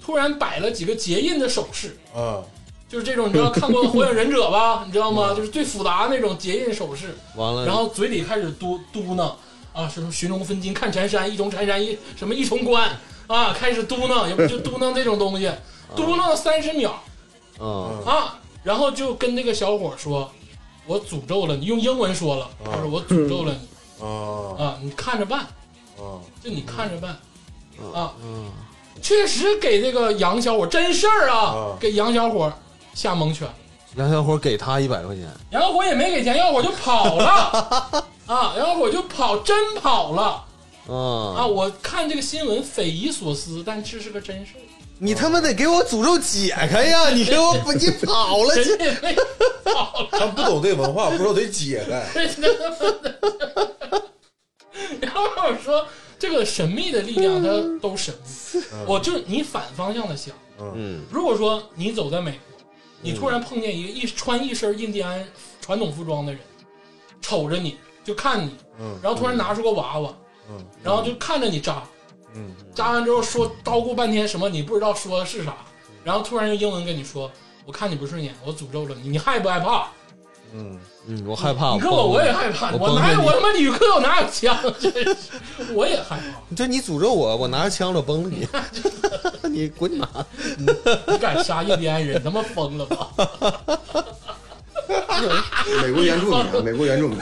S2: 突然摆了几个结印的手势，
S3: 啊
S2: 就是这种你知道看过《火影忍者》吧？你知道
S3: 哦
S2: 吗？就是最复杂那种结印手势，
S4: 完了，
S2: 然后嘴里开始嘟嘟囔啊，什么寻龙分金看缠山，一重缠山一什么一重关啊，开始嘟囔，也不就嘟囔这种东西， 嘟囔三十秒。
S4: 嗯
S2: 啊，然后就跟那个小伙说：“我诅咒了你。”用英文说了，他说：“我诅咒了你
S3: 啊
S2: 啊，你看着办，
S3: 啊！
S2: 就你看着办啊。”确实给这个杨小伙真事儿啊
S3: 啊，
S2: 给杨小伙下蒙圈，
S4: 杨小伙给他一百块钱，
S2: 杨小伙也没给钱，杨小伙就跑了啊，杨小伙就跑，真跑了。
S4: 啊
S2: 啊！，我看这个新闻匪夷所思，但这是个真事儿。
S4: 你他妈得给我诅咒解 开呀！你给我你跑了去
S2: 真。的没跑了，
S3: 他不懂这文化，不知道得解开。
S2: 哦 真的。然后我说这个神秘的力量，它都神秘。我就是你反方向的想，
S4: 嗯
S2: 如果说你走在美
S3: 嗯
S2: 国，你突然碰见一个一穿一身印第安传统服装的人，瞅着你就看你，
S3: 嗯
S2: 然后突然拿出个娃娃，
S3: 嗯
S2: 然后就看着你扎，
S3: 嗯，
S2: 扎完之后说叨咕半天什么你不知道说的是啥，
S3: 嗯
S2: 然后突然用英文跟你说，我看你不顺眼，我诅咒了你，你害不害怕？
S3: 嗯，
S4: 嗯，我害怕。
S2: 你跟我
S4: 崩
S2: 我
S4: 了
S2: 也害怕，我
S4: 我崩
S2: 哪
S4: 了
S2: 有
S4: 你
S2: 我他妈旅客我哪有枪？真是我也害怕，
S4: 就你诅咒我，我拿着枪了崩了 你，你滚哪！
S2: 你敢杀印第安人，他妈疯了吧？
S5: 美国原住民啊，美国原住民，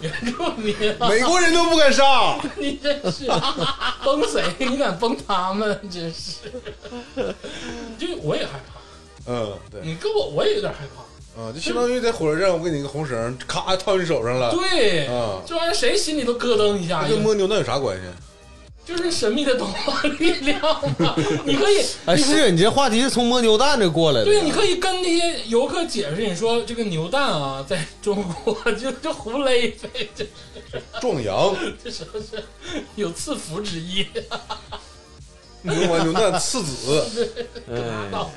S2: 原住民啊，
S3: 美国人都不敢 杀。
S2: 你真是崩谁？你敢崩他们？真是，就我也害怕，
S3: 嗯，对，
S2: 你跟我我也有点害怕。
S3: 嗯，就相当于在火车站，我给你个红绳，咔套你手上了，
S2: 对
S3: 啊，
S2: 这玩意儿谁心里都咯噔一下
S3: 那，跟摸牛那有啥关系？
S2: 就是神秘的东方力量 嘛。你可以，
S4: 哎，是你这话题是从摸牛蛋这过来的。
S2: 对，你可以跟那些游客解释，你说这个牛蛋啊，在中国 就就胡勒呗，这
S3: 壮 阳，
S2: 这是不是有赐福之意？
S3: 牛丸牛蛋刺子，
S4: 哎
S2: 拉倒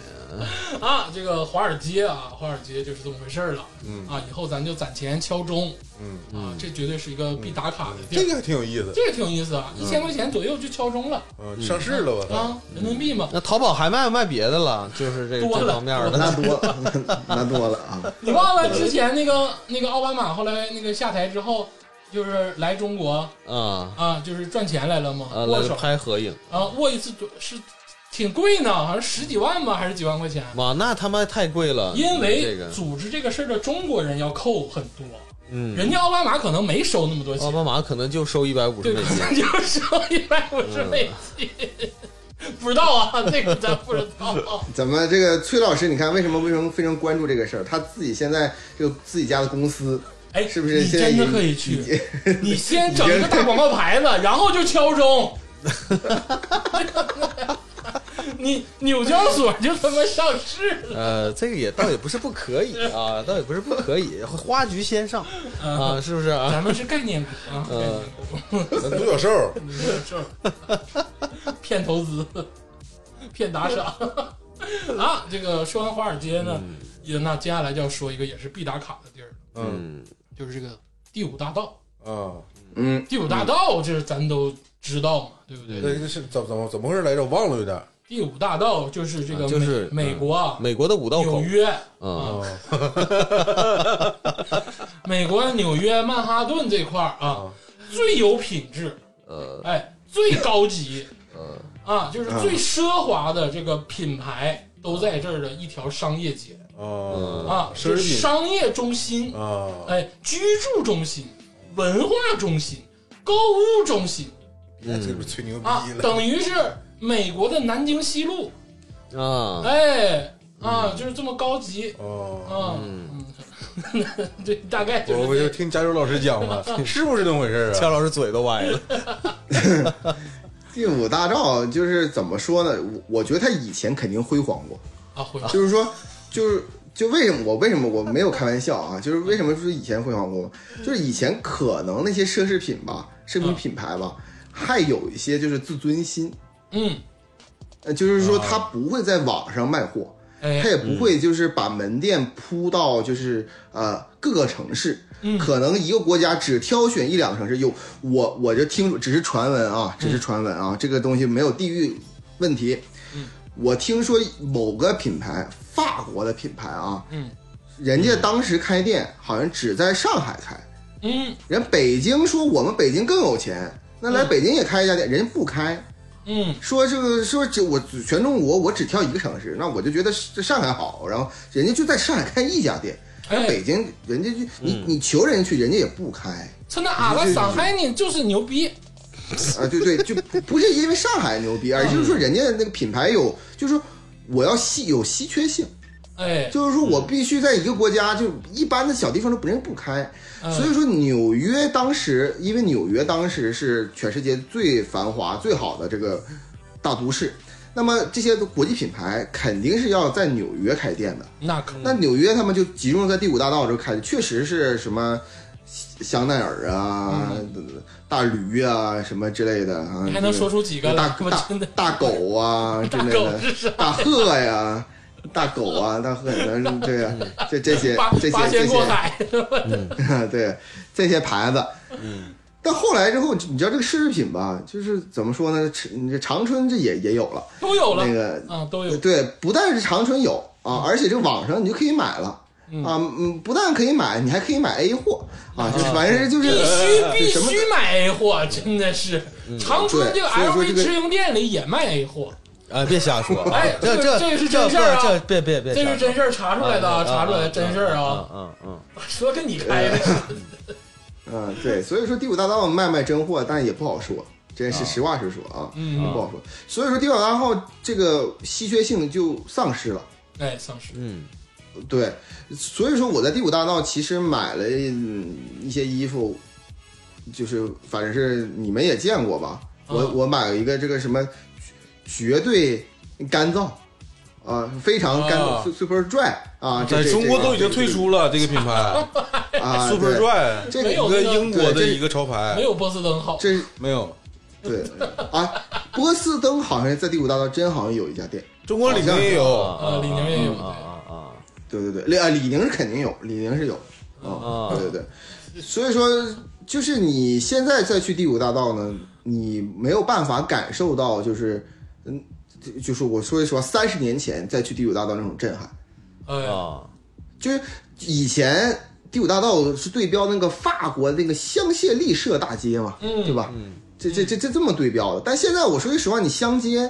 S2: 啊！这个华尔街啊，华尔街就是这么回事儿了。嗯啊，以后咱就攒钱敲钟
S3: 嗯，
S2: 啊，这绝对是一个必打卡的地
S3: 这
S2: 儿。
S3: 个还挺有意思。
S2: 这个挺有意思啊，一千块钱左右就敲钟了
S3: 嗯，上市了我操，
S2: 啊，人民币嘛。
S4: 那淘宝还卖不卖别的了？就是这
S2: 多
S4: 这
S2: 了
S4: 方面
S5: 那
S4: 的。
S5: 多了 那多了啊，
S2: 你忘了之前那个那个奥巴马后来那个下台之后，就是来中国
S4: 啊
S2: 啊，就是赚钱来了吗？
S4: 啊，
S2: 握
S4: 来
S2: 手
S4: 拍合影。
S2: 啊，握一次是挺贵呢，好像十几万吧，还是几万块钱？
S4: 哇，那他妈太贵了。
S2: 因
S4: 嗯这
S2: 为
S4: 个，
S2: 组织这个事儿的中国人要扣很多，
S4: 嗯，
S2: 人家奥巴马可能没收那么多
S4: 奥
S2: 钱，
S4: 巴马可能就收一百五十
S2: 对，
S4: 美
S2: 可能
S4: 金。
S2: 就收一百五十美金，
S4: 嗯
S2: 不知道啊，这个咱不知道。
S5: 怎么这个崔老师，你看为什么为什么非常关注这个事儿？他自己现在这个自己家的公司，
S2: 哎，
S5: 是不是
S2: 你
S5: 现在
S2: 真的
S5: 已
S2: 可以去， 你先整一个大广告牌子，然后就敲钟。 你纽交所就他妈上市了，
S4: 呃，这个也倒也不是不可以 啊，倒也不是不可以，花菊先上啊，是不是啊？
S2: 咱们是概念股啊，概念股。
S5: 嗯
S3: 咱独角兽，
S2: 骗投资，骗打赏 啊！这个说完华尔街呢，
S5: 嗯
S2: 也那接下来就要说一个也是必打卡的地儿了，
S3: 嗯
S4: 嗯，
S2: 就是这个第五大道。
S3: 啊，
S5: 嗯，
S2: 第五大道这咱都知道嘛，对不对？
S3: 那这是怎怎么怎么回事来着？我忘了有点。
S2: 第五大道就是这个
S4: 啊
S2: 美
S4: 就是
S2: 美国啊，
S4: 美国的五道口
S2: 纽，约
S4: 嗯，
S2: 啊，美国纽约曼哈顿这块儿啊，最有品质，
S4: 呃，
S2: 哎，最高级，啊，就是最奢华的这个品牌都在这儿的一条商业街
S5: 嗯
S2: 啊，
S3: 啊奢
S2: 是
S3: 侈品
S2: 商业中心，
S3: 啊，
S2: 哎，居住中心、文化中心、购物中心
S3: 哎这不是吹牛逼
S2: 啊，
S3: 了？
S2: 等于是美国的南京西路，
S4: 啊，
S2: 哎，啊，就是这么高级
S3: 哦，
S2: 啊，嗯，对，大概就
S3: 我
S2: 是
S3: 我
S2: 这
S3: 就
S2: 样
S3: 听加州老师讲嘛，是不是那么回事 儿啊？
S4: 乔老师嘴都歪了。
S5: 第五大道就是怎么说呢？我我觉得他以前肯定辉煌过，
S2: 啊，回
S5: 就是说，就是就为什么我为什么我没有开玩笑啊？就是为什么说以前辉煌过？就是以前可能那些奢侈品吧，奢侈品品牌吧，还有一些就是自尊心，
S2: 嗯，
S5: 呃，就是说他不会在网上卖货，
S2: 哎
S5: 他，也不会就是把门店铺到就是呃各个城市，可能一个国家只挑选一两个城市。有我我就听说，只是传闻啊，只是传闻啊，这个东西没有地域问题。我听说某个品牌，法国的品牌啊，
S2: 嗯，
S5: 人家当时开店好像只在上海开，
S2: 嗯
S5: 人北京说我们北京更有钱，那来北京也开一家店，人家不开，
S2: 嗯
S5: 说这个说这我全中国我只挑一个城市，那我就觉得这上海好，然后人家就在上海开一家店，那
S2: 哎
S5: 北京人家就你你求人家去，人家也不开
S2: 真的阿拉上海人就是牛逼，
S5: 啊，对对，就不不是因为上海牛逼，而就是说人家那个品牌有，就是说我要稀有稀缺性，
S2: 哎，
S5: 就是说我必须在一个国家，就一般的小地方都不认不开。
S2: 嗯
S5: 所以说，纽约当时，因为纽约当时是全世界最繁华、最好的这个大都市，那么这些国际品牌肯定是要在纽约开店的。
S2: 那可
S5: 那纽约他们就集中在第五大道这开，确实是什么香奈儿啊、大驴啊什么之类的啊，
S2: 嗯你还能说出几个来
S5: 大？
S2: 我
S5: 大
S2: 真的
S5: 大狗 啊之
S2: 大
S5: 类
S2: 狗
S5: 的，
S2: 是啥？
S5: 大鹤呀、大狗啊、大鹤， 对呀，这这些
S2: 嗯八
S5: 这些
S2: 八
S5: 这
S2: 仙过
S5: 些。
S2: 海，
S5: 对这些牌子，嗯，但后来之后，你知道这个奢侈品吧，就是怎么说呢？长这长春这也也有了，
S2: 都有了
S5: 那个
S2: 啊，都有。
S5: 对，不但是长春有啊，而且这网上你就可以买了。
S2: 嗯
S5: 啊，嗯，不但可以买，你还可以买 A 货啊，就是反正就
S2: 必
S5: 是呃
S2: 须必
S5: 什么
S2: 须买 A 货，真的是。长春这个
S5: 对所以说
S2: LV
S5: 这个
S2: 直营店里也卖 A 货，
S4: 啊，别瞎说，
S2: 哎
S4: 这
S2: 这这
S4: 这
S2: 个是
S4: 这
S2: 真事儿啊
S4: 这别别别，
S2: 这是真事儿查出来的啊，
S4: 啊，
S2: 查出来的真事儿啊。
S4: 啊，嗯嗯
S2: 说跟你开的，
S5: 嗯，对，所以说第五大道卖卖真货，但也不好说，这是实话实说啊，
S2: 嗯
S5: 不好说。所以说第五大道这个稀缺性就丧失了。
S2: 哎，丧尸，
S4: 嗯
S5: 对，所以说我在第五大道其实买了嗯一些衣服，就是反正是你们也见过吧。
S3: 啊
S5: 我
S2: 嗯
S5: 我买了一个这个什么绝对干燥啊，非常干
S3: 啊
S5: super dry 啊，这
S3: 在
S5: 这
S3: 中国
S5: 这个
S3: 都已经退出了这个品牌
S5: 啊
S3: Super Dry，
S5: 这
S2: 没
S5: 个
S2: 有
S3: 一个英国的一个潮
S2: 没
S3: 牌，
S2: 有波司登好。
S5: 这
S3: 没有
S5: 对啊，波司登好像在第五大道真好像有一家店，
S3: 中国李宁也
S4: 嗯哦
S3: 有，
S2: 呃，李宁也有
S4: 啊
S2: 的，
S4: 啊啊
S5: 对对对，李啊李宁是肯定有，李宁是有啊，
S4: 啊
S5: 对对对，所以说就是你现在再去第五大道呢，你没有办法感受到就是嗯，就就是我说一说三十年前再去第五大道那种震撼，
S2: 哎，
S4: 啊！
S5: 就是以前第五大道是对标那个法国那个香榭丽舍大街嘛，
S2: 嗯
S5: 对吧？这这这这这么对标的，但现在我说句实话，你香街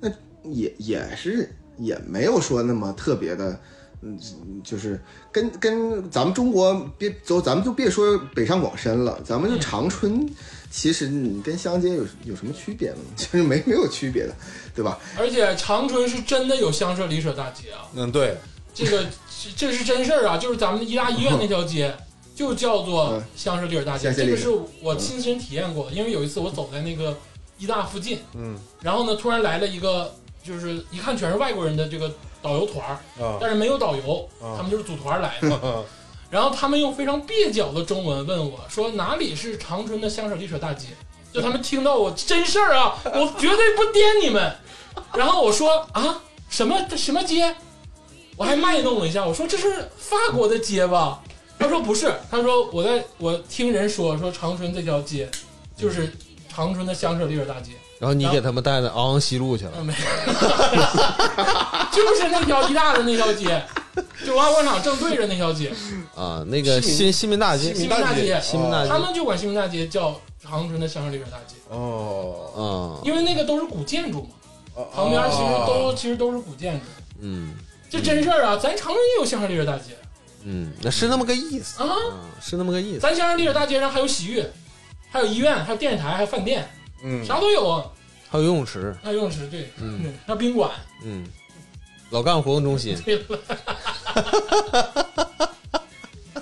S5: 那也也是也没有说那么特别的，嗯，就是跟跟咱们中国别走，咱们就别说北上广深了，咱们就长春，其实你跟香街有有什么区别呢？ 就是没没有区别的，对吧？
S2: 而且长春是真的有香榭丽舍大街啊，
S3: 嗯对，
S2: 这个这这是真事儿啊，就是咱们医大医院那条街。就叫做香榭丽舍大街，
S5: 香榭
S2: 这
S5: 丽
S2: 个
S5: 舍
S2: 是我亲身体验过的。因为有一次我走在那个医大附近，
S3: 嗯
S2: 然后呢，突然来了一个，就是一看全是外国人的这个导游团儿，
S3: 啊
S2: 但是没有导游，
S3: 啊
S2: 他们就是组团来 的。然后他们用非常蹩脚的中文问我说：“哪里是长春的香水丽舍大街？”就他们听到我真事儿 啊，我绝对不颠你们。然后我说：“啊，什么这什么街？”我还卖弄了一下，我说：“这是法国的街吧？”他说：“不是。”他说：“我在我听人说说长春这条街，就是长春的香水丽舍大街。”
S4: 然后你给他们带到昂西路去了
S2: 啊，没， 就是那条一大的那条街，就文化广场正对着那条街，
S4: 啊，那个新新民大街，
S2: 西门大街，
S4: 西门大
S2: 他
S4: 街
S2: 们就管西门大街叫长春的香榭丽舍大街，
S3: 哦，
S4: 啊，
S2: 因为那个都是古建筑嘛，
S3: 哦
S2: 旁边其实都其实都是古建筑，
S4: 嗯
S2: 这真事儿啊，咱长春也有香榭丽舍大街
S4: 嗯，那是那么个意思，
S2: 啊，
S4: 啊，是那么个意思，
S2: 咱香榭丽舍大街上还有洗浴，还有医院，还有电视台，还有饭店，
S3: 嗯
S2: 啥都有啊，
S4: 还有游泳池，
S2: 还有游泳池，对，
S4: 嗯，
S2: 还有宾馆，
S4: 嗯，老干活动中心，
S2: 对了，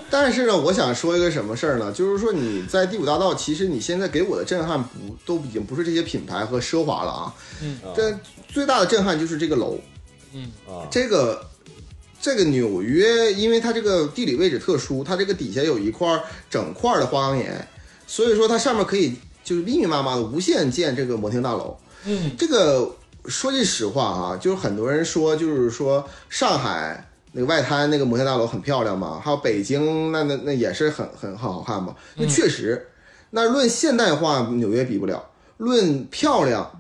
S5: 但是呢，我想说一个什么事儿呢？就是说你在第五大道，其实你现在给我的震撼不都已经不是这些品牌和奢华了啊。
S2: 嗯
S5: 这最大的震撼就是这个楼，
S2: 嗯
S4: 啊
S5: 这个这个纽约，因为它这个地理位置特殊，它这个底下有一块儿整块儿的花岗岩，所以说它上面可以就是密密麻麻的无限建这个摩天大楼。
S2: 嗯
S5: 这个说句实话啊，就是很多人说，就是说上海那个外滩那个摩天大楼很漂亮嘛，还有北京那那那也是很很很好看嘛。那确实，那论现代化，纽约比不了；论漂亮，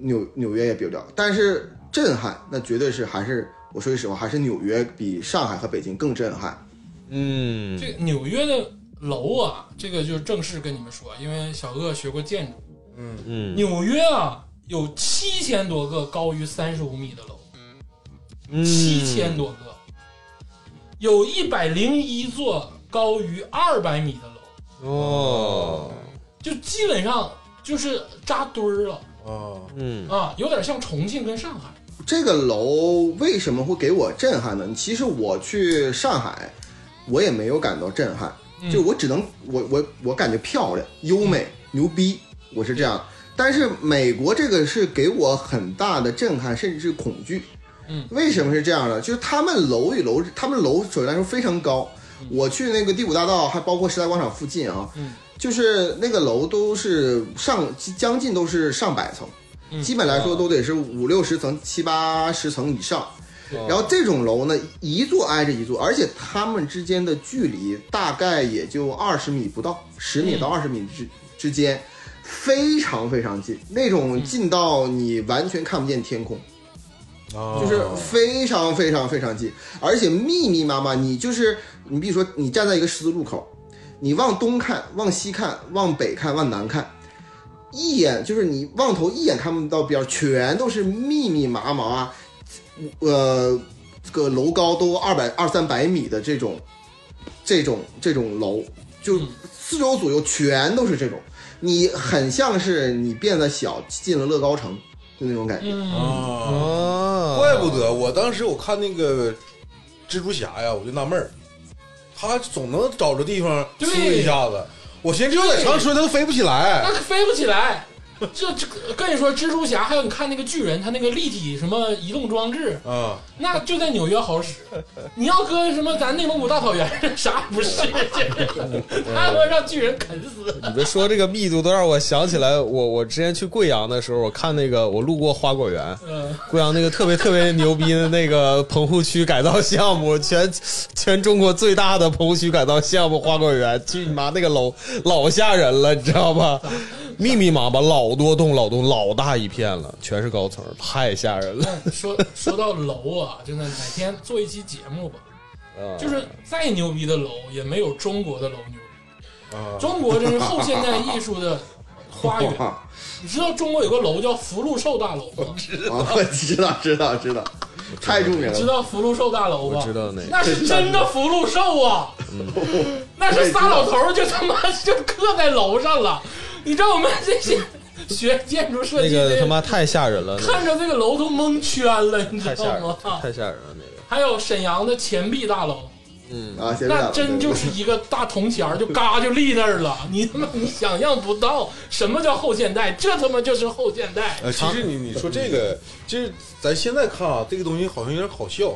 S5: 纽纽约也比不了。但是震撼，那绝对是还是我说句实话，还是纽约比上海和北京更震撼。
S4: 嗯
S2: 这个纽约的楼啊，这个就是正式跟你们说，因为小鄂学过建筑。
S4: 嗯
S2: 纽约啊，有七千多个高于三十五米的楼，
S4: 嗯，
S2: 七千多个，有一百零一座高于二百米的楼，
S4: 嗯哦，
S2: 就基本上就是扎堆儿了
S3: 哦
S4: 嗯
S2: 啊，有点像重庆跟上海，
S5: 这个楼为什么会给我震撼呢？其实我去上海，我也没有感到震撼，就我只能我我我感觉漂亮、优美、牛逼，我是这样。但是美国这个是给我很大的震撼，甚至是恐惧。
S2: 嗯，
S5: 为什么是这样呢？就是他们楼与楼，他们楼首先来说非常高。我去那个第五大道，还包括时代广场附近啊，
S2: 嗯
S5: 就是那个楼都是上将近都是上百层。
S2: 嗯
S5: 基本来说都得是五六十层、七八十层以上。
S2: 对
S5: 然后这种楼呢，一座挨着一座，而且它们之间的距离大概也就二十米不到，十米到
S2: 嗯
S5: 二十米之、之间，非常非常近，那
S2: 嗯
S5: 种近到你完全看不见天空，
S3: 就
S5: 就是非常非常非常近，而且密密麻麻。你就是你，比如说你站在一个十字路口，你往东看、往西看、往北看、往南看，一眼就是你望头一眼看不到边儿，全都是密密麻麻，呃，这个楼高都二百二三百米的这种，这种这种楼，就
S2: 嗯
S5: 四周左右全都是这种，你很像是你变得小，进了乐高城就那种感觉。
S2: 嗯，
S3: 啊，
S4: 哦，
S3: 怪不得我当时我看那个蜘蛛侠呀，我就纳闷儿，他总能找着地方
S2: 对
S3: 嗖一下子。我寻思这在长春他都飞不起来
S2: 那，飞不起来。这这跟你说，蜘蛛侠还有你看那个巨人，他那个立体什么移动装置，
S3: 啊，
S2: 那就在纽约好使。你要搁什么咱内蒙古大草原，啥也不是， 他妈让巨人啃死。
S4: 你们说这个密度都让我想起来，我我之前去贵阳的时候，我看那个我路过花果园，
S2: 嗯，
S4: 贵阳那个特别特别牛逼的那个棚户区改造项目，全全中国最大的棚户区改造项目花果园，去你妈那个楼老吓人了，你知道 吧？密密麻麻，老多栋老栋，老大一片了，全是高层，太吓人了。
S2: 但说说到楼啊，真的哪天做一期节目吧。
S4: 啊
S2: 就是再牛逼的楼也没有中国的楼牛逼。
S3: 啊
S2: 中国真是后现代艺术的花 园。
S5: 哇
S2: 你知道中国有个楼叫福禄寿大楼吗？
S5: 啊，我知道，知道，知道，太著名
S2: 知
S5: 了。
S2: 道福禄寿大楼吧？
S4: 我知道那个
S2: 那是真的福禄寿啊！
S4: 嗯
S2: 那是仨老头儿就他妈就刻在楼上了。你知道我们这些学建筑设
S4: 那
S2: 计
S4: 个他
S2: 的，
S4: 妈太吓人了，那
S2: 看着这个楼都蒙圈了，你
S4: 太
S2: 知
S4: 吓人
S2: 道
S4: 了，
S2: 吗？
S4: 太吓人了那个。
S2: 还有沈阳的钱币大楼，
S5: 啊，现在
S2: 那真就是一个大铜钱儿，就嘎就立那儿了。你他妈你想象不到什么叫后现代，这他妈就是后现代，
S3: 呃，其实你你说这个，其实咱现在看啊，这个东西好像有点好笑，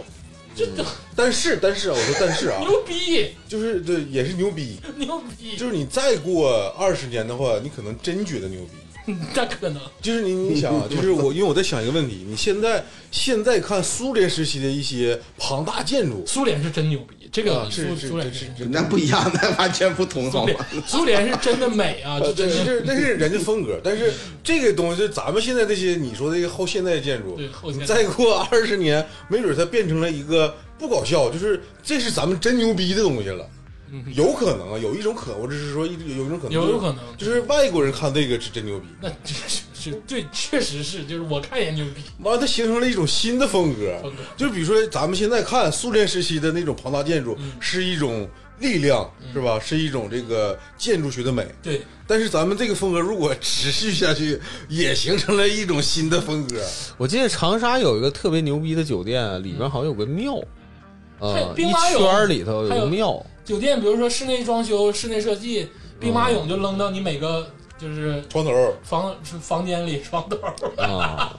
S2: 这这
S4: 嗯
S3: 但是但是啊，我说但是啊，
S2: 牛逼
S3: 就是这也是牛逼，
S2: 牛逼
S3: 就，是你再过二十年的话，你可能真觉得牛逼。
S2: 嗯那可能
S3: 就是你你 想啊，就是我，因为我在想一个问题，你现在现在看苏联时期的一些庞大建筑，
S2: 苏联是真牛逼，这个
S3: 啊
S2: 苏
S3: 是是
S2: 苏联
S3: 是
S2: 是
S3: 是，
S5: 那不一样，那完全不 同，
S2: 苏
S5: 好吗
S2: 联？苏联是真的美 啊，
S3: 呃
S2: 就
S3: 对，
S2: 真的
S3: 这那是人家风格，但是这个东西，就咱们现在这些你说这个后现代建筑
S2: 对后，现代
S3: 你再过二十年，没准它变成了一个不搞笑，就是这是咱们真牛逼的东西了。有可能啊，有一种可能，我只是说一有一种可
S2: 嗯
S3: 能，
S2: 有有可能
S3: 就是外国人看这个是真牛逼，
S2: 那这是是对，确实是，就是我看也牛逼，
S3: 完了它形成了一种新的风格
S2: 风格，
S3: 就比如说咱们现在看苏联时期的那种庞大建筑，是一种力量，是吧？是一种这个建筑学的美，
S2: 对，
S3: 但是咱们这个风格如果持续下去，也形成了一种新的风格。
S4: 我记得长沙有一个特别牛逼的酒店，里边好像有个庙，
S2: 还有
S4: 呃，
S2: 兵
S4: 一
S2: 马俑
S4: 圈儿里头有
S2: 还有
S4: 个庙，
S2: 酒店比如说室内装修、室内设计，兵马俑就扔到你每个就是
S3: 床头，
S2: 房房间里床头儿。
S4: 啊，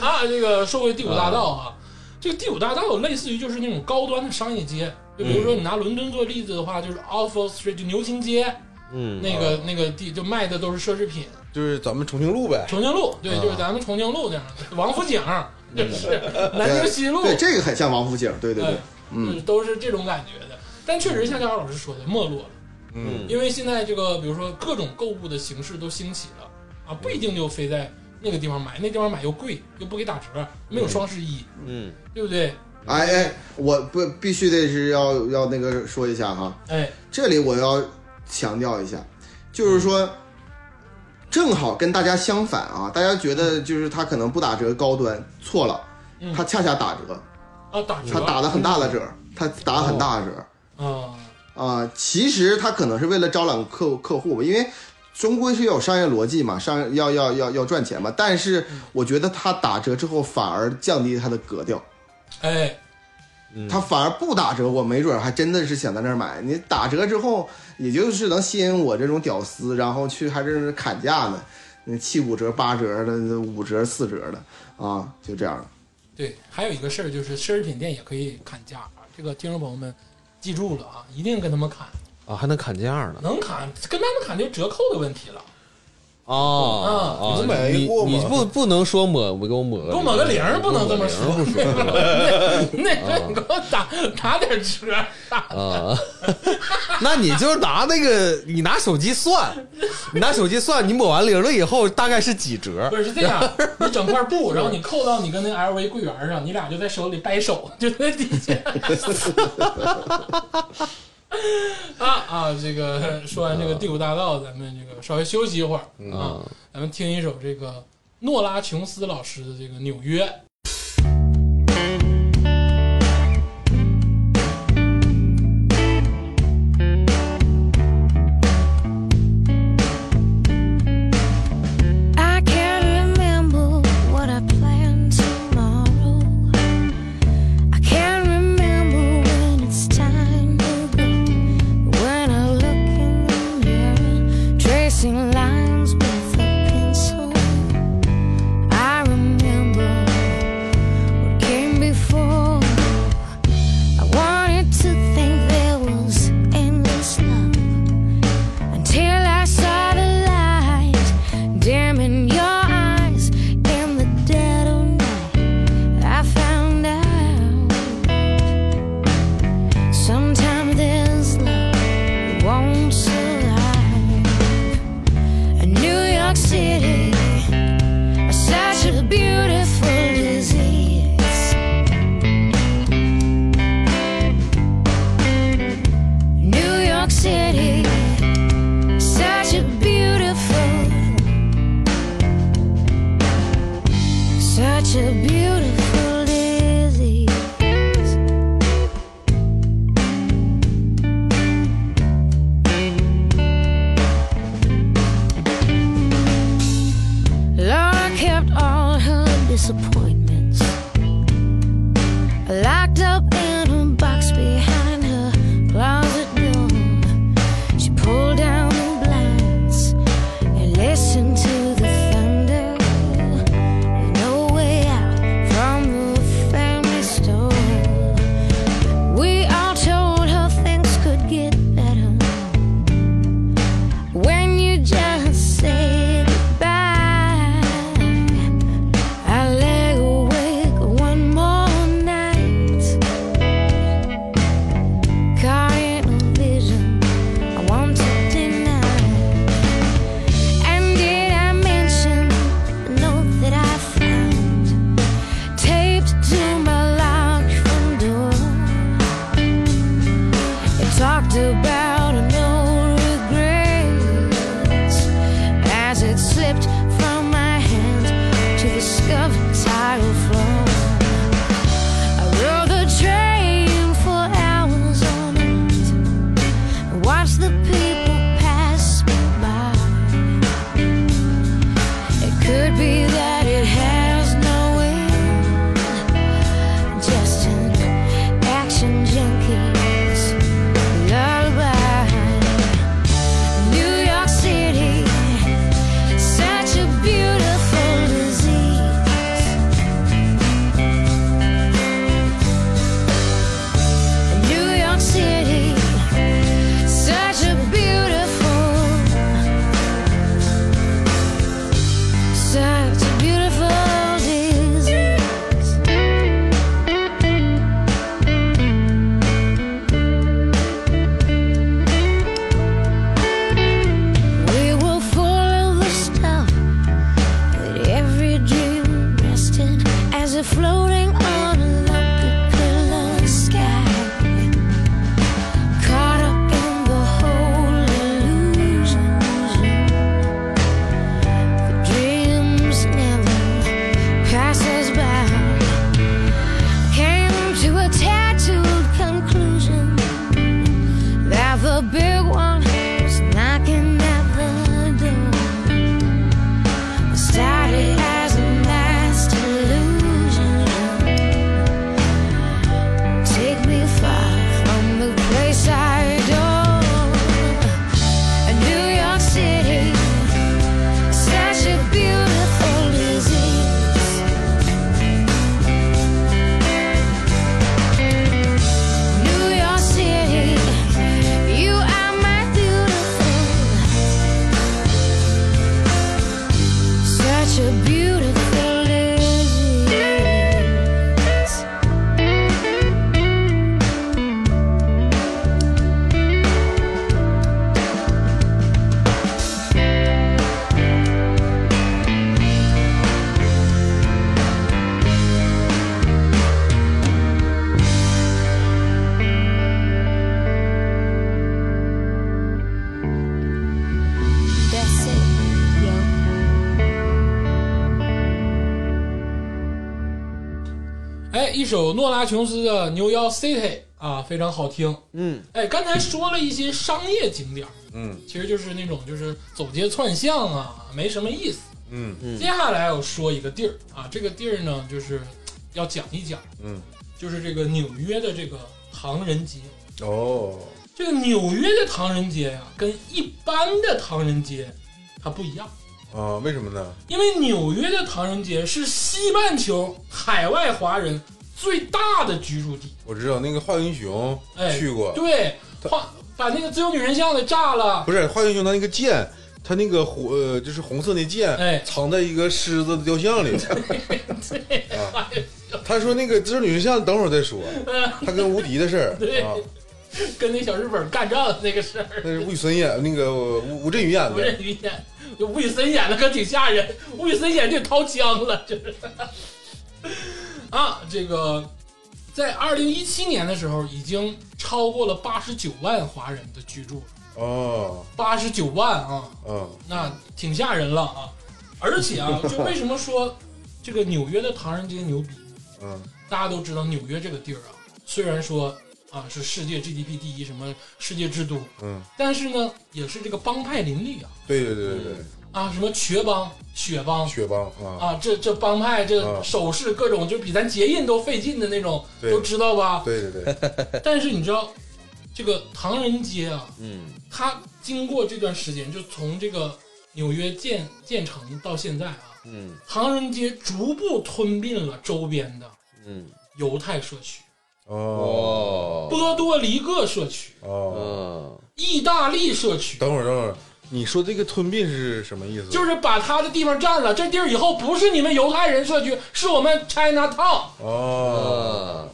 S2: 啊，这个说回第五大道啊，这个第五大道类似于就是那种高端的商业街，就比如
S3: 嗯
S2: 说你拿伦敦做例子的话，就是 Oxford Street 就牛津街
S4: 嗯，
S2: 那个那个地就卖的都是奢侈品，
S3: 就是咱们重庆路呗。
S2: 重庆路对，
S5: 啊
S2: 就是咱们重庆路那样，王府井就是南京西路，
S5: 嗯对，这个很像王府井，对对对嗯
S2: 哎，就是都是这种感觉的。但确实像张老师说的，没落了，
S3: 嗯，
S2: 因为现在这个比如说各种购物的形式都兴起了啊，不一定就非在那个地方买，那地方买又贵，又不给打折，没有双十一，
S4: 嗯，
S2: 对不对？
S5: 哎哎，我不必须得是要要那个说一下哈，
S2: 哎，
S5: 这里我要强调一下，就是说，
S2: 嗯
S5: 正好跟大家相反啊，大家觉得就是它可能不打折高端，错了，
S2: 嗯
S5: 它恰恰打折，
S2: 啊，打折，
S5: 它打了很大的折，它打了很大的折。
S2: 啊，
S5: 啊、其实他可能是为了招揽客客户吧，因为终归是有商业逻辑嘛，商要要要要赚钱嘛。但是我觉得它打折之后反而降低它的格调，
S2: 哎，
S5: 它反而不打折，我没准还真的是想在那儿买。你打折之后，也就是能吸引我这种屌丝，然后去还在那儿砍价呢，那七五折、八折的、五折、四折的啊，就这样了。
S2: 对，还有一个事儿就是奢侈品店也可以砍价啊，这个听众朋友们记住了啊，一定跟他们砍，
S4: 啊，还能砍价呢
S2: 能砍跟他们砍就折扣的问题了，
S4: 哦
S3: 你
S4: 啊
S3: 不买
S4: 你
S3: 过吗
S4: 你不不能说抹我给我抹个
S2: 给我抹个零儿不能这么啊
S4: 给我抹个零儿不说
S2: 那个你给我打打点折儿，
S4: 啊，那你就拿那个你拿手机算，你拿手机算，你抹完零了以后大概是几折
S2: 不？是是这样，你整块 布，然后你扣到你跟那 LV 柜员上，你俩就在手里掰手，就在底下。 啊啊！这个说完这个第五大道，咱们这个稍微休息一会儿啊，咱们听一首这个诺拉琼斯老师的这个《纽约》。
S6: I can't remember what I plan tomorrow. I can't remember when it's time to go. When I look in the mirror, tracing lines with a pencil, I remember what came before. I wanted to think there was endless love until I saw the light dim in your eyes in the dead of night. I found out sometimes there's love that won't survive. And New York City is such a beautiful disease. New York City such a beautiful, such a beautiful disease. Laura kept all her disappointments locked up in a box behind her closet door. She pulled down the blinds and listened to the thunder. No way out from the family store. We all told her things could get better when you just say goodbye. I lay awake one more night, caught in a vision. I want to deny. And did I mention the note that I found taped to my locked front door? It talked about no regrets as it slipped from my hands to the scuffed tile floor. I rode the train for hours on end watch the people pass me by. It could be that it has no end, just an action junkie's lullaby.
S2: 哎一首诺拉琼斯的《牛妖 City》啊，非常好听。
S4: 嗯，
S2: 哎，刚才说了一些商业景点儿，
S3: 嗯
S2: 其实就是那种就是走街串巷啊，没什么意思。
S3: 嗯
S2: 接下来我说一个地儿啊，这个地儿呢，就是嘖要讲一讲，
S3: 嗯，
S2: 就是这个纽约的这个唐人街。
S3: 哦，
S2: 这个纽约的唐人街呀、跟一般的唐人街它不一样，
S3: 啊，为什么呢？
S2: 因为纽约的唐人街是西半球海外华人最大的居住地。
S3: 我知道那个华英雄
S2: 哎，
S3: 去过，
S2: 对，画把那个自由女神像给炸了。
S3: 不是华英雄他那个剑，他那个红呃就是红色那剑，
S2: 哎
S3: 藏在一个狮子的雕像里。啊，他说那个自由女神像等会儿再 说，他跟无敌的事儿
S2: 对
S3: 啊，
S2: 跟那小日本干仗的那个事儿，
S3: 那是吴宇森演那个吴吴镇宇演
S2: 吴镇
S3: 的，
S2: 宇演，吴宇森演的可挺吓人，吴宇森演就掏枪了，就是。啊，这个在二零一七年的时候，已经超过了八十九万华人的居住，
S3: 哦，
S2: 八十九万啊，
S3: 嗯
S2: 那挺吓人了啊！而且啊，就为什么说这个纽约的唐人街牛逼？
S3: 嗯
S2: 大家都知道纽约这个地儿啊，虽然说啊是世界 GDP 第一，什么世界之都，
S3: 嗯，
S2: 但是呢，也是这个帮派林立啊，
S3: 对对对对
S2: 啊什么瘸帮、血帮
S3: 对，血帮啊，
S2: 嗯啊，这这帮派这
S4: 嗯
S3: 啊
S2: 手势各种，就比咱结印都费劲的那种，
S3: 对
S2: 都知道吧？
S3: 对对对，
S2: 但是你知道，这个唐人街啊，
S4: 嗯，
S2: 它经过这段时间，就从这个纽约建建成到现在啊，
S4: 嗯
S2: 唐人街逐步吞并了周边的
S4: 嗯，
S2: 犹太社区、
S3: 哦
S4: 哦，
S2: 波多黎各社区、
S3: 哦，
S4: 嗯，
S2: 意大利社区，
S3: 等会儿等会儿，你说这个吞并是什么意思？
S2: 就是把他的地方占了。这地儿以后不是你们犹太人社区，是我们 China Town
S3: 哦，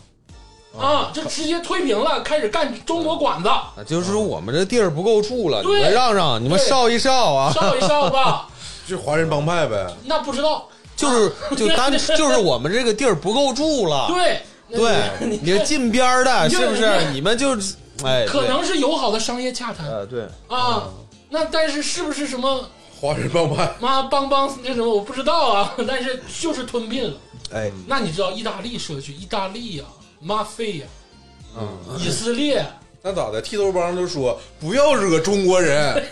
S2: 啊，就直接推平了，开始干中国馆子，
S4: 啊就是说我们这地儿不够住了，你
S2: 对
S4: 们让让，你们
S2: 对
S4: 少一少啊，
S2: 少一少吧。
S3: 就是华人帮派呗，
S2: 那不知道，
S4: 就是 就单就是我们这个地儿不够住了，
S2: 对
S4: 对，你是近边儿的，
S2: 你就是
S4: 不
S2: 你
S4: 是？
S2: 就
S4: 你们就是哎，
S2: 可
S4: 对
S2: 能是友好的商业洽谈
S4: 呃对，
S2: 啊。那但是是不是什么
S3: 华人帮派，
S2: 妈帮帮这什么我不知道啊， 但是就是吞并了。
S4: 哎，
S2: 那你知道意大利社区，意大利呀、马菲呀、
S3: 嗯。
S2: 以色列，
S3: 那咋的？剃头帮都说不要惹中国 人，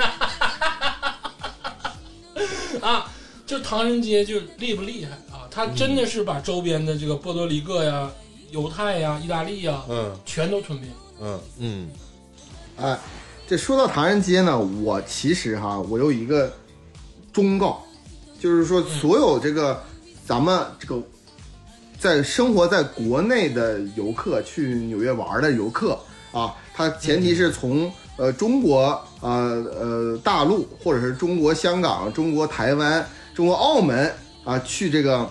S2: 啊，就唐人街就厉不厉害啊？他真的是把周边的这个波多黎各呀、犹太呀、意大利呀，
S3: 嗯
S2: 全都吞并。
S3: 嗯
S4: 嗯
S5: 哎，这说到唐人街呢，我其实哈，我有一个忠告，就是说所有这个咱们这个在生活在国内的游客去纽约玩的游客啊，他前提是从呃中国呃呃大陆或者是中国香港、中国台湾、中国澳门啊去这个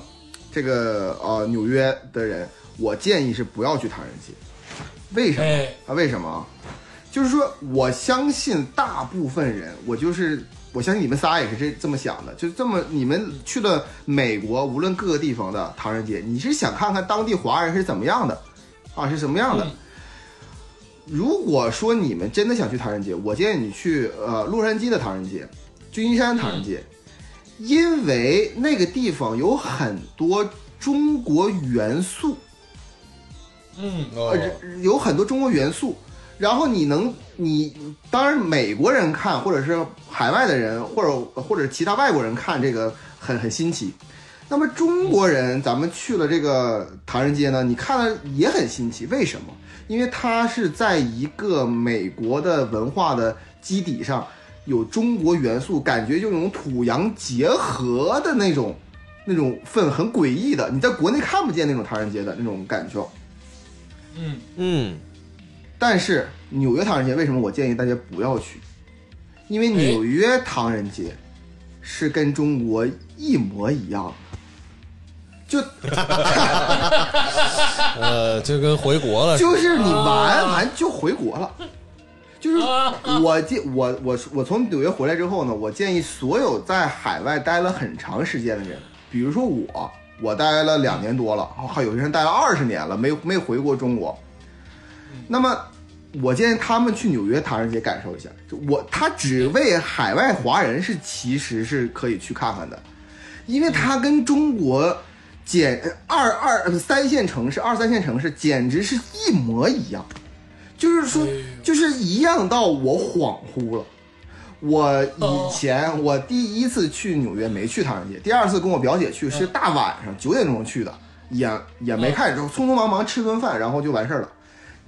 S5: 这个呃纽约的人，我建议是不要去唐人街，为什么？
S2: 哎，
S5: 啊，为什么啊？就是说，我相信大部分人，我就是我相信你们仨也是这这么想的，就这么你们去了美国，无论各个地方的唐人街，你是想看看当地华人是怎么样的，啊，是什么样的
S2: 嗯？
S5: 如果说你们真的想去唐人街，我建议你去呃洛杉矶的唐人街、旧金山唐人街，因为那个地方有很多中国元素。
S2: 嗯，
S3: 哦
S5: 呃，这有很多中国元素。然后你能，你当然美国人看，或者是海外的人，或者或者其他外国人看这个很很新奇。那么中国人，咱们去了这个唐人街呢，你看了也很新奇，为什么？因为它是在一个美国的文化的基底上，有中国元素，感觉就那种土洋结合的那种那种氛，很诡异的，你在国内看不见那种唐人街的那种感觉。
S2: 嗯，
S4: 嗯
S5: 但是纽约唐人街为什么我建议大家不要去？因为纽约唐人街是跟中国一模一样的，就
S4: 呃，就跟回国了似的，
S5: 就是你玩完就回国了。就是
S2: 啊
S5: 我建我我我从纽约回来之后呢，我建议所有在海外待了很长时间的人，比如说我，我待了两年多了，还有些人待了二十年了，没没回过中国。那么，我建议他们去纽约唐人街感受一下。就我他只为海外华人是其实是可以去看看的，因为它跟中国简二二呃不三线城市、二三线城市简直是一模一样，就是说
S2: 哎呦
S5: 就是一样到我恍惚了。我
S2: 哦
S5: 以前我第一次去纽约没去唐人街，第二次跟我表姐去
S2: 嗯
S5: 是大晚上九点钟去的，也也没看，就匆匆忙忙吃顿饭，然后就完事儿了。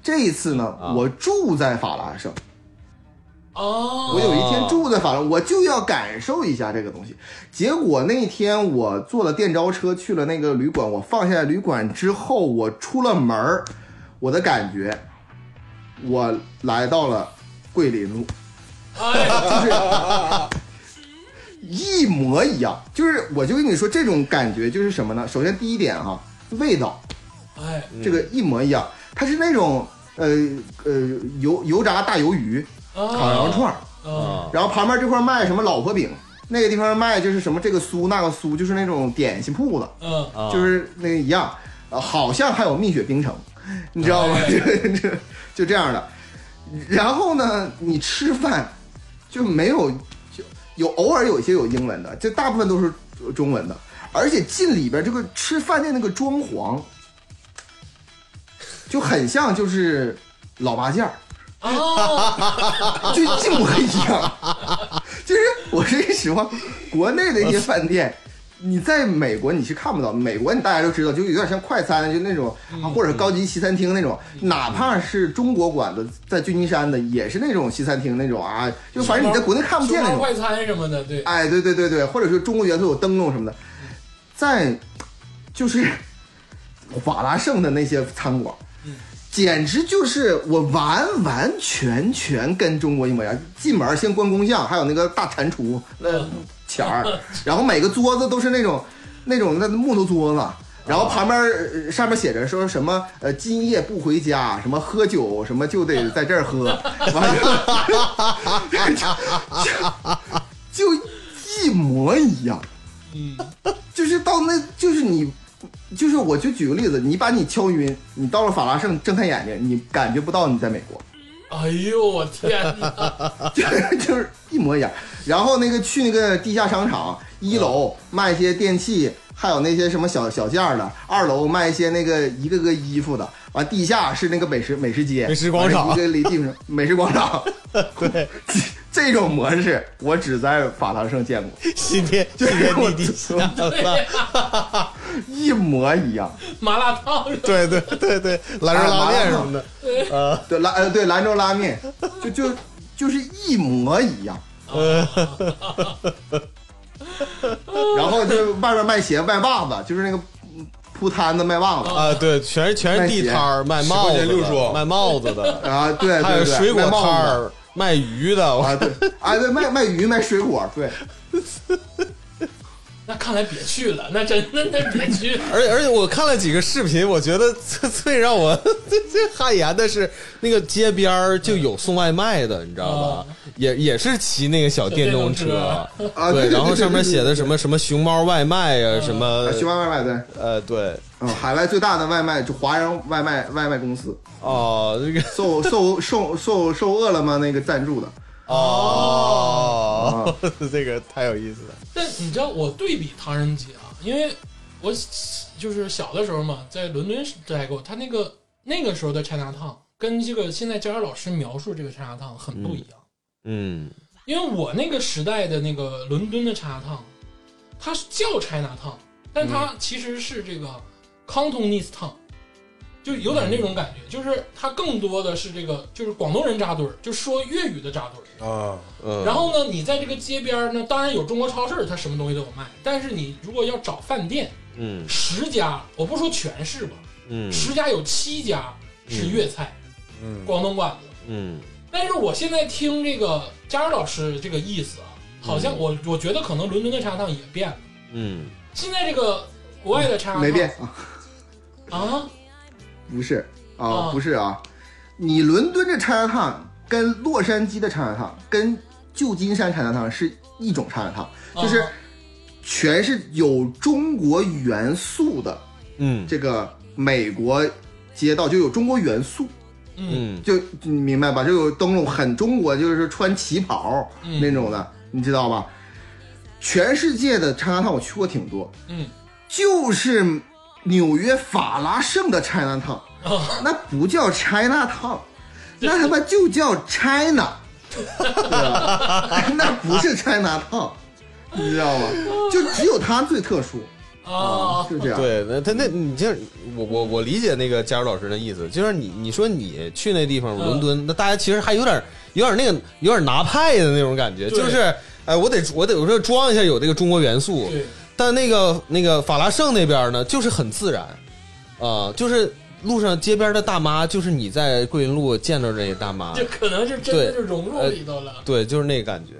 S5: 这一次呢，
S2: 啊
S5: 我住在法拉盛，
S2: 哦，
S5: 我有一天住在法兰，我就要感受一下这个东西。结果那天我坐了电召车去了那个旅馆，我放下旅馆之后，我出了门儿，我的感觉，我来到了桂林路，
S2: 哎，
S5: 就是一模一样。就是我就跟你说，这种感觉就是什么呢？首先第一点哈、味道，
S2: 哎，
S5: 这个一模一样，它是那种呃呃油油炸大鱿鱼、烤羊肉串儿。
S2: 啊，
S5: 然后旁边这块卖什么老婆饼，那个地方卖就是什么这个酥那个酥，就是那种点心铺子，
S2: 嗯，
S4: 啊
S5: 就是那一样，呃好像还有蜜雪冰城，你知道吗？就 就就这样的。然后呢，你吃饭就没有就有偶尔有一些有英文的，这大部分都是中文的，而且进里边这个吃饭店那个装潢就很像就是老八件儿。
S2: 哦，
S5: 就一模一样。就是我是实话，国内的一些饭店，你在美国你是看不到。美国你大家都知道，就有点像快餐，就那种啊，或者高级西餐厅那种，哪怕是中国馆子在旧金山的，也是那种西餐厅那种啊，就反正你在国内看不见那
S2: 熊猫
S5: 种。
S2: 快餐什么的，对，
S5: 哎，对对对对，或者说中国元素有灯笼什么的，在就是法拉盛的那些餐馆，简直就是我完完全全跟中国一模一样。进门先关公像，还有那个大蟾蜍那钱儿，然后每个桌子都是那种那种那木头桌子。然后旁边呃上面写着说什么呃今夜不回家，什么喝酒什么就得在这儿喝，完了就就一模一样。
S2: 嗯，
S5: 就是到那，就是你，就是我就举个例子，你把你敲晕，你到了法拉盛睁开眼睛，你感觉不到你在美国，
S2: 哎呦我天哪，
S4: 啊
S5: 就是一模一样。然后那个去那个地下商场，一楼卖一些电器，还有那些什么小小件儿的；二楼卖一些那个一个个衣服的。完，地下是那个美食美食街、
S4: 美食广场
S5: 完了一个离地上美食广 场。对，这种模式我只在法拉盛见过，
S4: 新天新天地地下了，
S5: 一模一样。
S2: 麻辣烫是吧
S4: 对对对对，兰州拉面什么的，
S5: 对兰呃对兰州拉面， 就就就是一模一样。然后就外面卖鞋卖袜子，就是那个铺摊子卖袜子
S4: 啊，对，全是全是地摊儿卖帽子
S3: 十块钱六
S4: 的，
S3: 束
S4: 卖帽 子的，
S5: 啊，对
S4: 还有
S5: 对对，
S4: 水果
S5: 卖帽子
S4: 摊儿卖鱼的， 我
S5: 啊，对啊对卖卖鱼卖水果，对
S2: 那看来别去了，那真的那别去了，
S4: 而且而且我看了几个视频，我觉得最 最让我最最汗颜的是，那个街边儿就有送外卖的，你知道吧？也也是骑那个哦小电动车，
S5: 啊对
S4: 对，然后上面写的什么什么熊猫外卖呀、什么
S5: 啊去外卖卖对，
S4: 呃，对，
S5: 嗯，海外最大的外卖就华人外卖外卖公司，
S4: 哦，这 个
S5: 受受受受受饿了么那个赞助的，
S4: 哦， 这个太有意思了，
S2: 但你知道我对比唐人街啊，因为我就是小的时候嘛，在伦敦待过，他那个那个时候的 China Town 跟这个现在教学老师描述这个 China Town 很不一样，
S4: 嗯
S2: 因为我那个时代的那个伦敦的 China Town，它是叫 China Town，但它其实是这个 Cantonese Town。就有点那种感觉，就是它更多的是这个，就是广东人扎堆儿，就说粤语的扎堆儿，
S3: 啊，
S4: 嗯，
S2: 然后呢，你在这个街边儿呢，当然有中国超市，它什么东西都有卖。但是你如果要找饭店，
S4: 嗯
S2: 十家，我不说全是吧，
S4: 嗯
S2: 十家有七家是粤菜、
S3: 嗯，
S2: 广东馆子。
S4: 嗯
S2: 但是我现在听这个佳儿老师这个意思啊，
S5: 嗯
S2: 好像我我觉得可能伦敦的茶汤也变了。
S4: 嗯，
S2: 现在这个国外的茶汤
S5: 没变啊。
S2: 啊，
S5: 不是啊
S2: 啊，
S5: 不是啊，你伦敦的 China Town 跟洛杉矶的 China Town 跟旧金山 China Town 是一种 China Town，就是
S2: 啊
S5: 全是有中国元素的
S4: 嗯
S5: 这个美国街道就有中国元素，
S2: 嗯
S4: 嗯
S5: 就你明白吧？就有灯笼很中国，就是穿旗袍
S2: 嗯
S5: 那种的，你知道吧？全世界的 China Town 我去过挺多，
S2: 嗯
S5: 就是纽约法拉盛的 China Town，、那
S2: 哦
S5: 不叫 China Town，那他妈就叫 China，对 吧？那不是 China Town，你知道吗？就只有它最特殊
S2: 啊，
S5: 是这样。
S4: 对，那他那你这我我我理解那个佳茹老师的意思，就是你你说你去那地方
S2: 嗯
S4: 伦敦，那大家其实还有点有点那个有点拿派的那种感觉，
S2: 对
S4: 就是哎，我得我得我说装一下有这个中国元素，
S2: 对，
S4: 但那个那个法拉盛那边呢，就是很自然，啊、就是路上街边的大妈，就是你在桂林路见到这些大妈
S2: 这，可能是真的就融入里头了。
S4: 对，就是那个感觉，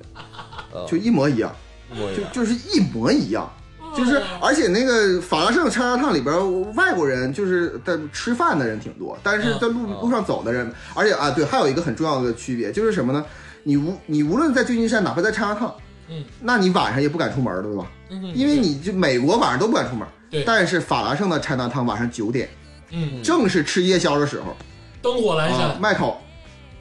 S4: 呃，
S5: 就一模一样，
S4: 我
S5: 就就是一模一样。
S2: 哦
S5: 就是，
S2: 啊
S5: 而且那个法拉盛叉烧烫里边，外国人就是在吃饭的人挺多，但
S2: 嗯
S5: 是在路路上走的人，而且啊，对，还有一个很重要的区别就是什么呢？你无你无论在旧金山，哪怕在叉烧烫，
S2: 嗯，
S5: 那你晚上也不敢出门了，对吧？呃
S2: 嗯，
S5: 因为你就美国晚上都不敢出门，
S2: 对
S5: 但是法拉盛的 China Town 晚上九点，
S2: 嗯，
S5: 正是吃夜宵的时候，
S2: 灯火阑
S5: 啊
S2: 珊，
S5: 卖烤，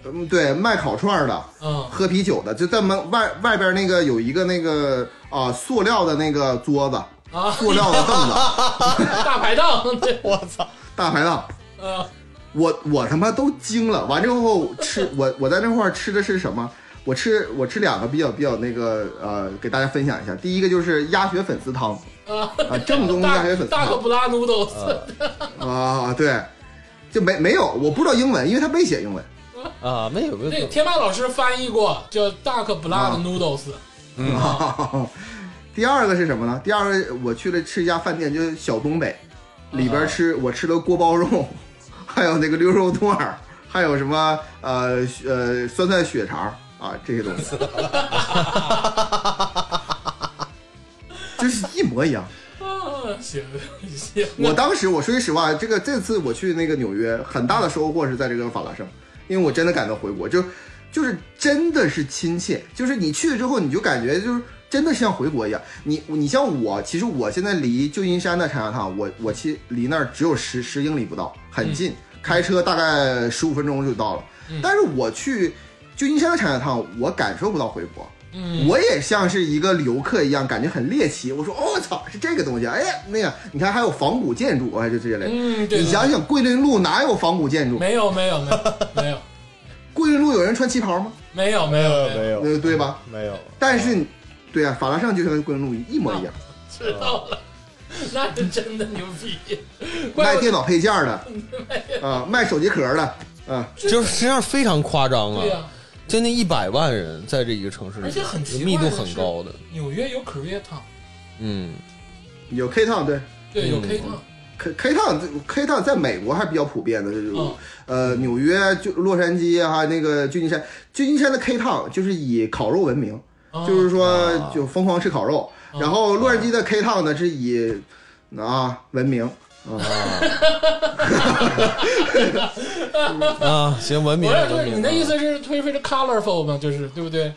S5: 嗯，对，卖烤串儿的，
S2: 嗯
S5: 喝啤酒的，就在门外外边那个有一个那个啊、塑料的那个 桌子，
S2: 啊，
S5: 塑料的凳子，
S2: 大排档， 对，
S5: 大排档，
S2: 呃，
S5: 我我他妈都惊了。完之后吃我我在那块儿吃的是什么？我吃我吃两个比较比较那个呃，给大家分享一下。第一个就是鸭血粉丝汤
S2: 啊
S5: 啊，正宗鸭
S2: 大
S5: 血粉 丝
S2: 大可
S5: 汤
S2: 不拉 noodles，
S5: 啊，对，就没没有，我不知道英文，因为它没写英文。
S4: 啊，没有没 有
S2: 那个天霸老师翻译过叫大可不拉
S5: 啊
S2: noodles，
S5: 第二个是什么呢？第二个我去了吃一家饭店，就是小东北，里边吃我吃了锅包肉， 还有那个溜肉段儿，还有什么呃呃酸菜血肠啊这些东西，就是一模一样。
S2: 啊，行行，
S5: 我当时我说句实话，这个这次我去那个纽约，很大的收获是在这个法拉盛，因为我真的感到回国，就就是真的是亲切，就是你去了之后，你就感觉就是真的像回国一样。你你像我，其实我现在离旧金山的茶汤，我我其离那儿只有十十英里不到，很近，开车大概十五分钟就到了。但是我去旧金山的茶汤，我感受不到回国。
S2: 嗯，
S5: 我也像是一个游客一样，感觉很猎奇。我说，哦我、操，是这个东西！哎呀，那个，你看还有仿古建筑，哎，就这些类。
S2: 嗯，对，
S5: 你想想，桂林路哪有仿古建筑？
S2: 没有没有没有没有
S5: 桂林路有人穿旗袍吗？
S2: 没有没有没有，
S4: 有
S5: 呃，对吧？
S4: 没有，
S5: 但是，对啊，法拉盛就跟桂林路一模一样，
S2: 知道了，那是真的牛逼，怪
S5: 卖
S2: 不
S5: 电脑配件的， 啊、卖手机壳的，啊、
S4: 就是实际上非常夸张
S2: 对
S4: 啊，
S2: 呀，
S4: 将近一百万人在这一个城市里，
S2: 而且哎很奇怪
S4: 密度
S2: 的
S4: 很
S2: 是
S4: 高的，
S2: 纽约有 Korea Town，
S4: 嗯，
S5: 有 K Town 对。
S2: 对，有
S4: 嗯
S2: K Town，
S5: K K Town K Town 在美国还比较普遍的，就是、
S2: 嗯
S5: 呃纽约、就洛杉矶啊，还有那个旧金山，旧金山的 K Town 就是以烤肉闻名，
S2: 啊
S5: 就是说就疯狂吃烤肉。然后洛杉矶的 K Town 呢是以啊闻名，
S4: 啊，行，文明
S2: 我
S4: 了
S2: 也
S4: 文
S2: 是，
S4: 明了，
S2: 你的意思是推非是 colorful 吗？就是对不对？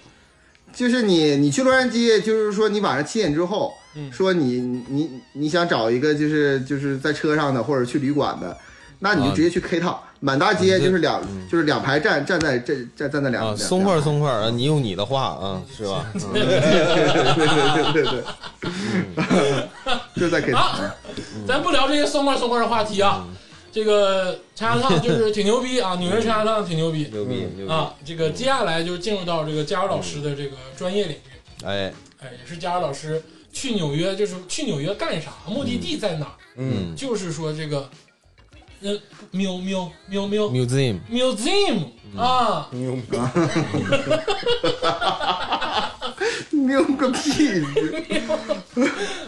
S5: 就是你你去洛杉矶，就是说你晚上七点之后，说你你你你想找一个就是就是在车上的或者去旅馆的，那你就
S4: 啊
S5: 直接去 K Town，满大街
S4: 你这
S5: 就是两就是两排站站在这站站在两
S4: 啊，
S5: 两
S4: 松
S5: 两
S4: 快
S5: 排
S4: 儿松快儿啊，你用你的话啊，是吧？
S5: 对对对对对，对，就在 K
S2: 啊
S5: 堂。
S2: 咱不聊这些松快松快的话题啊。这个 China Town 就是挺牛逼啊，纽约 China Town 挺牛逼
S4: 牛逼牛
S2: 啊。这个接下来就是进入到这个佳茹老师的这个专业领域，
S4: 逼，哎，
S2: 哎，也是佳茹老师去纽约，就是去纽约干啥，目的地在哪儿？
S4: 嗯
S2: 就是说这个，呃，mu mu mu mu
S4: ，museum，
S2: museum
S4: 嗯
S2: 啊，
S3: 牛逼！
S5: 牛个屁！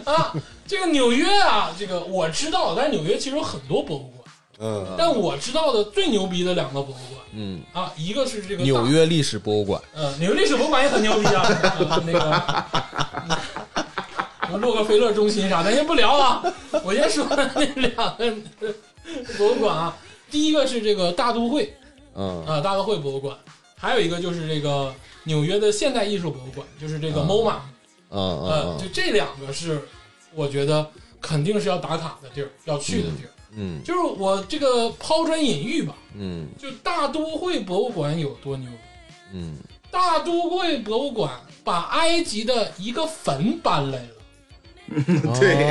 S2: 啊，这个纽约啊，这个我知道，但是纽约其实有很多博物馆，
S3: 嗯，
S2: 但我知道的最牛逼的两个博物馆
S4: 嗯，
S2: 啊，一个是这个大
S4: 纽，约历史博物馆，
S2: 呃，纽约历史博物馆也很牛逼啊，啊那个。嗯什么洛克菲勒中心啥，咱先不聊啊，我先说那两个博物馆啊，第一个是这个大都会
S4: 嗯
S2: 啊、大都会博物馆，还有一个就是这个纽约的现代艺术博物馆，就是这个
S4: 啊
S2: MoMA，、
S4: 嗯
S2: 呃，就
S4: 嗯
S2: 这两个是我觉得肯定是要打卡的地儿，要去的地儿。
S4: 嗯
S2: 就是我这个抛砖引玉吧，
S4: 嗯
S2: 就大都会博物馆有多牛？
S4: 嗯
S2: 大都会博物馆把埃及的一个坟搬来了，
S5: 对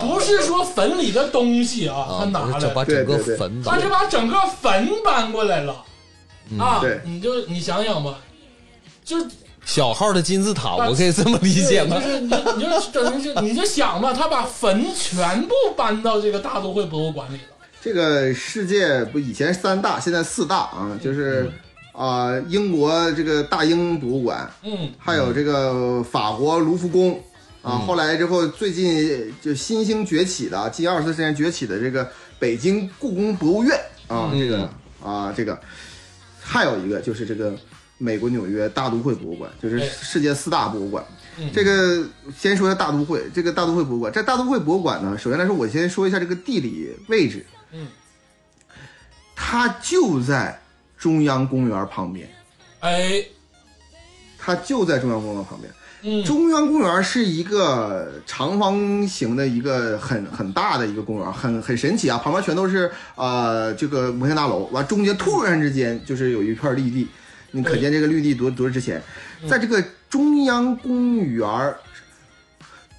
S2: 不是说坟里的东西啊，
S4: 啊，
S2: 他拿
S4: 不是
S2: 来
S4: 整
S2: 了，
S4: 把嗯整个
S5: 对对对
S4: 坟吧
S2: 他，是把整个坟搬过来了啊
S5: 对！
S2: 你就你想想吧，就
S4: 小号的金字塔，
S2: 把
S4: 我可以这么理解吗
S2: 就？是你就你就整成是，你就想吧，他把坟全部搬到这个大都会博物馆里了。
S5: 这个世界不以前三大，现在四大啊，就是啊、英国这个大英博物馆，
S2: 嗯，
S5: 还有这个法国卢浮宫啊，后来之后最近就新兴崛起的，近二十世纪崛起的这个北京故宫博物院
S4: 嗯
S5: 啊，这个啊这个，还有一个就是这个美国纽约大都会博物馆，就是
S2: 对
S5: 世界四大博物馆
S2: 哎嗯。
S5: 这个先说一下大都会，这个大都会博物馆，这大都会博物馆呢，首先来说，我先说一下这个地理位置，
S2: 嗯，
S5: 它就在中央公园旁边，
S2: 哎，
S5: 它就在中央公园旁边。
S2: 嗯，
S5: 中央公园是一个长方形的一个很很大的一个公园，很很神奇啊！旁边全都是呃这个摩天大楼，完中间突然之间就是有一片绿地，你可见这个绿地多多值钱。在这个中央公园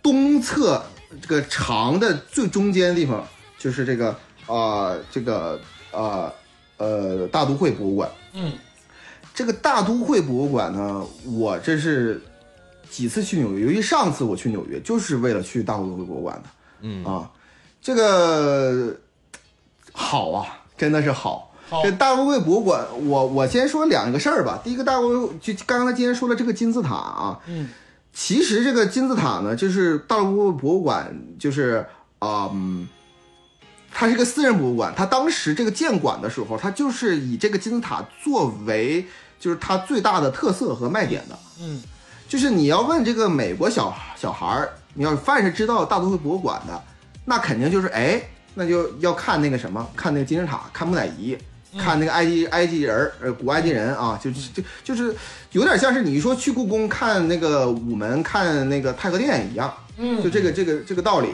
S5: 东侧这个长的最中间的地方，就是这个啊、呃这个啊呃呃大都会博物馆。
S2: 嗯，
S5: 这个大都会博物馆呢，我这是几次去纽约，尤其上次我去纽约就是为了去大都会博物馆的。嗯啊，这个好啊，真的是好。
S2: 好
S5: 这大都会博物馆，我我先说两个事儿吧。第一个大都会就刚才今天说了这个金字塔啊，
S2: 嗯，
S5: 其实这个金字塔呢，就是大都会博物馆，就是啊、嗯，它是一个私人博物馆。它当时这个建馆的时候，它就是以这个金字塔作为就是它最大的特色和卖点的。
S2: 嗯，
S5: 就是你要问这个美国小小孩儿，你要凡是知道大都会博物馆的，那肯定就是哎，那就要看那个什么，看那个金字塔，看木乃伊。
S2: 嗯
S5: 看那个埃及埃及人儿，呃，古埃及人啊，就就就是有点像是你说去故宫看那个午门，看那个太和殿一样，
S2: 嗯
S5: 就这个这个这个道理。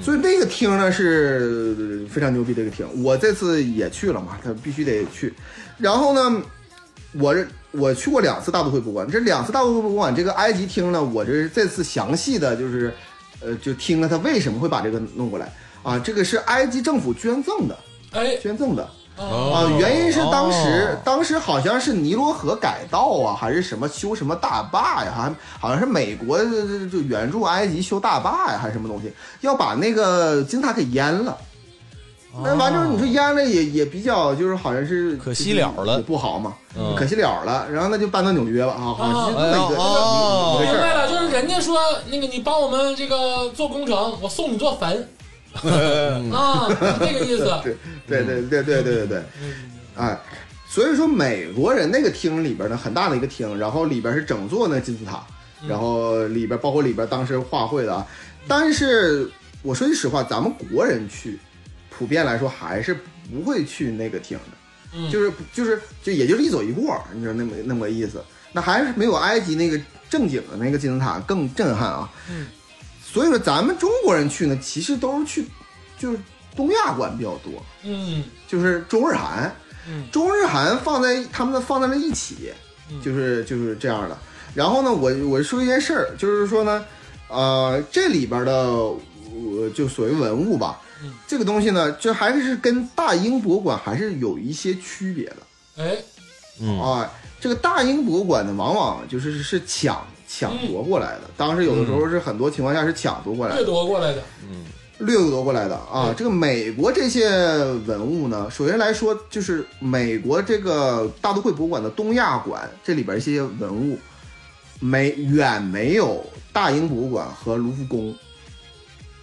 S5: 所以那个厅呢是呃非常牛逼的一个厅，我这次也去了嘛，他必须得去。然后呢，我这我去过两次大都会博物馆，这两次大都会博物馆这个埃及厅呢，我这是这次详细的就是，呃，就听了他为什么会把这个弄过来啊，这个是埃及政府捐赠的，
S2: 哎，
S5: 捐赠的。
S2: 啊，
S5: 啊
S4: 哦，
S5: 原因是当时、
S4: 哦
S5: 当时好像是尼罗河改道啊，还是什么修什么大坝呀，还好像是美国呃就援助埃及修大坝呀，还是什么东西，要把那个金字塔给淹了。那完之后，你说淹了也也比较就是好像是
S4: 哦可惜了了
S5: 也不好嘛，
S4: 嗯
S5: 可惜了了。然后那就搬到纽约了啊，好像是这么一个、
S4: 哦
S5: 一
S2: 明
S5: 个事
S2: 白
S5: 儿。
S2: 了，就是人家说那个你帮我们这个做工程，我送你座坟啊，这个意思。
S5: 对对对对对对对对，哎，所以说美国人那个厅里边呢，很大的一个厅，然后里边是整座那金字塔，然后里边包括里边当时画绘的啊，但是我说句实话，咱们国人去，普遍来说还是不会去那个厅
S2: 嗯
S5: 的，就是就是就也就是一走一过，你知道那么那么个意思，那还是没有埃及那个正经的那个金字塔更震撼啊。所以说咱们中国人去呢，其实都是去就是东亚馆比较多，
S2: 嗯
S5: 就是中日韩，
S2: 嗯
S5: 中日韩放在他们放在了一起，
S2: 嗯
S5: 就是就是这样的。然后呢，我我说一件事儿，就是说呢，呃，这里边的呃就所谓文物吧，
S2: 嗯
S5: 这个东西呢，就还是跟大英博物馆还是有一些区别的。
S2: 哎，
S4: 嗯
S5: 啊，这个大英博物馆呢，往往就是是抢抢
S2: 嗯
S5: 夺过来的。当时有的时候是很多情况下是抢夺过来的
S2: 掠，夺过来的，
S5: 掠夺过来的啊。这个美国这些文物呢，首先来说就是美国这个大都会博物馆的东亚馆这里边一些文物，没远没有大英博物馆和卢浮宫，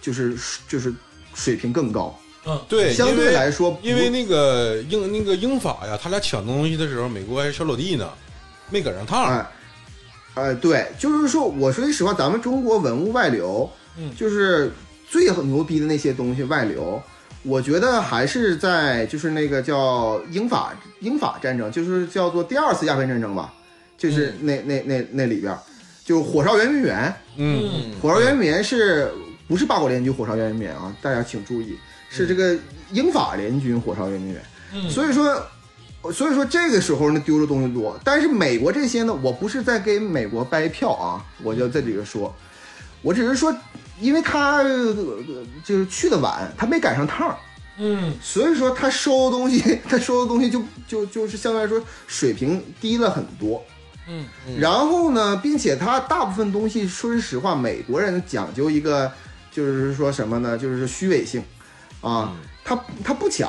S5: 就是就是水平更高。
S3: 对，
S5: 相
S3: 因
S5: 对
S3: 为
S5: 来说不，
S3: 因为那个英那个英法呀，他俩抢东西的时候，美国还是小老弟呢，没赶上趟。
S5: 哎，哎，对，就是说，我说句实话，咱们中国文物外流，
S2: 嗯
S5: 就是最牛逼的那些东西外流，我觉得还是在就是那个叫英法英法战争，就是叫做第二次鸦片战争吧，就是那、那那那里边儿，就是火烧圆明园，
S3: 嗯，
S2: 嗯
S5: 火烧圆明园是不是八国联军火烧圆明园啊？大家请注意，是这个英法联军火烧圆明园。
S2: 嗯，
S5: 所以说，所以说这个时候呢丢的东西多，但是美国这些呢，我不是在给美国掰票啊，我就在这里说，我只是说，因为他、呃就是去的晚，他没赶上趟儿，
S2: 嗯，
S5: 所以说他收的东西， 他收的东西就就就是相对来说水平低了很多。
S2: 嗯，
S5: 然后呢，并且他大部分东西，说实话，美国人讲究一个，就是说什么呢？就是虚伪性，
S2: 嗯
S5: 啊，他他不抢，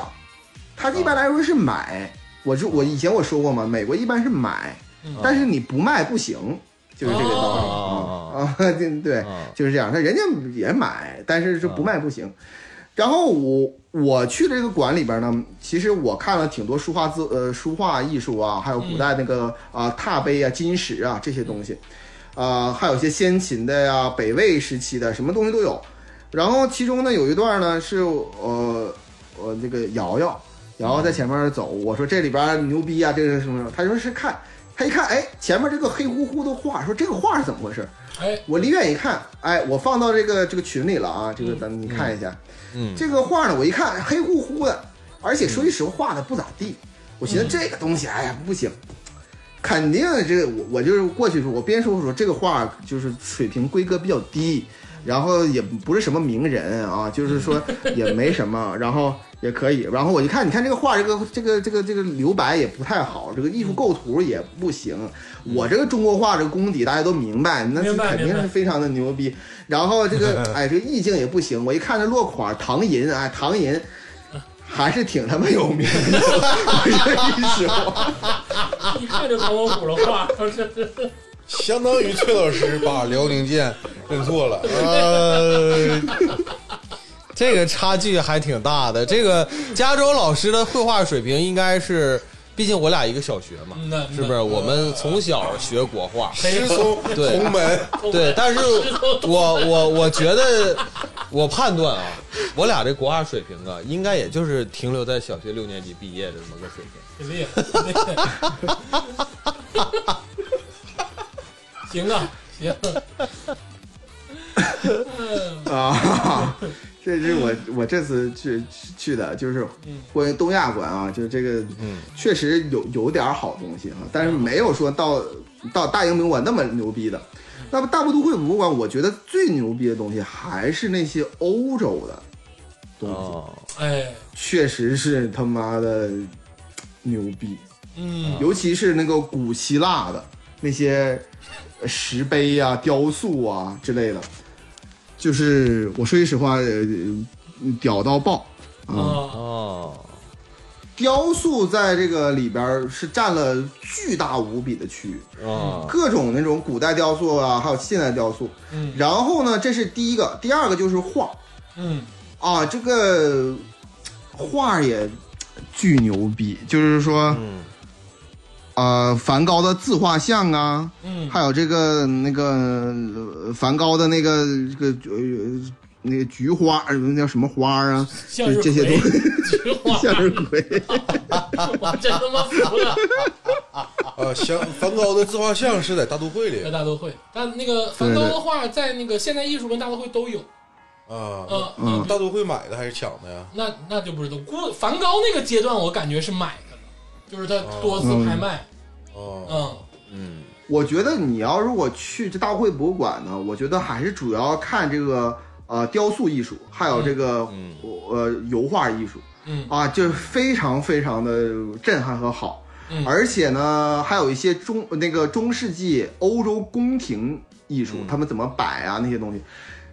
S5: 他
S2: 啊
S5: 一般来说是买。我就我以前我说过嘛，美国一般是买，
S2: 嗯
S5: 但是你不卖不行，就是这
S2: 哦
S5: 个道理啊
S4: 哦
S5: 啊，对对
S4: 哦，
S5: 就是这样。他人家也买，但是是不卖不行。然后我我去这个馆里边呢，其实我看了挺多书画字呃书画艺术啊，还有古代那个啊、拓杯啊、金石啊这些东西，啊、还有一些先秦的呀、北魏时期的什么东西都有。然后其中呢有一段呢是呃呃那个瑶瑶，瑶瑶在前面走，我说这里边牛逼啊，这是什么什么？他说是看，他一看哎前面这个黑乎乎的画，说这个画是怎么回事？
S2: 哎，
S5: 我离远一看，哎，我放到这个这个群里了啊，这个咱们看一下。嗯，这个画呢，我一看黑乎乎的，而且说句实话画的不咋地。我寻思这个东西，哎呀，不行，肯定这个我我就是过去说，我边说说这个画就是水平规格比较低，然后也不是什么名人啊，就是说也没什么，然后也可以。然后我一看，你看这个画，这个这个这个这个留白也不太好，这个艺术构图也不行。我这个中国画这个功底大家都明白，那
S2: 明白
S5: 肯定
S2: 明白
S5: 是非常的牛逼。然后这个哎，这个意境也不行，我一看这落款唐寅，哎，唐寅。还是挺他妈有名的，我这一说，
S2: 一看就唐伯虎的画，这是
S3: 相当于崔老师把辽宁舰认错 了。呃，
S4: 这个差距还挺大的。这个加州老师的绘画水平应该是，毕竟我俩一个小学嘛，
S2: 那
S4: 是不是？我们从小学国 画，
S3: 师从
S4: 对
S3: 同门，
S4: 对。但是 我我我觉得，我判断啊，我俩这国画水平啊，应该也就是停留在小学六年级毕业的这么个水平。
S2: 挺厉害，挺厉害。行啊，行，
S5: 啊，这是我我这次去去的，就是关于东亚馆啊，就是这个，确实有有点好东西啊，但是没有说到到大英博物馆那么牛逼的。那么大都会博物馆，我觉得最牛逼的东西还是那些欧洲的东西，
S4: 哦，
S2: 哎，
S5: 确实是他妈的牛逼，
S2: 嗯，
S5: 尤其是那个古希腊的那些石碑啊、雕塑啊之类的，就是我说句实话，呃，屌到爆
S2: 啊，
S5: 啊！
S4: 哦，
S5: 雕塑在这个里边儿是占了巨大无比的区域，
S2: 啊
S4: 哦，
S5: 各种那种古代雕塑啊，还有现代雕塑。
S2: 嗯
S5: 然后呢，这是第一个，第二个就是画
S2: 嗯，
S5: 啊，这个画也巨牛逼，就是说，
S2: 嗯
S5: 呃，梵高的自画像啊，
S2: 嗯
S5: 还有这个那个呃梵高的那个这个呃那个菊花，呃那叫什么花啊？
S2: 向日葵
S5: 这些东西，
S2: 菊花，
S5: 向日葵。
S2: 我真他妈服了，
S3: 呃，像梵高的自画像是在大都会
S2: 在
S3: 里
S2: 大都会。但那个梵高的画在那个现代艺术跟大都会都有，
S3: 啊，
S2: 呃，嗯，
S3: 大都会买的还是抢的呀？
S2: 那那就不知道。估梵高那个阶段，我感觉是买的了，就是他多次拍卖，
S3: 啊，
S2: 嗯
S5: 我觉得你要如果去这大会博物馆呢，我觉得还是主要看这个呃雕塑艺术，还有这个、呃油画艺术
S2: 嗯
S5: 啊，就是非常非常的震撼和好。
S2: 嗯
S5: 而且呢，还有一些中那个中世纪欧洲宫廷艺术，
S2: 嗯
S5: 他们怎么摆啊那些东西，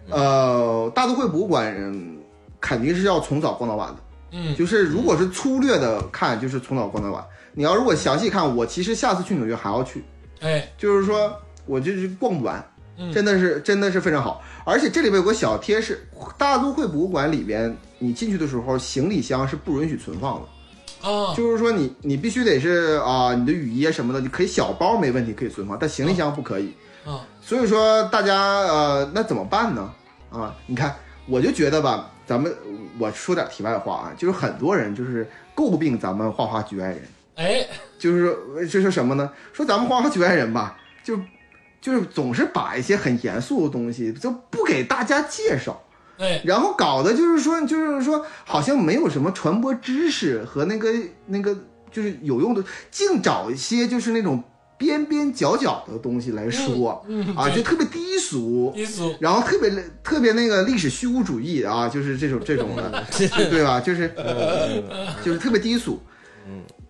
S5: 呃，大都会博物馆嗯肯定是要从早逛到晚的。
S2: 嗯
S5: 就是如果是粗略的看，就是从早逛到晚。你要如果详细看，我其实下次去纽约还要去，
S2: 哎，
S5: 就是说我就是逛不完，
S2: 嗯
S5: 真的是真的是非常好。而且这里边有个小贴士，大都会博物馆里边，你进去的时候行李箱是不允许存放的，
S2: 啊，
S5: 就是说你你必须得是啊、你的雨衣什么的，你可以小包没问题可以存放，但行李箱不可以。
S2: 啊，
S5: 所以说大家呃，那怎么办呢？啊，你看，我就觉得吧，咱们我说点题外话啊，就是很多人就是诟病咱们画画局外人。
S2: 哎，
S5: 就是呃就是什么呢？说咱们花花局外人吧，就就是总是把一些很严肃的东西就不给大家介绍，
S2: 哎，
S5: 然后搞得就是说就是说好像没有什么传播知识和那个那个就是有用的，净找一些就是那种边边角角的东西来说、啊，
S2: 对
S5: 就特别低俗，
S2: 低俗，
S5: 然后特别特别那个历史虚无主义啊，就是这种这种的，对吧？就是就是特别低俗。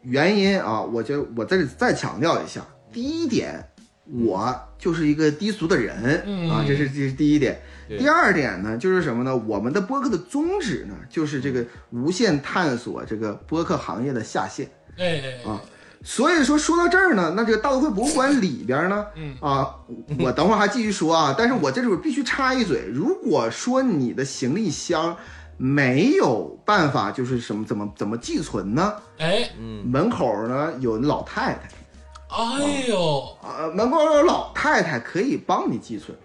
S5: 原因啊，我觉得我在这再强调一下，第一点，我就是一个低俗的人、啊，这是这是第一点。第二点呢，就是什么呢？我们的播客的宗旨呢，就是这个无限探索这个播客行业的下限。
S2: 哎哎，哎
S5: 啊所以说说到这儿呢，那这个大都会博物馆里边呢，啊，我等会儿还继续说啊，但是我这里边必须插一嘴，如果说你的行李箱没有办法，就是什么怎么怎么寄存呢？
S2: 哎，
S5: 门口呢有老太太，
S2: 哎呦，
S5: 啊，门口有老太太可以帮你寄存。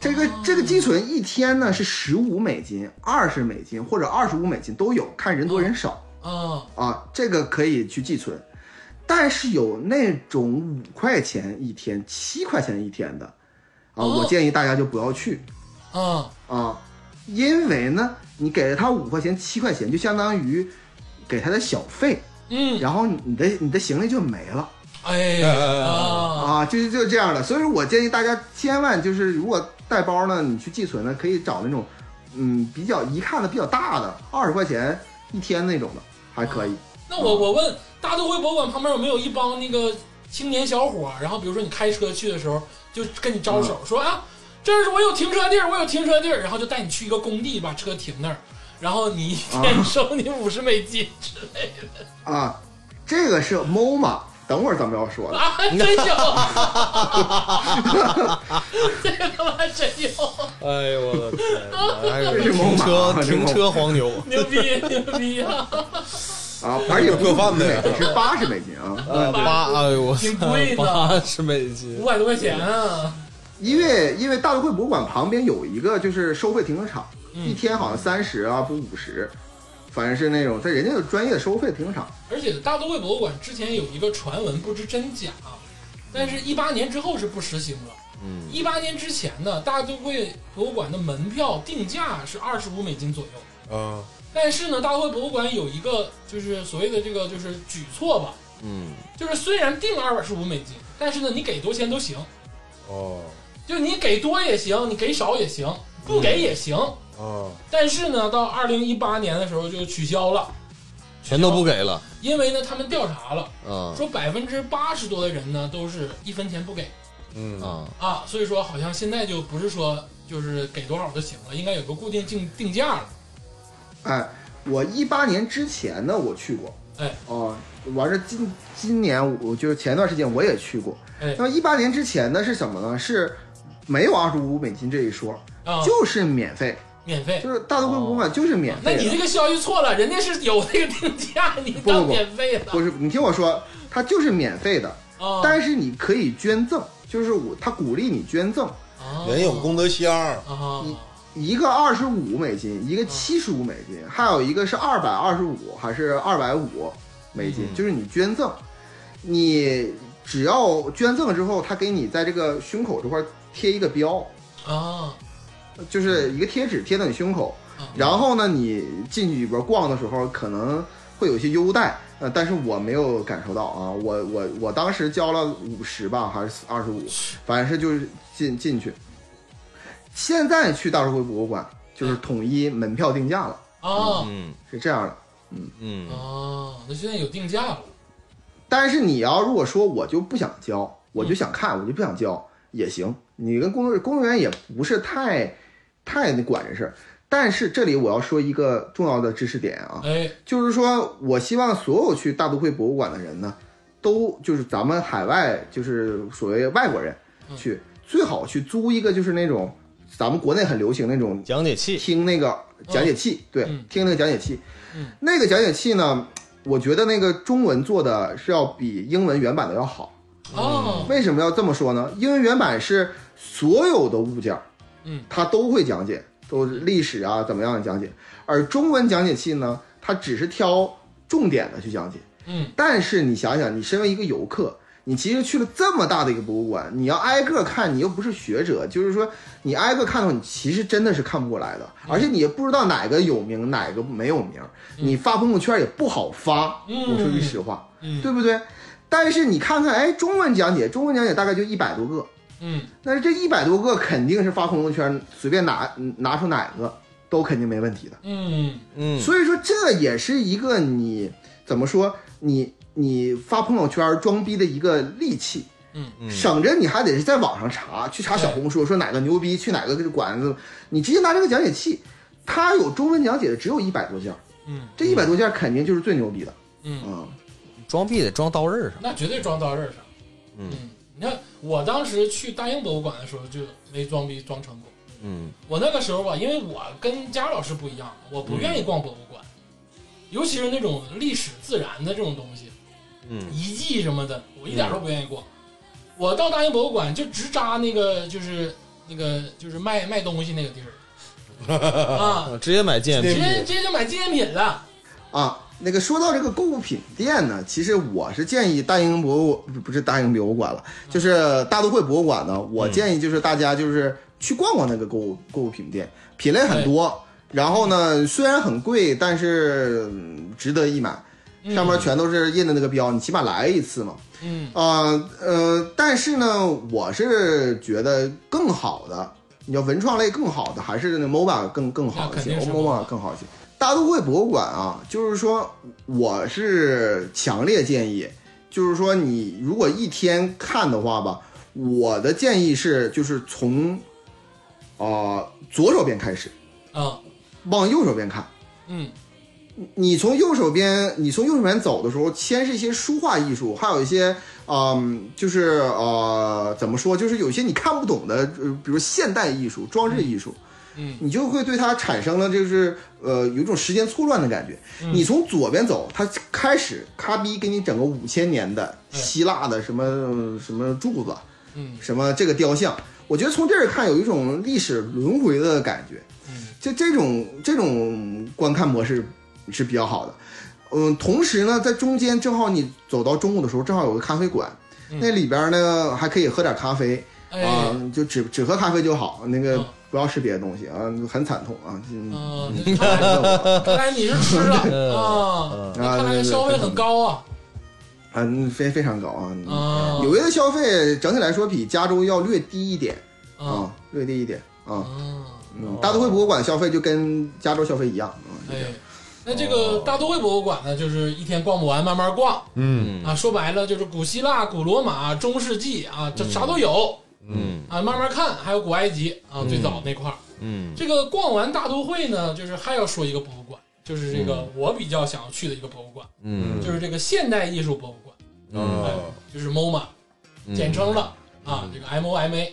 S5: 这个这个寄存一天呢是十五美金、二十美金或者二十五美金都有，看人多人少。
S2: 啊，
S5: 啊，这个可以去寄存。但是有那种五块钱一天、七块钱一天的，啊，
S2: 哦
S5: 我建议大家就不要去
S2: 啊，
S5: 啊，因为呢，你给了他五块钱、七块钱，就相当于给他的小费，
S2: 嗯，
S5: 然后你的你的行李就没了
S2: 哎啊，
S5: 啊，就是就是这样的。所以说我建议大家千万就是，如果带包呢，你去寄存呢，可以找那种，嗯，比较一看的比较大的，二十块钱一天那种的，还可以。
S2: 那我我问，大都会博物馆旁边有没有一帮那个青年小伙儿？然后比如说你开车去的时候，就跟你招手说啊，这是我有停车地儿，我有停车地儿，然后就带你去一个工地，把车停那儿，然后你一天收你五十美金，
S5: 啊，这个是 MoMA，等会儿咱们要说的。
S2: 啊，真有，这个他妈真有，
S4: 哎呦我的天哪！还
S5: 这是
S4: 哎停
S5: 猛犸
S4: 车
S5: 啊这是
S4: 停
S5: 猛犸
S4: 车黄牛，
S2: 牛逼牛逼啊！
S5: 啊， 而且不
S3: 做饭的呀
S5: 也是八十美金啊，
S4: 呃八哎呦我
S2: 挺贵的
S4: 八十美金
S2: 五，百多块钱啊！
S5: 因为因为大都会博物馆旁边有一个就是收费停车场，
S2: 嗯
S5: 一天好像三十啊不五十，反正是那种在人家有专业的收费停车场。
S2: 而且大都会博物馆之前有一个传闻，不知真假，啊但是一八年之后是不实行了。嗯，一八年之前呢，大都会博物馆的门票定价是二十五美金左右，
S3: 啊，
S2: 但是呢，大都会博物馆有一个就是所谓的这个就是举措吧，
S4: 嗯，
S2: 就是虽然定二十五美金，但是呢，你给多钱都行，
S3: 哦，
S2: 就你给多也行，你给少也行，不给也行。
S3: 啊，
S2: 但是呢，到二零一八年的时候就取消了，
S4: 全都不给了
S2: 因为呢，他们调查了。
S4: 啊
S2: 说百分之八十多的人呢都是一分钱不给
S3: 嗯，
S4: 啊！
S2: 啊，所以说好像现在就不是说就是给多少就行了，应该有个固定定定价了。
S5: 哎，我一八年之前呢我去过，
S2: 哎，
S5: 哦、完事儿今今年我就是前段时间我也去过，
S2: 哎
S5: 那么一八年之前呢是什么呢？是没有二十五美金这一说，
S2: 啊，
S5: 就是免费，
S2: 免费。
S5: 就是大都会博物馆就是免
S2: 那
S5: 费的。
S2: 你这个消息错了，人家是有这个定价，你当免费了
S5: 不是，你听我说，它就是免费的，
S2: 啊？
S5: 但是你可以捐赠，就是我他鼓励你捐赠，
S2: 啊
S3: 人有功德箱儿，
S2: 啊
S5: 你一个二十五美金，一个七十五美金，还有一个是二百二十五还是二百五美金，就是你捐赠，你只要捐赠之后，他给你在这个胸口这块贴一个标，
S2: 啊
S5: 就是一个贴纸贴到你胸口
S2: 嗯，
S5: 然后呢，你进去里边逛的时候可能会有一些优待，呃，但是我没有感受到啊，我我我当时交了五十吧，还是二十五，反正是就是进进去。现在去大都会博物馆就是统一门票定价了，
S2: 啊
S4: 嗯
S5: 是这样的。
S4: 嗯
S2: 啊！那现在有定价了
S5: 但是你要如果说我就不想交，我就想看，我就不想交也行。你跟工作工作人员也不是太太那管这事儿。但是这里我要说一个重要的知识点啊，
S2: 哎
S5: 就是说我希望所有去大都会博物馆的人呢，都就是咱们海外就是所谓外国人去，最好去租一个就是那种咱们国内很流行那种
S4: 讲解器
S5: 听那个讲解器，对，
S2: 嗯
S5: 听那个讲解器。
S2: 嗯
S5: 那个讲解器呢，我觉得那个中文做的是要比英文原版的要好。
S2: 啊
S5: 为什么要这么说呢？因为原版是所有的物件，
S2: 嗯，
S5: 它都会讲解，都是历史啊怎么样的讲解，而中文讲解器呢，它只是挑重点的去讲解。
S2: 嗯
S5: 但是你想想，你身为一个游客，你其实去了这么大的一个博物馆，你要挨个看，你又不是学者，就是说你挨个看的话，你其实真的是看不过来的，
S2: 嗯
S5: 而且你也不知道哪个有名，哪个没有名，你发朋友圈也不好发。
S2: 嗯
S5: 我说句实话，
S2: 嗯
S5: 对不对？但是你看看，哎，中文讲解，中文讲解大概就一百多个，
S2: 嗯，
S5: 但是这一百多个肯定是发朋友圈，随便拿拿出哪个都肯定没问题的。
S2: 嗯，
S4: 嗯，
S5: 所以说这也是一个你怎么说你你发朋友圈装逼的一个利器。
S2: 嗯
S5: 省着你还得是在网上查，去查小红书，说哪个牛逼，去哪个馆子，你直接拿这个讲解器，它有中文讲解的只有一百多件，
S2: 嗯，
S5: 这一百多件肯定就是最牛逼的，
S2: 嗯
S5: 啊，
S4: 装逼得装刀刃上。
S2: 那绝对装刀刃上。
S4: 嗯
S2: 你看我当时去大英博物馆的时候就没装逼装成功。
S4: 嗯
S2: 我那个时候吧，因为我跟佳老师不一样，我不愿意逛博物馆，尤其是那种历史自然的这种东西，
S4: 嗯
S2: 遗迹什么的，我一点都不愿意逛。我到大英博物馆就直扎那个就是那个就是卖卖东西那个地儿啊，
S4: 啊，直接买纪念
S2: 直
S4: 品。
S2: 接直接就买纪念品了。
S5: 啊，那个说到这个购物品店呢，其实我是建议大英博物不不是大英博物馆了，就是大都会博物馆呢，我建议就是大家就是去逛逛那个购物购物品店，品类很多，然后呢虽然很贵，但是、嗯值得一买，
S2: 嗯
S5: 上面全都是印的那个标，你起码来一次嘛。
S2: 嗯
S5: 啊呃，但是呢，我是觉得更好的，你要文创类更好的，还是那 MOBA 更更好一些
S2: 那肯定是
S5: MOBA 更好一些。大都会博物馆啊，就是说，我是强烈建议，就是说你如果一天看的话吧，我的建议是，就是从啊、呃左手边开始，
S2: 啊
S5: 往右手边看。
S2: 嗯
S5: 你从右手边，你从右手边走的时候，先是一些书画艺术，还有一些，嗯，就是呃，怎么说，就是有些你看不懂的，呃比如现代艺术、装置艺术，
S2: 嗯
S5: 你就会对它产生了就是呃有一种时间错乱的感觉。
S2: 嗯
S5: 你从左边走，它开始咔逼给你整个五千年的希腊的什么什么柱子，
S2: 嗯
S5: 什么这个雕像，我觉得从这儿看有一种历史轮回的感觉。
S2: 嗯，
S5: 就这种这种观看模式是比较好的。嗯，同时呢，在中间正好你走到中午的时候，正好有个咖啡馆，
S2: 嗯
S5: 那里边呢还可以喝点咖啡啊、
S2: 哎
S5: 就只只喝咖啡就好，那个
S2: 嗯
S5: 不要吃别的东西啊，很惨痛啊。嗯 啊
S2: 嗯，
S5: 你
S2: 看来
S5: 看我
S2: 看来你是吃 了啊，那看来消费很高啊
S5: 啊，嗯非非常高啊。
S2: 啊，
S5: 纽约的消费整体来说比加州要略低一点
S2: 啊
S5: 啊，略低一点啊。
S2: 啊，
S5: 嗯，大都会博物馆消费就跟加州消费一样啊。就这样
S2: 哎，那这个大都会博物馆呢，就是一天逛不完，慢慢逛
S3: 嗯，
S4: 嗯
S2: 啊。说白了就是古希腊、古罗马、中世纪啊，这啥都有
S4: 嗯
S2: 啊，慢慢看。还有古埃及啊，最早那块儿。
S4: 嗯
S2: 这个逛完大都会呢，就是还要说一个博物馆，就是这个我比较想要去的一个博物馆，
S4: 嗯
S2: 就是这个现代艺术博物馆，
S4: 嗯，
S3: 哦
S2: 就是 MoMA，简称了啊，这个 MOMA。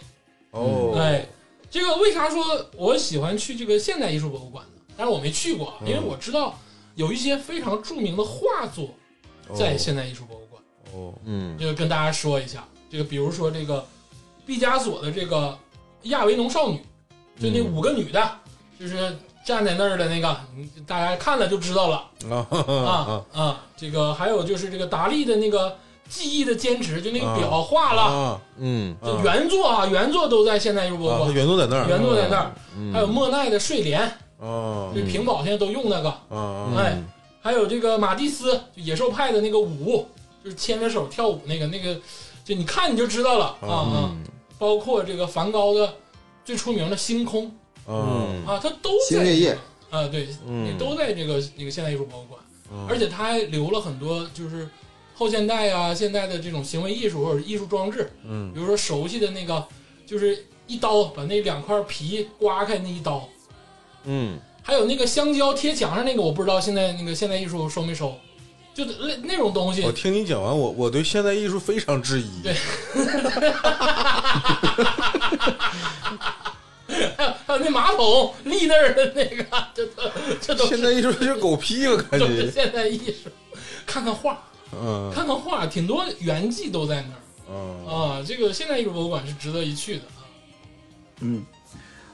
S3: 哦，
S2: 哎，这个为啥说我喜欢去这个现代艺术博物馆呢？但是我没去过啊，因为我知道有一些非常著名的画作在现代艺术博物馆。
S3: 哦，
S4: 嗯
S2: 这个跟大家说一下，这个比如说这个毕加索的这个《亚维农少女》，就那五个女的，就是站在那儿的那个，你大家看了就知道了
S3: 嗯
S2: 啊啊这个还有就是这个达利的那个记忆的坚持，就那个表画了，
S3: 啊，
S4: 嗯
S2: 就原作啊，原作都在现代艺术博物
S3: 啊，他
S2: 馆。
S3: 原作在那儿，
S2: 原作在那儿，
S4: 嗯，
S2: 还有莫奈的睡莲，
S3: 啊
S2: 就屏保现在都用那个，
S3: 啊啊，
S2: 哎，还有这个马蒂斯，就野兽派的那个舞，就是牵着手跳舞那个那个，就你看你就知道了啊啊！
S4: 嗯
S2: 包括这个梵高的最出名的《星空
S3: 嗯》
S2: 啊，它都在
S5: 星月夜
S2: 啊，对，
S4: 嗯
S2: 都在这个那个现代艺术博物馆，
S3: 嗯
S2: 而且它还留了很多就是后现代啊、现代的这种行为艺术或者艺术装置，
S3: 嗯
S2: 比如说熟悉的那个，就是一刀把那两块皮刮开那一刀，
S4: 嗯
S2: 还有那个香蕉贴墙上那个，我不知道现在那个现代艺术收没收，就那那种东西
S3: 我，听你讲完，我我对现代艺术非常质疑。
S2: 对还有那马桶立那儿的那个， 这都这都
S3: 现
S2: 是
S3: 代艺术就是狗屁了，感
S2: 都是
S3: 觉。
S2: 现代艺术。看看画，
S3: 嗯
S2: 看看画，挺多原迹都在那儿
S3: 嗯
S2: 啊。这个现代艺术博物馆是值得一去的啊。
S5: 嗯，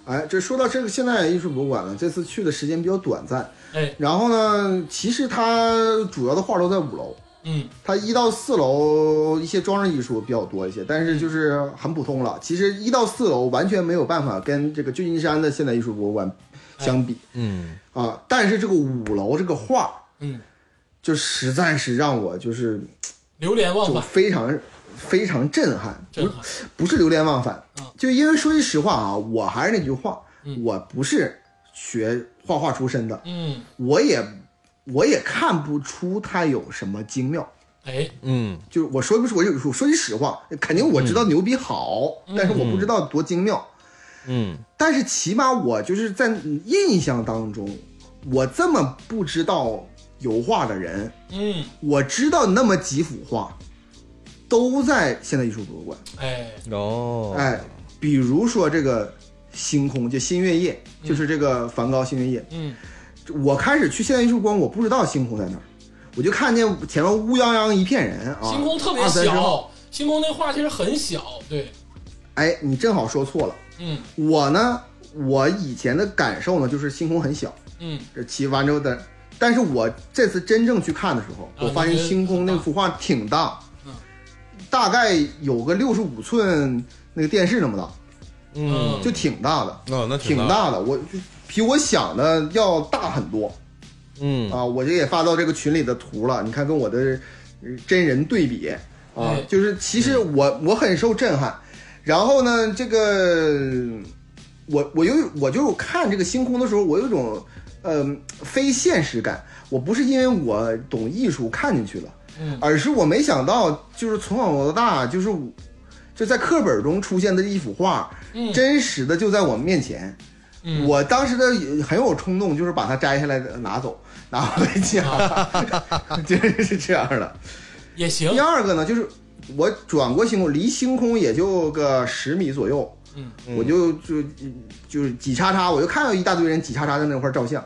S5: 哎，这说到这个现代艺术博物馆呢，这次去的时间比较短暂。
S2: 哎，
S5: 然后呢，其实它主要的画都在五楼，
S2: 嗯
S5: 它一到四楼一些装置艺术比较多一些，但是就是很普通了。其实一到四楼完全没有办法跟这个旧金山的现代艺术博物馆
S2: 哎
S5: 相比
S4: 嗯
S5: 啊、但是这个五楼这个画
S2: 嗯，
S5: 就实在是让我就是
S2: 流连忘
S5: 就
S2: 返，
S5: 非常非常震撼，
S2: 哦震撼
S5: 不是流连忘返
S2: 嗯，
S5: 就因为说句实话啊，我还是那句话，我不是学画画出身的，
S2: 嗯，
S5: 我也我也看不出它有什么精妙。
S2: 哎，
S4: 嗯，
S5: 就是我说不出，我就我说句实话，肯定我
S2: 嗯
S5: 知道牛逼好，但是我不知道多精妙。
S4: 嗯，
S5: 但是起码我就是在印象当中，我这么不知道油画的人，
S2: 嗯，
S5: 我知道那么几幅画，都在现代艺术博物馆。
S2: 哎，
S4: 哦，
S5: 哎，比如说这个星空，就新月夜，就是这个梵高新月夜。
S2: 嗯，
S5: 我开始去现代艺术光，我不知道星空在哪儿，我就看见前面乌泱泱一片人啊，
S2: 星空特别
S5: 二三十号。
S2: 小，星空那画其实很小，对，
S5: 哎，你正好说错了。
S2: 嗯
S5: 我呢，我以前的感受呢，就是星空很小，
S2: 嗯，
S5: 这骑完之后的。但是我这次真正去看的时候，
S2: 啊
S5: 我发现星空那幅画挺大，
S2: 嗯
S5: 大概有个六十五寸那个电视那么大，
S2: 嗯
S5: 就挺大的，
S3: 哦，那
S5: 挺
S3: 大，
S5: 大的，我就比我想的要大很多
S4: 嗯
S5: 啊！我这也发到这个群里的图了，你看跟我的呃真人对比
S3: 哦
S5: 啊
S2: 哎，
S5: 就是其实我我很受震撼。然后呢，这个我我有我就看这个星空的时候，我有一种嗯、非现实感。我不是因为我懂艺术看进去了，
S2: 嗯
S5: 而是我没想到，就是从小到大，就是我就在课本中出现的一幅画，
S2: 嗯
S5: 真实的就在我们面前。
S2: 嗯
S5: 我当时的也很有冲动，就是把它摘下来拿走，拿回 家，就是这样的。
S2: 也行
S5: 第，二个呢，就是我转过星空，离星空也就个十米左右，
S2: 嗯，
S5: 我就就就是挤叉叉，我就看到一大堆人挤叉叉在那块儿照相，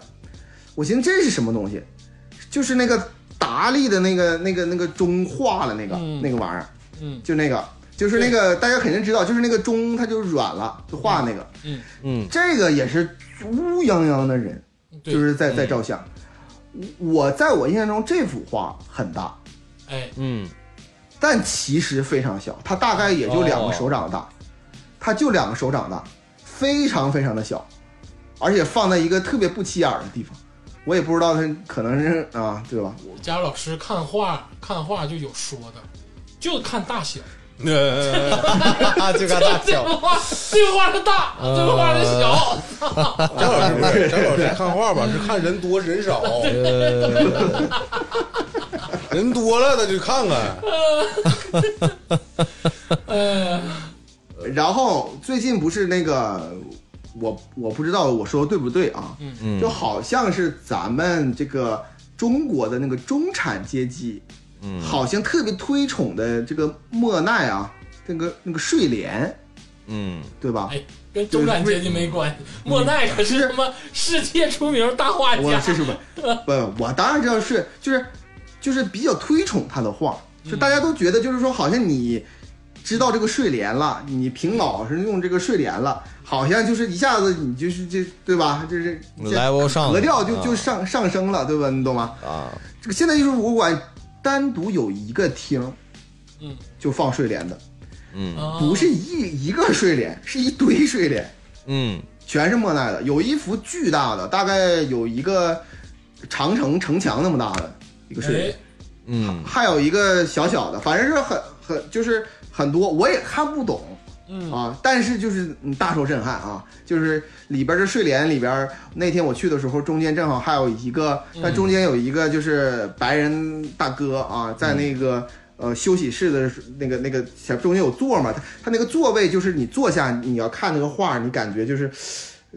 S5: 我寻思这是什么东西，就是那个达利的那个那个那个钟化了那个、
S2: 嗯
S5: 那个玩意儿，
S2: 嗯
S5: 就那个就是那个大家肯定知道，就是那个钟它就软了，就化那个，
S2: 嗯，
S4: 嗯
S5: 这个也是乌泱泱的人，
S2: 对，嗯
S5: 就是在在照相。我在我印象中这幅画很大，
S2: 哎，
S4: 嗯
S5: 但其实非常小，它大概也就两个手掌大，它就两个手掌大，非常非常的小，而且放在一个特别不起眼儿的地方，我也不知道它可能是啊，对吧？
S2: 佳茹老师看画看画就有说的，就看大小，
S3: 呃，
S4: 啊 就看大
S2: 这
S4: 小，
S2: 个画这个画的大，这
S5: 嗯
S2: 个画的 小，
S3: 张老师不是张老师看画吧，是看人多人少，人多了他就看看，
S2: 呃，
S5: 然后最近不是那个，我我不知道我说的对不对啊，
S4: 嗯
S5: 就好像是咱们这个中国的那个中产阶级，
S4: 嗯
S5: 好像特别推崇的这个莫奈啊，那个那个睡莲，
S4: 嗯
S5: 对吧？
S2: 哎，跟中产阶级没关
S5: 嗯
S2: 系，莫奈可是什么世界出名大画
S5: 我
S2: 家，
S5: 这是不不，我当然知道是就是就是比较推崇他的画，就大家都觉得就是说好像你知道这个睡莲了，你凭老是用这个睡莲了，好像就是一下子你就是这对吧？就是这
S4: Level 上
S5: 格调就
S4: 啊
S5: 就上上升了，对吧？你懂吗？
S4: 啊，
S5: 这个现代艺术博物馆单独有一个厅，
S2: 嗯，
S5: 就放睡莲的，
S4: 嗯
S2: 啊
S5: 不是一一个睡莲，是一堆睡莲。
S4: 嗯
S5: 全是莫奈的，有一幅巨大的，大概有一个长城城墙那么大的一个睡莲，
S2: 哎，
S4: 嗯
S5: 还有一个小小的，反正是很很就是很多，我也看不懂。
S2: 嗯
S5: 啊，但是就是嗯大受震撼啊！就是里边的睡莲里边，那天我去的时候，中间正好还有一个，但中间有一个就是白人大哥啊，在那个呃休息室的那个那个前中间有座嘛，他他那个座位就是你坐下，你要看那个画，你感觉就是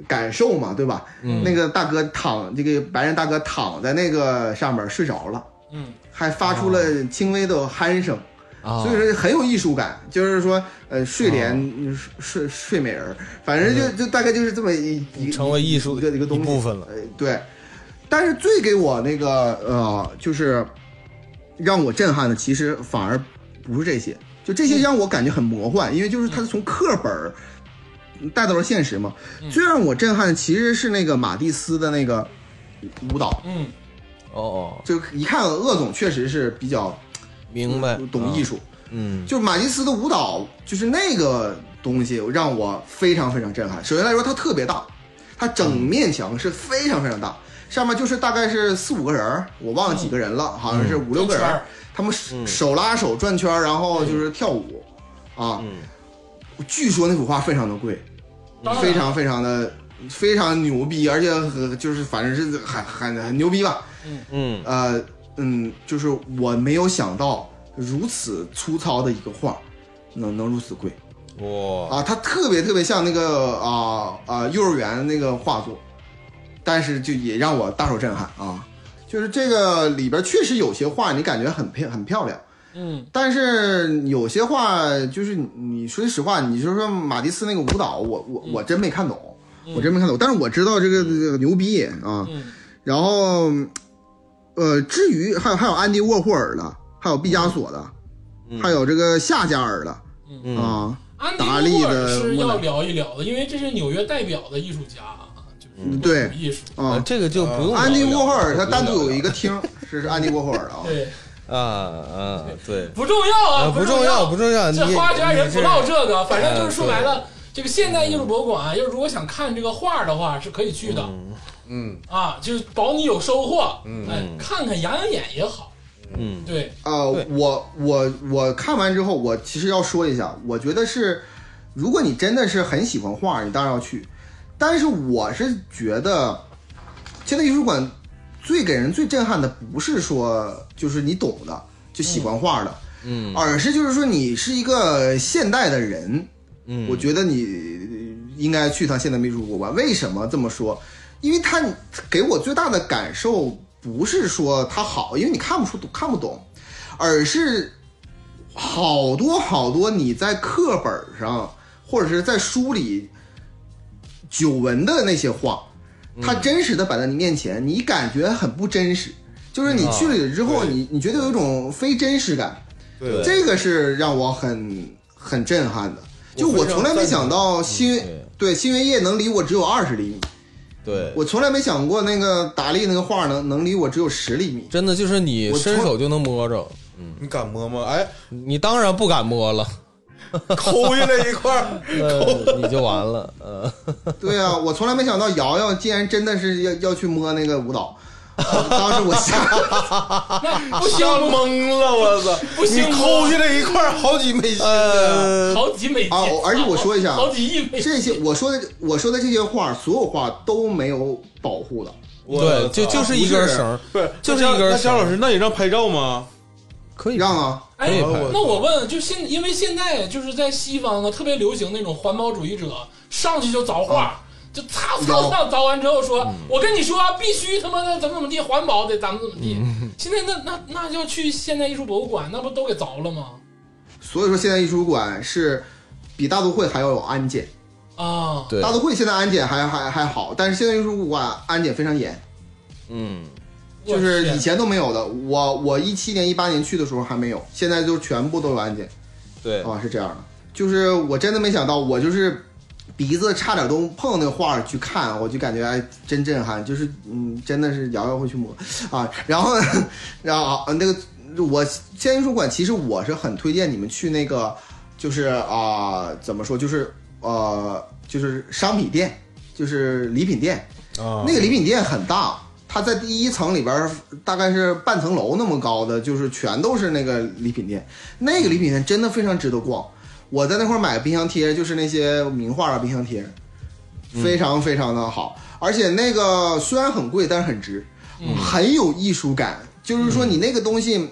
S5: 感受嘛，对吧？那个大哥躺，这个白人大哥躺在那个上面睡着了，
S2: 嗯，
S5: 还发出了轻微的鼾声。
S4: 啊，
S5: 所以说很有艺术感，就是说，呃，睡莲、嗯睡睡美人儿，反正就就大概就是这么一一个
S4: 成为艺术
S5: 一个一个
S4: 一
S5: 东
S4: 部
S5: 西。
S4: 分了，
S5: 呃，对。但是最给我那个呃，就是让我震撼的，其实反而不是这些，就这些让我感觉很魔幻，因为就是它是从课本儿带到了现实嘛。最让我震撼的其实是那个马蒂斯的那个舞蹈，
S2: 嗯
S4: 哦哦，
S5: 就一看鄂总确实是比较
S4: 明白，
S5: 懂艺
S4: 术，
S5: 术。
S4: 嗯
S5: 就是马蒂斯的舞蹈，就是那个东西让我非常非常震撼。首先来说，它特别大，它整面墙是非常非常大，上面就是大概是四五个人儿，我忘了几个人了，好像是五六个人
S2: 圈
S5: 儿
S2: 儿，
S5: 他们手手拉手转圈儿，然后就是跳舞啊。据说那幅画非常的贵，
S2: 当然
S5: 非常非常的非常牛逼，而且很就是反正是很很很牛逼吧。
S4: 嗯
S5: 呃嗯，就是我没有想到如此粗糙的一个画，能能如此贵
S4: 哇，
S5: 啊！它特别特别像那个啊啊幼儿园那个画作，但是就也让我大受震撼啊！就是这个里边确实有些画你感觉很漂很漂亮。
S2: 嗯，
S5: 但是有些话就是你你说实话，你就说马蒂斯那个舞蹈，我我
S2: 嗯
S5: 我真没看懂，我真没看懂。但是我知道这个、这个牛逼啊。
S2: 嗯
S5: 然后，呃，至于还有还有安迪沃霍尔的，还有毕加索的，
S2: 嗯
S5: 还有这个夏加尔的、啊，
S2: 安迪
S5: 达利
S2: 沃尔
S5: 的
S2: 是
S5: 莫
S2: 要
S5: 奈
S2: 聊一聊的，因为这是纽约代表的艺术家啊，就是
S5: 嗯对
S2: 古艺术。
S5: 啊，
S4: 这个就不用
S5: 安迪沃霍尔他单独有
S4: 一
S5: 一个 厅，是是安迪沃霍尔的啊。
S2: 对，
S4: 啊啊，对，
S2: 不重要
S5: 呃
S2: 啊，
S4: 啊不重要
S2: 要，
S4: 不重要
S2: 这
S4: 你
S2: 花圈人不唠这个，反正
S5: 哎
S2: 就是
S4: 嗯
S2: 说白了，这个现代艺术博物馆啊要是如果想看这个画的话，是可以去的。
S3: 嗯，
S2: 啊，就是保你有收获，哎，看看养养眼也好。
S4: 嗯
S2: 对，
S5: 呃
S4: 对，
S5: 我我我看完之后，我其实要说一下，我觉得是，如果你真的是很喜欢画，你当然要去。但是我是觉得，现在艺术馆最给人最震撼的，不是说就是你懂的就喜欢画的，嗯，而是就是说你是一个现代的人，嗯，我觉得你应该去趟现代美术博物馆。为什么这么说？因为它给我最大的感受不是说它好，因为你看不出看不懂，而是好多好多你在课本上或者是在书里久闻的那些话，它真实的摆在你面前，你感觉很不真实。就是你去了之后，你你觉得有一种非真实感，
S3: 对，
S5: 这个是让我很很震撼的。就我从来没想到新对新月夜能离我只有二十厘米，
S4: 对，
S5: 我从来没想过那个达利那个画能能离我只有十厘米。
S4: 真的就是你
S5: 我
S4: 伸
S5: 从
S4: 手就能摸着，
S3: 你敢摸吗？哎，
S4: 你当然不敢 摸了，
S3: 抠下来一块儿，
S4: 呃，你就完了，呃，
S5: 对啊，我从来没想到瑶瑶竟然真的是要要去摸那个舞蹈，呃当时我吓，
S2: 那不行
S3: 吓，懵了，我操！
S2: 不
S3: 你
S2: 行
S3: 抠下来一块儿好几枚星啊！
S4: 呃，
S2: 好几美金
S5: 啊我而且我说一下啊
S2: 好几亿美金。
S5: 这些我说的我说的这些画，所有画都没有保护的，
S3: 我
S4: 对，
S3: 操
S4: 就就是一根绳儿，
S3: 不是，
S4: 就是
S3: 那
S4: 一根
S3: 那
S4: 绳
S3: 肖
S4: 儿
S3: 老师，那也让拍照吗？
S4: 可以
S5: 让啊，
S2: 哎
S4: 可以拍，
S2: 那我问，就现因为现在就是在西方啊，特别流行那种环保主义者，上去就凿
S4: 嗯
S2: 画，就擦擦擦凿完之后说，我跟你说啊，必须他妈的怎么怎么地，环保得咱们怎么地。
S4: 嗯
S2: 现在那那那要去现代艺术博物馆，那不都给凿了吗？
S5: 所以说现在艺术馆是比大都会还要有安检，
S2: 啊，
S4: 对
S5: 大都会现在安检还还还好，但是现在艺术馆安检非常严，
S4: 嗯，
S2: 我
S5: 就是
S2: 天
S5: 以前都没有的。我我一七年一八年去的时候还没有，现在就全部都有安检。
S4: 对，
S5: 啊，是这样的，就是我真的没想到，我就是鼻子差点都碰那画儿去看，我就感觉哎，真震撼，就是嗯，真的是瑶瑶会去摸啊，然后然后啊那个我现在艺术馆，其实我是很推荐你们去那个，就是啊、怎么说，就是呃，就是商品店，就是礼品店，
S3: 啊
S5: 那个礼品店很大，它在第一层里边儿大概是半层楼那么高的，就是全都是那个礼品店。那个礼品店真的非常值得逛。我在那块儿买冰箱贴，就是那些名画啊，冰箱贴，非常非常的好。而且那个虽然很贵，但是很值，很有艺术感。就是说你那个东西，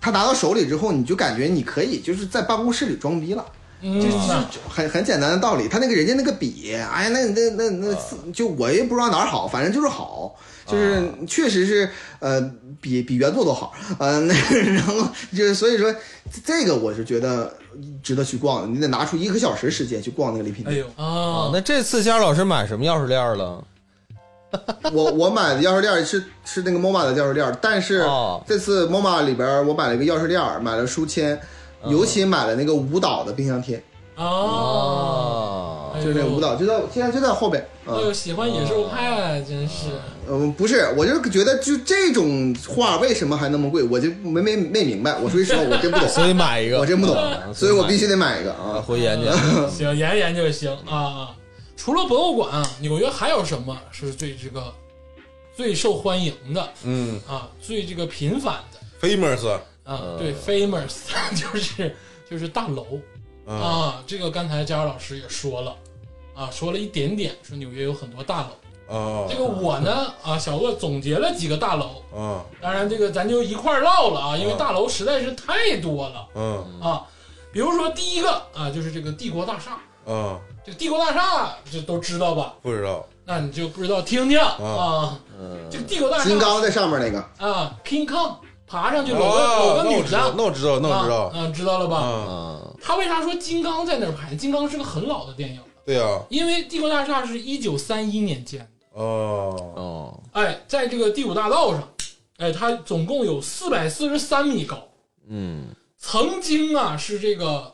S5: 它拿到手里之后，你就感觉你可以就是在办公室里装逼了。
S2: 嗯
S5: 就就就很很简单的道理，他那个人家那个笔，哎，那那那那，就我也不知道哪儿好，反正就是好，就是确实是呃，比比原作都好，呃，那然后就是所以说这个我是觉得值得去逛的，你得拿出一个小时时间去逛那个礼品
S3: 哎
S5: 店。
S3: 呦，
S2: 啊
S4: 啊，，那这次肖老师买什么钥匙链儿了？
S5: 我我买的钥匙链儿是是那个 MoMA 的钥匙链儿，但是
S4: 哦
S5: 这次 MoMA 里边儿我买了一个钥匙链儿，买了书签，尤其买了那个舞蹈的冰箱贴，
S2: 啊，
S4: 啊
S2: 哎呦
S5: 就是那个舞蹈就在现在就在后边。嗯
S2: 哎呦，喜欢野兽
S4: 哦
S2: 派，真是
S5: 嗯，不是，我就是觉得就这种画为什么还那么贵，我就没没没明白。我说实话，我真不懂，
S4: 所以买一个，
S5: 我真不
S4: 啊
S5: 懂，所以我必须
S4: 得
S5: 得买一个 啊。
S4: 回研究。
S2: 行，研研究行啊。除了博物馆啊，纽约还有什么是最这个最受欢迎的
S3: 嗯
S2: 啊，最这个频繁的？
S3: ，famous，
S2: 啊，对，famous 就是就是大楼
S3: 啊，
S2: 啊，这个刚才佳瑶老师也说了啊，说了一点点，说纽约有很多大楼。
S3: 啊
S2: 这个我呢啊，小鄂总结了几个大楼，
S3: 啊
S2: 当然这个咱就一块儿唠了啊，因为
S3: 啊
S2: 大楼实在是太多了
S3: 啊
S2: 啊。比如说第一个啊，就是这个帝国大厦，
S3: 啊！
S2: 这个帝国大厦这都知道吧？
S3: 不知道
S2: 那你就不知道听听啊，这个帝国大厦
S5: 金刚在上面那个，
S2: 啊，King Kong 爬上去搂个搂
S3: 啊，
S2: 个
S3: 那我
S2: 女
S3: 知
S2: 的，
S3: 道，那我知道，那我知
S2: 啊
S3: 道，
S2: 嗯，知道了吧？
S3: 啊，
S4: 啊
S2: 他为啥说金刚在那儿拍？金刚是个很老的电影，
S3: 对啊呀，
S2: 因为帝国大厦是一九三一年建的。
S3: 啊
S4: 哦，
S2: 哎，在这个第五大道上，哎，它总共有四百四十三米高，
S4: 嗯
S2: 曾经啊是这个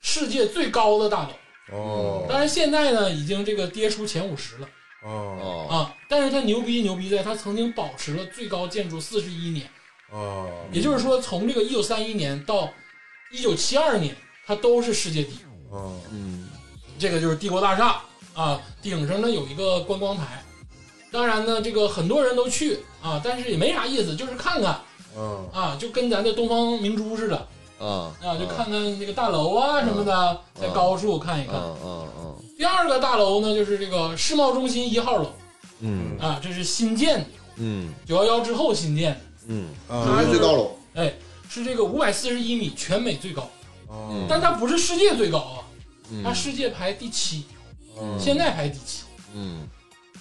S2: 世界最高的大楼，
S3: 哦
S2: 但是现在呢已经这个跌出前五十了
S3: 哦
S4: 哦
S2: 啊。但是它牛逼牛逼在，它曾经保持了最高建筑四十一年，
S3: 哦
S2: 也就是说从这个一九三一年到一九七二年，它都是世界第一。
S3: 哦
S4: 嗯
S2: 这个就是帝国大厦啊，顶上呢有一个观光台。当然呢，这个很多人都去啊，但是也没啥意思，就是看看
S3: 哦
S2: 啊，就跟咱的东方明珠似的
S4: 啊
S2: 啊，就看看这个大楼啊什么的，在高处看一
S4: 啊
S2: 看。
S4: 啊啊
S2: 第二个大楼呢，就是这个世贸中心一号楼
S4: 嗯
S2: 啊，这是新建的，
S4: 嗯
S2: 九幺幺之后新建
S4: 嗯
S5: 纽约最
S3: 哦
S5: 高楼，
S2: 的，哎，是这个五百四十一米，全美最高，
S3: 哦
S2: 但它不是世界最高啊，
S4: 嗯
S2: 它世界排第七，
S3: 嗯
S2: 现在排第七。
S4: 嗯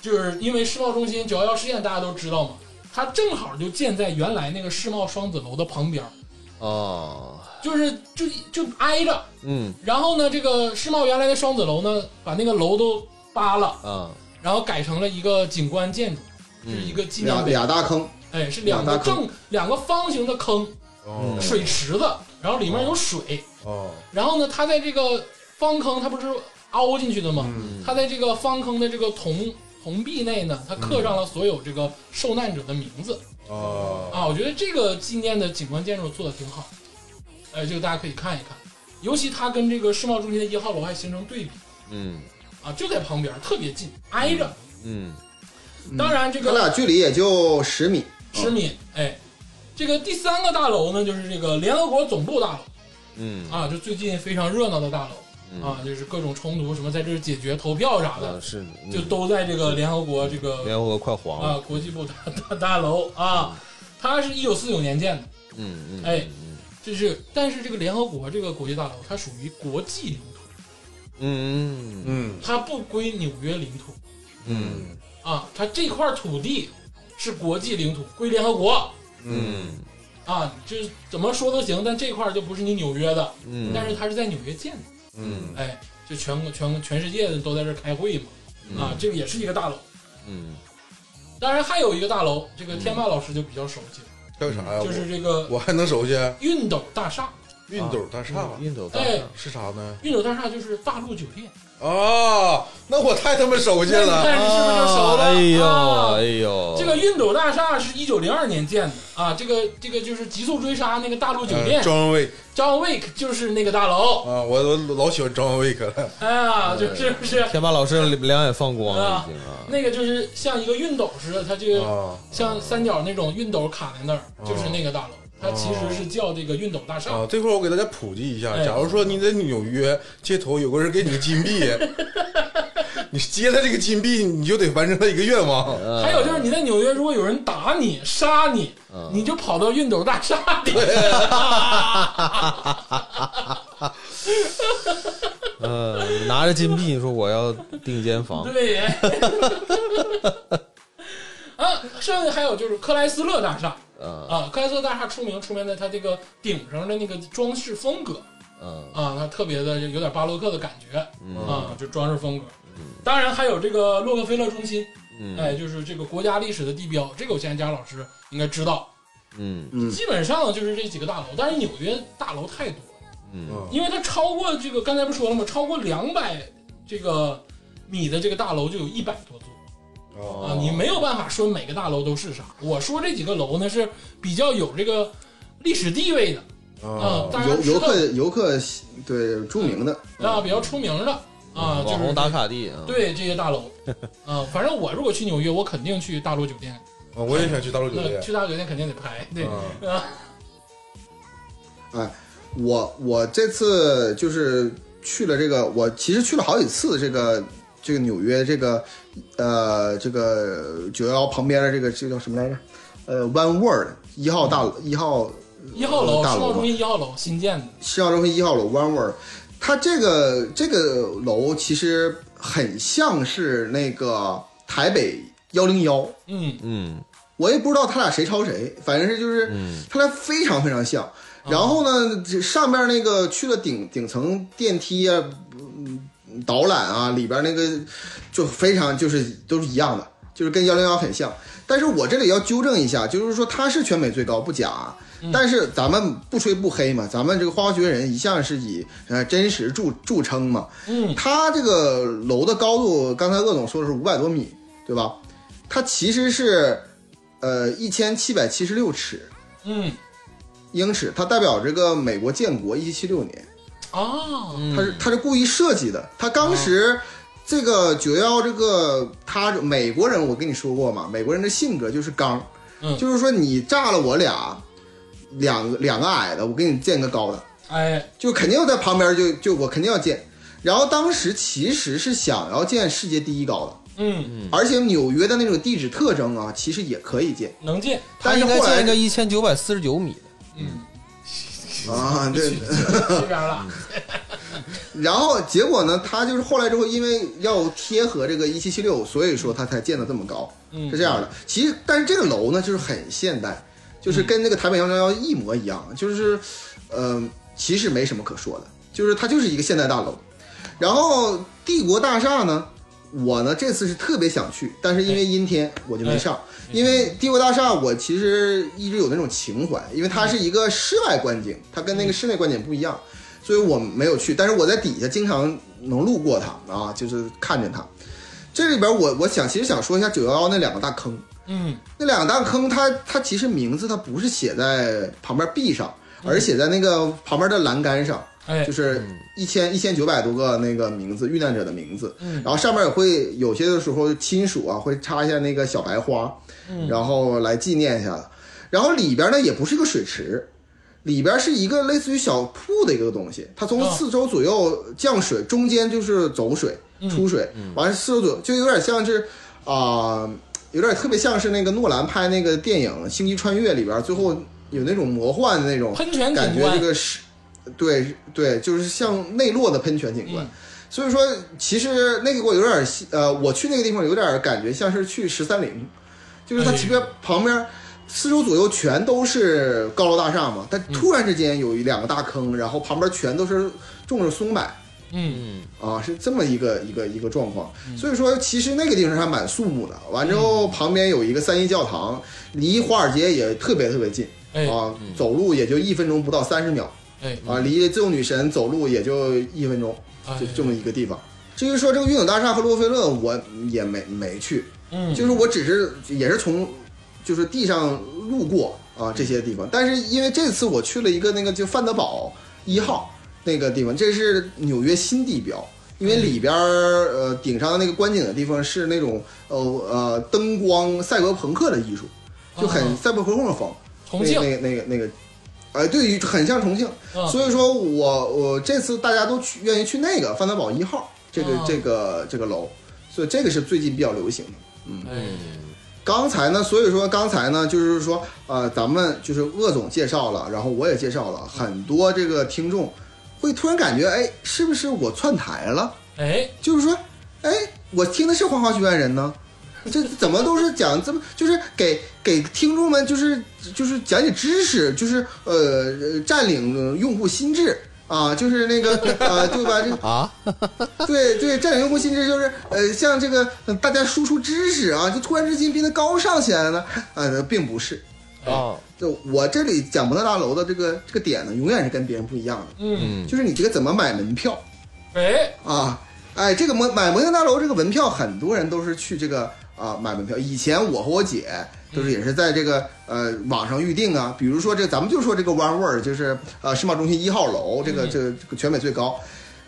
S2: 就是因为世贸中心九幺幺事件，大家都知道嘛，它正好就建在原来那个世贸双子楼的旁边儿，
S4: 哦
S2: 就是就就挨着。
S4: 嗯
S2: 然后呢，这个世贸原来的双子楼呢，把那个楼都扒了，
S4: 啊
S2: 然后改成了一个景观建筑，是一个纪念
S5: 俩
S2: 碑，
S5: 嗯俩大坑，
S2: 哎，是两个
S5: 两大坑嗯
S2: 正两个方形的坑，
S3: 哦
S2: 水池子，然后里面有水，
S3: 哦
S2: 然后呢，它在这个方坑，它不是凹进去的吗？
S4: 嗯
S2: 它在这个方坑的这个铜铜壁内呢，它刻上了所有这个受难者的名字。
S3: 哦
S2: 啊，我觉得这个纪念的景观建筑做的挺好，哎，这个大家可以看一看，尤其它跟这个世贸中心的一号楼还形成对比
S4: 嗯
S2: 啊，就在旁边，特别近，挨着。
S4: 嗯哦
S2: 当然，这
S5: 他
S2: 个
S5: 俩距离也就十米，
S2: 十米，哎，这个第三个大楼呢，就是这个联合国总部大楼
S4: 嗯
S2: 啊，就最近非常热闹的大楼啊，就是各种冲突什么在这儿解决投票啥
S4: 啊
S2: 的，
S4: 是
S2: 就都在这个联合国这个
S4: 联合国快黄
S2: 啊
S4: 了
S2: 国际部大大大楼啊，它是一九四九年建的。
S4: 嗯嗯
S2: 哎，就是，但是这个联合国这个国际大楼，它属于国际领土，
S4: 嗯嗯
S3: 嗯
S2: 它不归纽约领土
S3: 嗯
S2: 啊，它这块土地是国际领土，归联合国
S3: 嗯
S2: 啊，就是怎么说都行，但这块就不是你纽约的，
S4: 嗯
S2: 但是它是在纽约建的，
S3: 嗯
S2: 哎，就全国全国全世界的都在这儿开会嘛，啊，这个也是一个大楼，
S4: 嗯
S2: 当然还有一个大楼，这个天霸老师就比较熟悉，
S3: 还有啥
S4: 嗯
S3: 呀？
S2: 就是这个
S3: 我还能熟悉
S2: 熨斗大厦，
S3: 熨斗大厦
S4: 印度大
S2: 哎，
S3: 是啥呢？
S2: 熨斗大厦就是大陆酒店，
S3: 啊，那我太他妈熟悉
S2: 那你
S3: 了
S2: 看你是不是就熟了？
S4: 哎呦
S2: 啊
S4: 哎呦，
S2: 这个熨斗大厦是一九零二年建的啊，这个这个就是《极速追杀》那个大陆酒店、
S3: ，John Wick
S2: John Wick 就是那个大楼，
S3: 啊，我我老喜欢 John Wick 了。
S2: 哎呀，就是不是
S4: 天霸老师两眼放光了已经啊，
S2: 那个就是像一个熨斗似的，它就
S3: 啊
S2: 像三角那种熨斗卡在那儿，就是那个大楼，它其实是叫这个熨斗大厦。
S3: 啊，这块儿我给大家普及一下，
S2: 哎
S3: 假如说你在纽约街头有个人给你个金 币，你接他这个金币，你就得完成他一个愿望。
S4: 呃
S2: 还有就是你在纽约，如果有人打你、杀你，你就跑到熨斗大厦里。
S4: 呃，你拿着金币说我要订间房，
S2: 对。 啊，剩下还有就是克莱斯勒大厦，
S4: 嗯
S2: 啊，克莱斯勒大厦出名出名在它这个顶上的那个装饰风格
S4: 嗯
S2: 啊，它特别的有点巴洛克的感觉啊，就装饰风格。
S4: 嗯
S2: 当然还有这个洛克菲勒中心，哎，就是这个国家历史的地标，这个我相信佳老师应该知道。
S4: 嗯
S5: 嗯，
S2: 基本上就是这几个大楼，但是纽约大楼太多了，
S4: 嗯
S2: 因为它超过这个刚才不说了吗？超过两百这个米的这个大楼就有一百多座。
S3: 啊
S2: 啊，你没有办法说每个大楼都是啥。我说这几个楼呢是比较有这个历史地位的
S3: 哦
S2: 啊，大家
S5: 游
S2: 都
S5: 游
S2: 知道
S5: 客游客对著名的，
S2: 啊比较出名的啊，就
S4: 嗯网
S2: 是
S4: 红打卡地啊，
S2: 对这些大楼啊，反正我如果去纽约，我肯定去大陆酒店，
S3: 啊我也想去大陆酒
S2: 那
S3: 店。嗯
S2: 去大陆酒店肯定得拍对
S3: 啊
S2: 啊。
S5: 哎，我我这次就是去了这个，我其实去了好几次这个这个纽约这个呃这个九幺幺旁边的这个这个叫什么来着？呃，One World 一号大楼一号
S2: 一号楼，世
S5: 大
S2: 贸
S5: 楼
S2: 中
S5: 吧
S2: 心一号楼新建的，
S5: 新奥中心一号楼 One World，它这个这个楼其实很像是那个台北幺零幺，
S2: 嗯，
S4: 嗯
S5: 我也不知道他俩谁抄谁，反正是就是他俩非常非常像。然后呢，这上面那个去了顶顶层电梯啊，嗯导览啊，里边那个就非常就是都是一样的，就是跟幺零幺很像。但是我这里要纠正一下，就是说它是全美最高不假啊，但是咱们不吹不黑嘛，咱们这个花花绝人一向是以呃真实著著称嘛，
S2: 嗯，
S5: 它这个楼的高度，刚才鄂总说的是五百多米，对吧？它其实是呃一千七百七十六尺
S2: 嗯
S5: 英尺，它代表这个美国建国一七七六年，
S2: 啊，
S4: 嗯
S5: 它是它是故意设计的。它
S4: 哦
S5: 当时这个九幺幺这个他美国人，我跟你说过嘛，美国人的性格就是刚，
S2: 嗯
S5: 就是说你炸了我俩两个两个矮的，我给你建个高的。
S2: 哎，
S5: 就肯定在旁边就就我肯定要建。然后当时其实是想要建世界第一高的，
S2: 嗯，
S5: 而且纽约的那种地质特征啊，其实也可以建。
S2: 能建，
S4: 他
S5: 但是
S4: 应该
S5: 后
S4: 建
S5: 来
S4: 一个一千九百四十九米的，
S2: 嗯，
S5: 啊，对。
S2: 这边了，
S5: 然后结果呢，他就是后来之后，因为要贴合这个一七七六，所以说他才建的这么高，
S2: 嗯
S5: 是这样的。其实，但是这个楼呢，就是很现代，就是跟那个台北幺零幺一模一样，就是，呃，其实没什么可说的，就是它就是一个现代大楼。然后帝国大厦呢，我呢这次是特别想去，但是因为阴天我就没上。因为帝国大厦，我其实一直有那种情怀，因为它是一个室外观景，它跟那个室内观景不一样，所以我没有去。但是我在底下经常能路过它啊，就是看着它。这里边我我想其实想说一下九幺幺那两个大坑，
S2: 嗯
S5: 那两个大坑它它其实名字它不是写在旁边壁上，
S2: 嗯
S5: 而是写在那个旁边的栏杆上。
S2: 哎
S5: 就，是一千一千九百多个那个名字，遇难者的名字，
S2: 嗯
S5: 然后上面也会有些的时候亲属啊会插一下那个小白花，
S2: 嗯
S5: 然后来纪念一下。然后里边呢也不是一个水池，里边是一个类似于小瀑的一个东西，它从
S2: 哦
S5: 四周左右降水，中间就是走水、出水，
S2: 嗯
S5: 完了四周左右就有点像是啊、有点特别像是那个诺兰拍那个电影《星际穿越》里边最后有那种魔幻的那种
S2: 喷泉
S5: 感
S2: 景
S5: 觉这
S2: 观，
S5: 个是，对对，就是像内洛的喷泉景观。
S2: 嗯
S5: 所以说，其实那个我有点儿西呃，我去那个地方有点儿感觉像是去十三陵，就是它
S2: 哎
S5: 前边旁边四周左右全都是高楼大厦嘛，但突然之间有一两个大坑，然后旁边全都是种着松柏。
S2: 嗯
S5: 啊，是这么一个一个一个状况，所以说其实那个地方还蛮肃穆的。完之后，旁边有一个三一教堂，离华尔街也特别特别近
S2: 哎
S5: 啊，走路也就一分钟不到三十秒。
S2: 哎，
S5: 啊，离自由女神走路也就一分钟，
S2: 哎
S5: 就这么一个地方。至于说这个云顶大厦和洛菲勒，我也没没去，
S2: 嗯，
S5: 就是我只是也是从就是地上路过啊这些地方，但是因为这次我去了一个那个就范德堡一号那个地方，这是纽约新地标。因为里边儿呃顶上的那个观景的地方是那种呃呃灯光赛博朋克的艺术，就很
S2: 啊
S5: 赛博朋克风。
S2: 重庆，
S5: 那个那个那个那个，呃，对，很像重庆。
S2: 嗯
S5: 所以说我我这次大家都去愿意去那个范德堡一号这个、
S2: 哦
S5: 这个这个楼，所以这个是最近比较流行的。
S2: 哎，
S5: 嗯刚才呢，所以说刚才呢，就是说，呃，咱们就是鄂总介绍了，然后我也介绍了，很多这个听众会突然感觉，哎，是不是我窜台了？
S2: 哎，
S5: 就是说，哎，我听的是《花花学院人》呢， 这怎么都是讲这么，就是给给听众们就是就是讲解知识，就是呃呃占领呃用户心智。啊，就是那个 呃，对吧？这
S4: 啊，
S5: 对对，占领用户心智就是呃，像这个、呃大家输出知识啊，就突然之间变得高尚起来了呢？呃，并不是。
S2: 哦
S4: 啊，
S5: 就我这里讲摩特大楼的这个这个点呢，永远是跟别人不一样的，
S2: 嗯，
S5: 就是你这个怎么买门票，
S2: 哎，
S5: 啊，哎，这个摩买摩天大楼这个门票，很多人都是去这个啊买门票。以前我和我姐就是也是在这个呃网上预定啊，比如说这咱们就说这个 One World，就是呃世贸中心一号楼，这个这个、这个全美最高，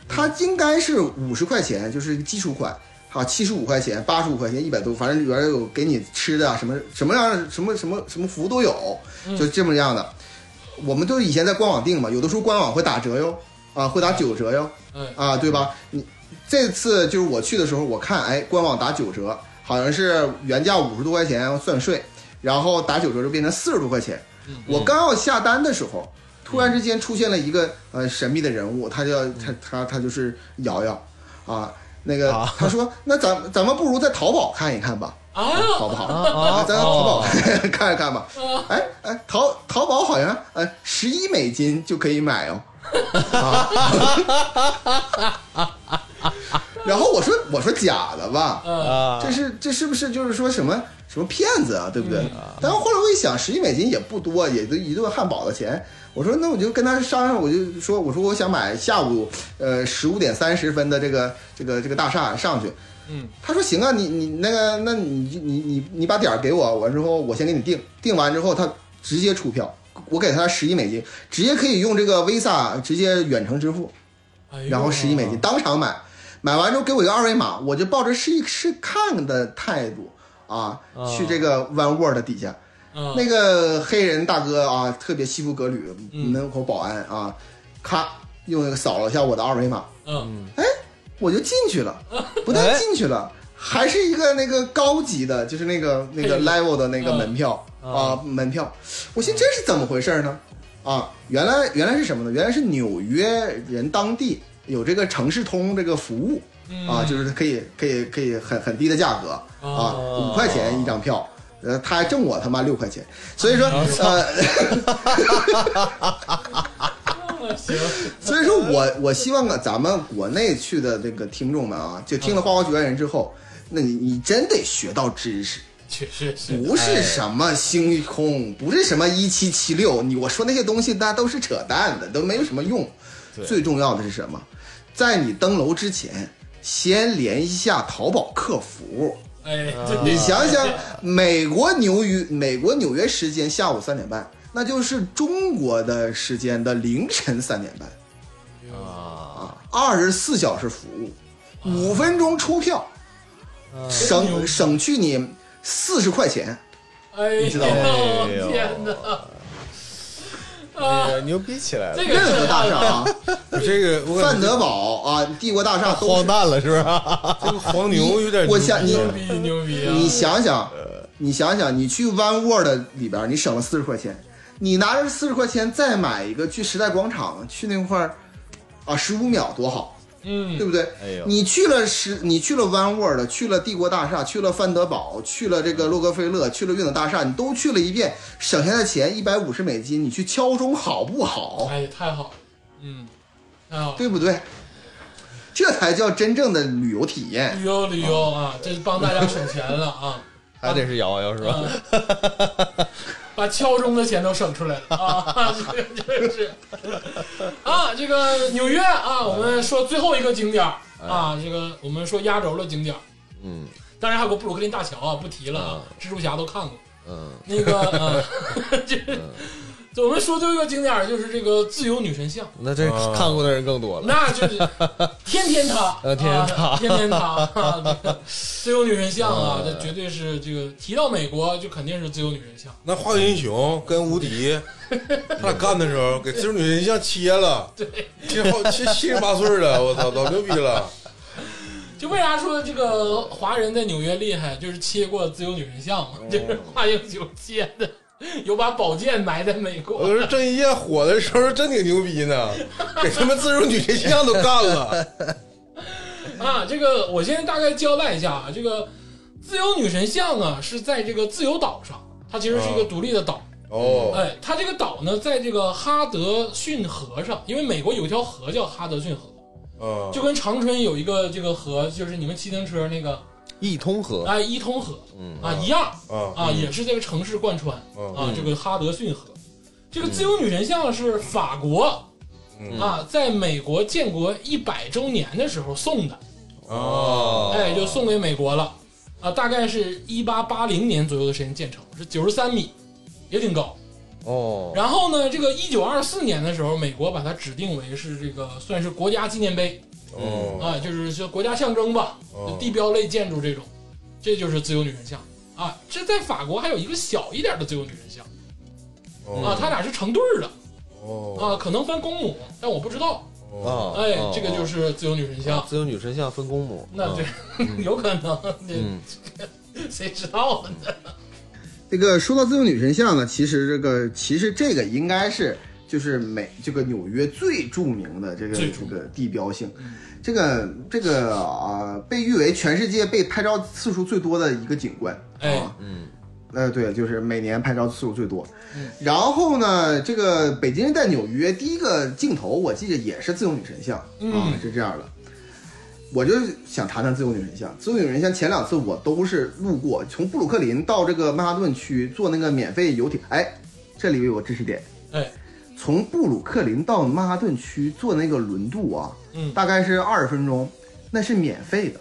S5: 它应该是五十块钱，就是一个基础款。啊，七十五块钱、八十五块钱、一百多，反正里边有给你吃的啊，什么什么样、什么什么什么服务都有，就这么样的。我们都以前在官网订嘛，有的时候官网会打折哟，啊，会打九折哟，
S2: 嗯
S5: 啊，对吧？你这次就是我去的时候，我看哎，官网打九折，好像是原价五十多块钱算税，然后打九折就变成四十多块钱。我刚要下单的时候，突然之间出现了一个呃神秘的人物，他叫他他他就是瑶瑶啊，那个
S4: 啊
S5: 他说那咱咱们不如在淘宝看一看吧，
S2: 啊，
S5: 好不好？
S4: 啊
S5: 哦咱淘宝 看一看吧。哎哎，淘淘宝好像呃十一美金就可以买哦。啊、然后我说我说假的吧，
S2: 嗯
S4: 啊
S5: 这是这是不是就是说什么什么骗子啊，对不对？但后来我一想，十一美金也不多，也就一顿汉堡的钱。我说那我就跟他商量，我就说我说我想买下午呃十五点三十分的这个这个这个大厦上去。
S2: 嗯，
S5: 他说行啊，你你那个，那你就你你你把点儿给我，完之后我先给你定，定完之后他直接出票，我给他十一美金，直接可以用这个 Visa 直接远程支付，
S2: 哎呦
S5: 然后十一美金当场买，买完之后给我一个二维码，我就抱着试一试看的态度啊，去这个 One World 底下，
S2: 嗯
S5: 那个黑人大哥啊，特别西服革履，
S2: 嗯
S5: 门口保安啊，咔用那个扫了一下我的二维码，
S2: 嗯
S5: 我就进去了，不但进去了，还是一个那个高级的，就是那个那个
S2: 配的
S5: level 的那个门票啊、门票。我寻思这是怎么回事呢？啊，原来原来是什么呢？原来是纽约人当地有这个城市通这个服务啊，就是可以可以可以很很低的价格啊，
S4: 哦
S5: 五块钱一张票。呃，他还挣我他妈六块钱，所以说，呃，
S2: 嗯行
S5: 所以说我我希望啊，咱们国内去的这个听众们啊，就听了《花花局外人》之后，那你你真得学到知识，
S2: 确实是
S5: 不是什么星空，不是什么一七七六，你我说那些东西，大家都是扯淡的，都没有什么用。最重要的是什么？在你登楼之前，先联系一下淘宝客服。
S2: 哎，这
S5: 你想想，
S2: 啊
S5: 美国纽约美国纽约时间下午三点半，那就是中国的时间的凌晨三点半。
S4: 啊！
S5: 二十四小时服务，五分钟出票，省省去你四十块钱。
S2: 哎
S4: 知道吗
S2: 呦天哪！啊
S4: 那个哎牛逼起来了
S2: 这，个
S5: 任何
S2: 是
S5: 大厦啊，
S3: 这个我感
S5: 范
S3: 觉
S5: 德堡啊，帝国大厦都
S4: 荒
S5: 是。
S4: 诞了是不是？
S3: 这个黄牛有点
S5: 我想你，
S2: 牛逼牛逼啊！
S5: 你想想，你想想，你去 One World 里边，你省了四十块钱，你拿着四十块钱再买一个去时代广场去那块儿啊，十五秒多好。
S2: 嗯
S5: 对不对？
S4: 哎呦
S5: 你去了十，你去了 One World，去了帝国大厦，去了范德堡，去了这个洛克菲勒，去了运动大厦，你都去了一遍，省下的钱一百五十美金，你去敲钟好不好？
S2: 哎，太好了，嗯，太好了，
S5: 对不对？这才叫真正的旅游体验。
S2: 旅游旅游啊，这帮大家省钱了啊，
S4: 还得是瑶瑶是吧？
S2: 把敲钟的钱都省出来了啊， 这个真是啊，这个纽约啊，我们说最后一个景点儿啊，这个我们说压轴的景点儿，
S4: 嗯
S2: 当然还有个布鲁克林大桥啊，不提了啊，蜘蛛侠都看过，
S4: 嗯，
S2: 那个啊，就是我们说最后一个景点儿就是这个自由女神像。
S4: 那这看过的人更多了。
S2: 那 就是天天塌，
S4: 呃天天塌
S2: 啊天 天塌，啊这个自由女神像啊，这绝对是这个提到美国就肯定是自由女神像，
S3: 那华英雄跟无敌，他俩干的时候给自由女神像切了， 对，切好切七十八岁了，我操，老牛逼了，
S2: 就为啥说这个华人在纽约厉害，就是切过自由女神像嘛， 就是华英雄切的，有把宝剑埋在美
S3: 我
S2: 国，
S3: 说郑伊健火的时候真挺牛逼呢，给他们自由女神像都干了，
S2: 啊，这个我先大概交代一下啊，这个自由女神像啊是在这个自由岛上，它其实是一个独立的岛。
S3: 哦，
S2: 哎，它这个岛呢，在这个哈德逊河上，因为美国有一条河叫哈德逊河，
S3: 嗯，
S2: 就跟长春有一个这个河，就是你们骑自行车那个
S4: 一通河，
S2: 哎伊通河，啊一样
S3: 啊
S2: 啊，也是这个城市贯穿
S3: 嗯
S2: 啊，这个哈德逊河，这个自由女神像是法国
S3: 嗯
S2: 啊，在美国建国一百周年的时候送的，
S3: 哦，
S2: 哎，就送给美国了啊，大概是一八八零年左右的时间建成，是九十三米，也挺高。
S4: 哦，
S2: 然后呢，这个一九二四年的时候，美国把它指定为是这个算是国家纪念碑
S3: 哦，
S2: 啊，就是说国家象征吧，
S3: 哦
S2: 就地标类建筑这种，这就是自由女神像啊。这在法国还有一个小一点的自由女神像
S3: 哦
S2: 啊，它俩是成对儿的
S3: 哦
S2: 啊，可能分公母，但我不知道。
S4: 啊，
S2: 哎
S4: 啊，
S2: 这个就
S4: 啊
S2: 是自由女神像，
S4: 自由女神像分公母，
S2: 那这
S4: 啊
S2: 有可能，
S4: 嗯
S2: 这 谁知道呢？
S5: 这个说到自由女神像呢，其实这个其实这个应该是就是美这个纽约最著名的这个
S2: 最
S5: 这
S2: 著名嗯
S5: 个地标性，这个这个啊、被誉为全世界被拍照次数最多的一个景观。
S2: 哎
S5: 啊，
S4: 嗯
S5: 呃，对，就是每年拍照次数最多。
S2: 嗯
S5: 然后呢，这个北京人在纽约第一个镜头，我记得也是自由女神像啊
S2: 嗯，
S5: 是这样的。我就想谈谈自由女神像。自由女神像前两次我都是路过，从布鲁克林到这个曼哈顿区坐那个免费游艇。哎，这里有个知识点，
S2: 哎，
S5: 从布鲁克林到曼哈顿区坐那个轮渡啊，
S2: 嗯
S5: 大概是二十分钟，那是免费的。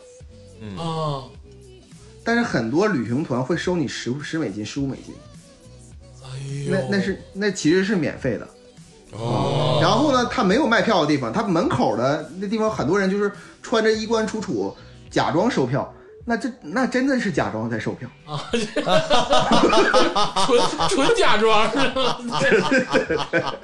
S4: 嗯
S2: 啊，
S5: 但是很多旅行团会收你十十美金、十五美金，
S2: 哎呦，
S5: 那那是那其实是免费的。
S3: 哦，
S5: 然后呢，他没有卖票的地方，他门口的那地方很多人就是穿着衣冠楚楚，假装售票。那这那真的是假装在售票，
S2: 啊，这啊纯纯假装是 吧？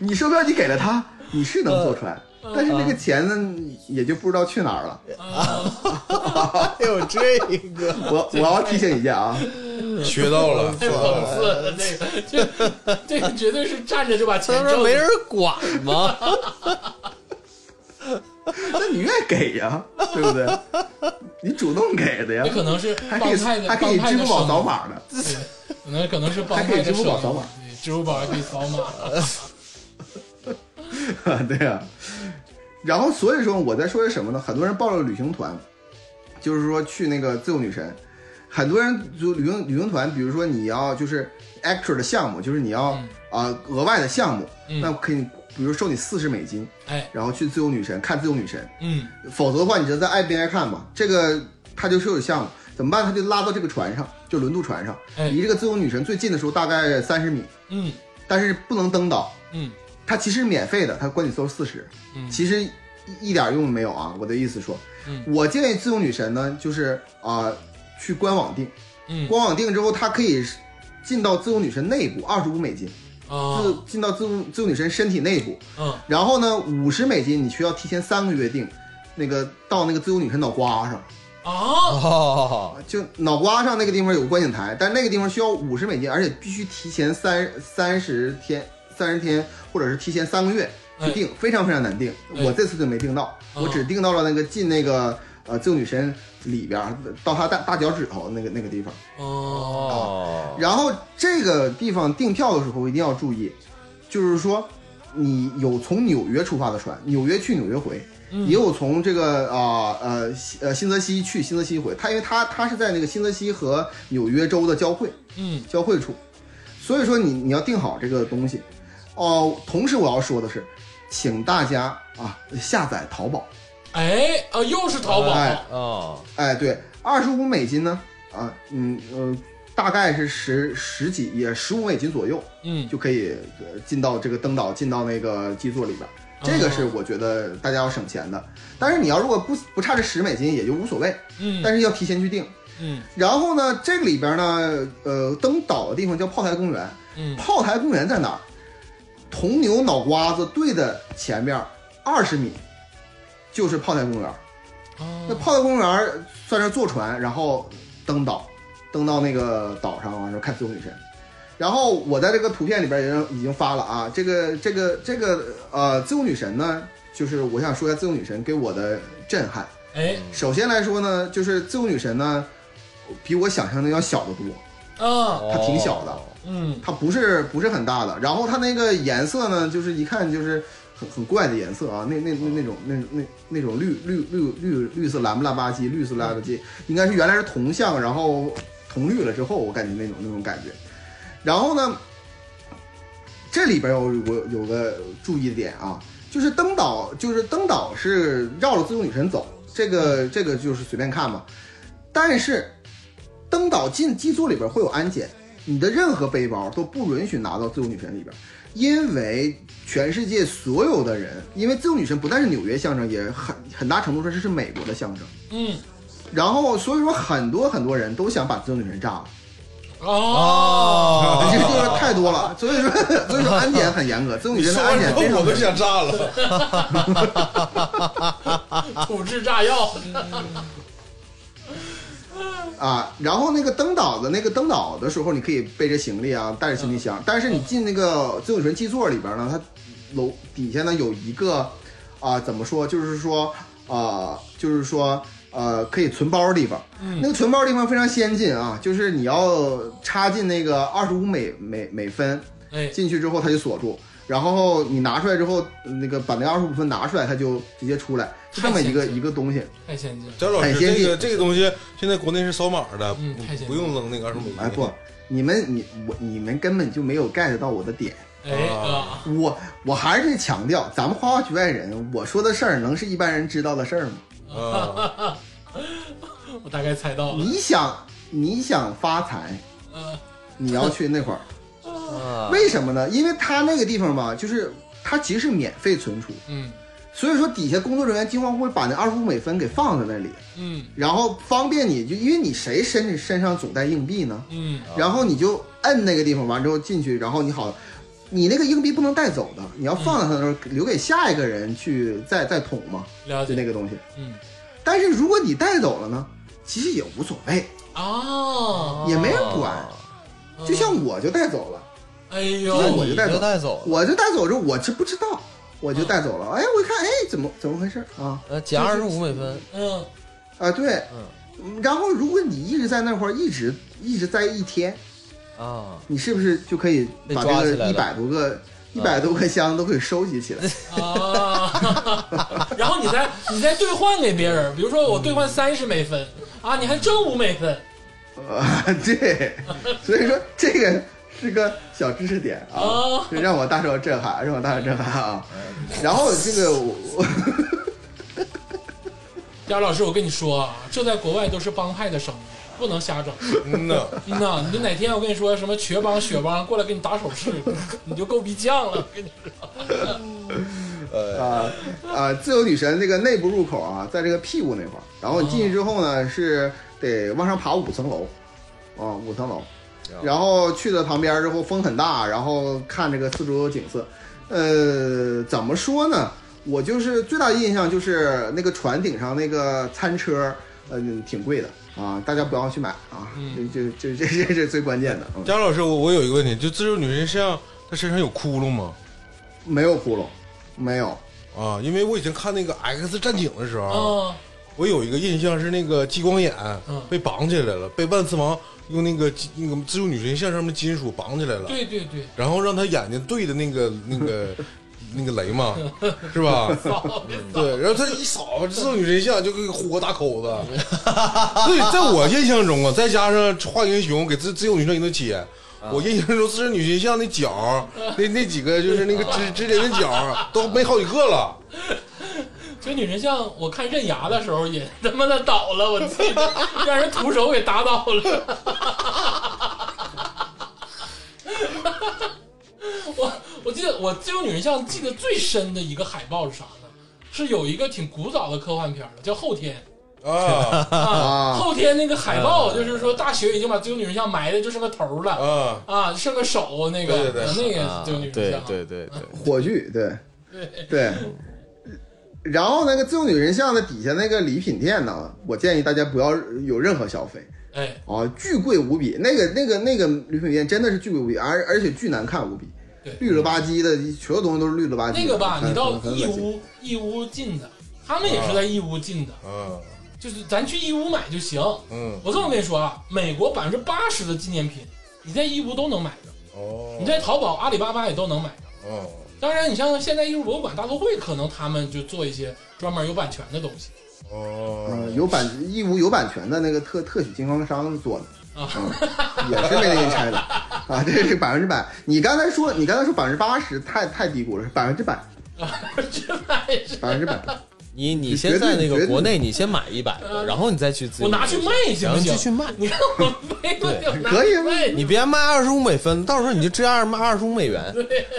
S5: 你售票你给了他，你是能坐船，但是那个钱呢，也就不知道去哪儿了。
S2: 啊，
S4: 还有这个，
S5: 我我要提醒一下啊，
S3: 学到了，
S2: 太讽刺了，这个这这个绝对是站着就把钱
S4: 他
S2: 挣
S4: 说
S2: 了，
S4: 没人管吗？
S5: 那你愿意给呀，对不对？你主动给的呀
S2: 那，可能是
S5: 还
S2: 帮
S5: 可以
S2: 派的，
S5: 还可以
S2: 帮派
S5: 支
S2: 的
S5: 付宝
S2: 省
S5: 扫码呢。
S2: 对， 可能可能是帮
S5: 还可
S2: 派的
S5: 以支付宝
S2: 省
S5: 扫码
S2: 对支付宝也可以扫码，
S5: 啊，对啊。然后所以说我在说些什么呢？很多人报了旅行团，就是说去那个自由女神，很多人就旅行旅行团，比如说你要就是 extra 的项目，就是你要啊、额外的项目，
S2: 嗯
S5: 那可以比如收你四十美金，
S2: 哎，
S5: 然后去自由女神看自由女神，
S2: 嗯，
S5: 否则的话你就在岸边看嘛。这个他就是有项目，怎么办？他就拉到这个船上，就轮渡船上，
S2: 哎
S5: 离这个自由女神最近的时候大概三十米，
S2: 嗯
S5: 但是不能登岛，
S2: 嗯
S5: 它其实免费的，它管你收四十，
S2: 嗯
S5: 其实一一点用没有啊。我的意思说，
S2: 嗯
S5: 我建议自由女神呢，就是啊、去官网订，
S2: 嗯
S5: 官网订之后，它可以进到自由女神内部，二十五美金，
S2: 啊，
S5: 自进到自由自由女神身体内部，
S2: 嗯
S5: 然后呢，五十美金你需要提前三个月订，那个到那个自由女神脑瓜上，
S2: 啊，
S4: 哦，
S5: 就脑瓜上那个地方有个观景台，但那个地方需要五十美金，而且必须提前三三十天、三十天，或者是提前三个月去定，非常非常难定。
S2: 哎
S5: 我这次就没定到，
S2: 哦
S5: 我只定到了那个进那个呃自由女神里边儿，到她大大脚趾头那个那个地方。
S2: 哦，
S4: 哦，
S5: 然后这个地方订票的时候一定要注意，就是说你有从纽约出发的船，纽约去纽约回，也有从这个啊呃西呃新泽西去新泽西回。它因为它它是在那个新泽西和纽约州的交汇
S2: 嗯
S5: 交汇处，所以说你你要定好这个东西。哦、同时我要说的是，请大家啊下载淘宝。
S2: 哎啊，又是淘宝，
S5: 哎
S4: 哦，
S5: 哎，对，二十五美金呢，啊，嗯呃，大概是十十几也十五美金左右，
S2: 嗯
S5: 就可以呃进到这个登岛，进到那个基座里边。
S2: 哦
S5: 这个是我觉得大家要省钱的，但是你要如果不不差这十美金也就无所谓，
S2: 嗯
S5: 但是要提前去订。
S2: 嗯
S5: 然后呢，这个里边呢，呃，登岛的地方叫炮台公园，
S2: 嗯，
S5: 炮台公园在哪儿？铜牛脑瓜子对的前面二十米就是炮台公园。那
S2: 啊
S5: 泡在公园儿算是坐船，然后登岛，登到那个岛上，啊完之后看自由女神。然后我在这个图片里边也已经发了啊，这个这个这个呃，自由女神呢，就是我想说一下自由女神给我的震撼。
S2: 哎
S5: 首先来说呢，就是自由女神呢，比我想象的要小得多，
S2: 啊，
S5: 它挺小的，
S2: 嗯
S5: 它不是不是很大的。然后它那个颜色呢，就是一看就是很很怪的颜色啊，那那那那种那那那种绿绿绿绿绿色蓝不拉吧唧，绿色蓝吧唧，应该是原来是铜像，然后铜绿了之后，我感觉那种那种感觉。然后呢，这里边有有有个注意点啊，就是登岛，就是登岛是绕着自由女神走，这个这个就是随便看嘛。但是登岛进基座里边会有安检，你的任何背包都不允许拿到自由女神里边，因为全世界所有的人，因为自由女神不但是纽约象征，也很很大程度上是是美国的象征。
S2: 嗯，
S5: 然后所以说很多很多人都想把自由女神炸了，
S2: 哦，
S5: 你这说太多了，所以说所以说安检很严格，这种人
S3: 说
S5: 的安
S3: 完之
S5: 检
S3: 后 我
S5: 非常
S3: 都
S5: 严格。
S3: 想炸了。
S2: 土制炸 药，
S5: 啊，然后那个登岛的那个登岛的时候，你可以背着行李啊，带着行李
S2: 嗯
S5: 箱。但是你进那个自由船基座里边呢，它楼底下呢有一个啊、怎么说，就是说啊、就是说呃，可以存包的地方。嗯，那个存包的地方非常先进啊，就是你要插进那个二十五美每每分
S2: 哎，
S5: 进去之后，它就锁住。然后你拿出来之后，那个把那二十五分拿出来，它就直接出来，就这么一个
S2: 太先进了
S5: 一个东西。
S2: 太先进了，
S3: 张老师，
S5: 海鲜
S3: 这个
S5: 地
S3: 这个东西现在国内是扫码的，
S2: 嗯
S3: 不
S2: 海鲜地
S3: 不用扔那个二十五美金。
S5: 哎不，你们你我你们根本就没有 get 到我的点。
S2: 哎
S3: 啊
S2: 啊，
S5: 我我还是得强调，咱们花花局外人，我说的事儿能是一般人知道的事儿吗？
S3: 啊，
S2: 我大概猜到了，
S5: 你想你想发财，
S2: 嗯，
S5: 你要去那块儿，
S4: 啊
S5: 为什么呢？因为他那个地方吧，就是他其实是免费存储，
S2: 嗯
S5: 所以说底下工作人员经常会把那二十五美分给放在那里，
S2: 嗯
S5: 然后方便你就，因为你谁身身上总带硬币呢？
S2: 嗯，
S4: 啊
S5: 然后你就摁那个地方，完之后进去，然后你好，你那个硬币不能带走的，你要放在他那儿，留给下一个人去再再捅嘛，
S2: 了
S5: 就
S2: 解
S5: 那，个东西。
S2: 嗯
S5: 但是如果你带走了呢，其实也无所谓，
S2: 啊，
S5: 也没人
S4: 哦
S5: 管。就像我就带走了，
S2: 哎
S5: 就像
S2: 呦，
S5: 我
S4: 你
S5: 就带走
S4: 就带走了，
S5: 我就带走之后，我是不知道，我就带
S4: 嗯
S5: 走了。哎，我一看，哎，怎么怎么回事啊？
S4: 呃，减二十五美分，
S2: 嗯，
S5: 啊，对，
S4: 嗯
S5: 然后如果你一直在那块儿，一直一直在一天，
S4: 啊，
S5: 你是不是就可以把
S4: 被抓
S5: 这个
S4: 起来了
S5: 一百多个一百多个箱都可以收集起来？
S2: 啊，哦 然后你再你再兑换给别人，比如说我兑换三十美分啊，你还挣五美分，
S5: 啊， 对，所以说这个是个小知识点啊
S2: 哦，
S5: 就让我大受震撼，让我大受震撼啊。然后这个我我
S2: 佳老师，我跟你说啊，这在国外都是帮派的生意，不能瞎整。
S3: 嗯呐，
S2: 嗯呐，你就哪天我跟你说什么瘸帮血帮过来给你打手势，你就够逼犟了。我跟你说，
S5: 啊啊，自由女神这个内部入口啊，在这个屁股那块儿，然后你进去之后呢，是得往上爬五层楼，啊，五层楼，然后去了旁边之后风很大，然后看这个四周的景色，呃，怎么说呢？我就是最大的印象就是那个船顶上那个餐车，呃，挺贵的啊，大家不要去买啊，就就就这这这是最关键的，嗯，
S3: 张老师，我我有一个问题，就自由女神像她身上有窟窿吗？
S5: 没有窟窿，没有，
S3: 啊，因为我以前看那个《X 战警》的时候，
S2: 啊，
S3: 我有一个印象是那个激光眼
S2: 嗯
S3: 被绑起来了，被万磁王用那个金那个自由女神像上面的金属绑起来了，
S2: 对对对，
S3: 然后让她眼睛对着那个 那个那个雷嘛，是吧？
S2: 操，别操
S3: 对，然后他一扫，自动女神像就给豁个大 口子。对，在我印象中啊，再加上画英雄给自自由女神一顿切，
S2: 啊
S3: 我印象中自由女神像那 脚，那那几个就是那个指指点的脚都没好几个了。
S2: 这女神像，我看刃牙的时候也他妈的倒了，我记得让人徒手给打倒了。我我记得我自由女神像记得最深的一个海报是啥呢？是有一个挺古早的科幻片了，叫《后天》。
S3: 啊
S2: 啊，
S5: 啊
S2: 后天那个海报就是说，大学已经把自由女神像埋的就剩个头了
S3: 啊！
S2: 啊，剩个手那个
S3: 对对
S2: 那个
S4: 啊
S2: 自由女
S4: 对
S2: 神像，
S4: 对对对，
S5: 火炬，对对。然后那个自由女神像的底下那个礼品店呢，我建议大家不要有任何消费
S2: 哎，
S5: 啊，巨贵无比。那个那个那个礼品店真的是巨贵无比，而而且巨难看无比
S2: 对，
S5: 绿了吧唧的，所有东西都是绿了吧唧的。
S2: 那个吧，
S5: 很
S2: 你到
S5: 很很
S2: 义
S5: 恶心
S2: 乌义乌进的，他们也是在义乌进的，
S5: 啊
S3: 嗯
S2: 就是咱去义乌买就行。
S3: 嗯
S2: 我这么跟你说啊，美国百分之八十的纪念品，你在义乌都能买着，
S3: 哦
S2: 你在淘宝、阿里巴巴也都能买着。
S3: 哦
S2: 当然，你像现代艺术博物馆、大都会，可能他们就做一些专门有版权的东西 嗯
S5: 呃，
S3: 哦
S5: 有版义乌有版权的那个特特许经销商做的，
S2: 啊
S5: 嗯，也是没给你拆的啊，这是百分之百。你刚才说你刚才说百分之八十太太低估了，是百分之百，
S2: 啊，这玩意儿
S5: 百分之百。
S4: 你你
S5: 你
S4: 先
S5: 绝
S4: 在
S5: 对
S4: 那
S5: 绝对
S4: 个国内你先买一百个，然后你再去自由
S2: 呃我拿
S4: 女神
S2: 去卖行不
S4: 像然后你
S2: 行？
S4: 去卖。
S2: 你看我没有
S4: 对
S2: 拿
S5: 可以
S2: 卖
S4: 你别卖二十五美分，到时候你就这样卖二十五美元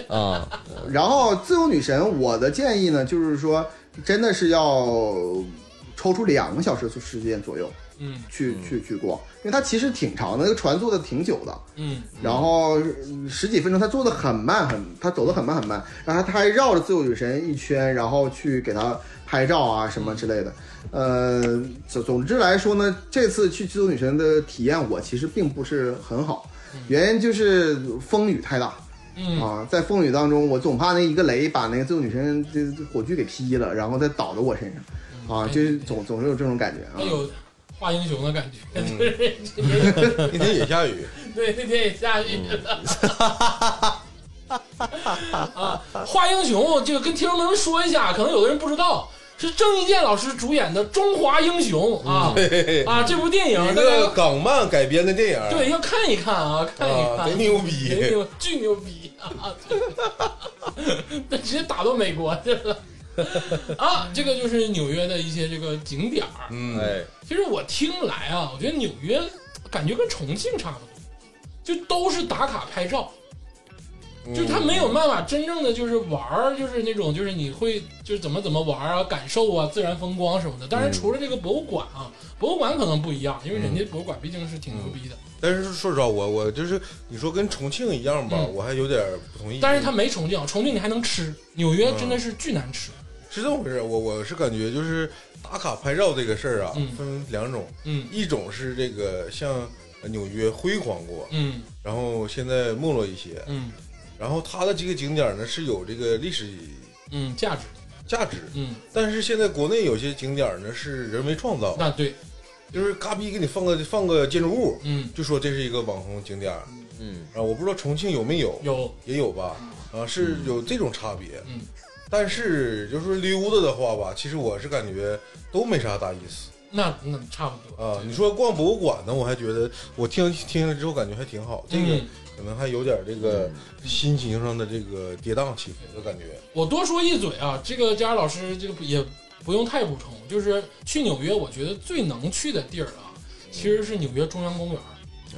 S4: 啊、
S5: 然后自由女神，我的建议呢，就是说，真的是要抽出两个小时时间左右
S2: 嗯
S5: 去、去去逛，因为它其实挺长的，那个船坐的挺久的，
S2: 嗯
S5: 然后嗯十几分钟，他做的很慢，很他走的很慢很慢，然后他还绕着自由女神一圈，然后去给他拍照啊什么之类的。呃，总总之来说呢，这次去自由女神的体验我其实并不是很好，原因就是风雨太大
S2: 嗯
S5: 啊，在风雨当中，我总怕那一个雷把那个自由女神这这火炬给劈了，然后再倒到我身
S2: 嗯
S5: 上，啊，就是总总是有这种感觉啊
S2: 那。有画英雄的感觉。
S5: 嗯
S3: 那天也下雨，
S2: 对，那天也下雨了。嗯 啊，画英雄这个跟听众们说一下，可能有的人不知道，是郑伊健老师主演的《中华英雄》啊、啊，这部电影
S3: 一
S2: 大
S3: 个
S2: 家
S3: 港漫改编的电影，
S2: 对要看一看啊，看一
S3: 啊，
S2: 看，
S3: 贼牛
S2: 贼
S3: 逼，
S2: 牛巨牛逼啊！ 对直接打到美国去了啊！这个就是纽约的一些这个景点儿。
S3: 嗯，
S4: 哎，
S2: 其实我听来啊，我觉得纽约感觉跟重庆差不多，就都是打卡拍照，
S3: 嗯
S2: 就是他没有办法真正的就是玩儿，就是那种就是你会就是怎么怎么玩儿啊，感受啊自然风光什么的。当然除了这个博物馆啊，博物馆可能不一样，因为人家博物馆毕竟是挺牛逼的，
S3: 但是说实话，我我就是你说跟重庆一样吧，
S2: 嗯
S3: 我还有点不同意。
S2: 但是它没重庆，好，啊重庆你还能吃，纽约真的是巨难吃。
S3: 是这么回事，我我是感觉就是打卡拍照这个事儿啊
S2: 嗯，
S3: 分两种，
S2: 嗯
S3: 一种是这个像纽约辉煌过，
S2: 嗯
S3: 然后现在没落一些，
S2: 嗯
S3: 然后它的这个景点呢是有这个历史
S2: 嗯，价值，
S3: 价值，
S2: 嗯，
S3: 但是现在国内有些景点呢是人为创造，
S2: 那对，
S3: 就是嘎逼给你放个放个建筑物，
S2: 嗯
S3: 就说这是一个网红景点儿
S4: 嗯，
S3: 啊，我不知道重庆有没有，
S2: 有，
S3: 也有吧，啊是有这种差别，
S2: 嗯
S3: 但是就是溜达的话吧，其实我是感觉都没啥大意思
S2: 那那差不多
S3: 啊。你说逛博物馆呢，我还觉得我听听了之后感觉还挺好，这个
S2: 嗯
S3: 可能还有点这个心情上的这个跌宕起伏的感觉。
S2: 我多说一嘴啊，这个佳老师这个也不用太补充，就是去纽约，我觉得最能去的地儿啊，其实是纽约中央公园，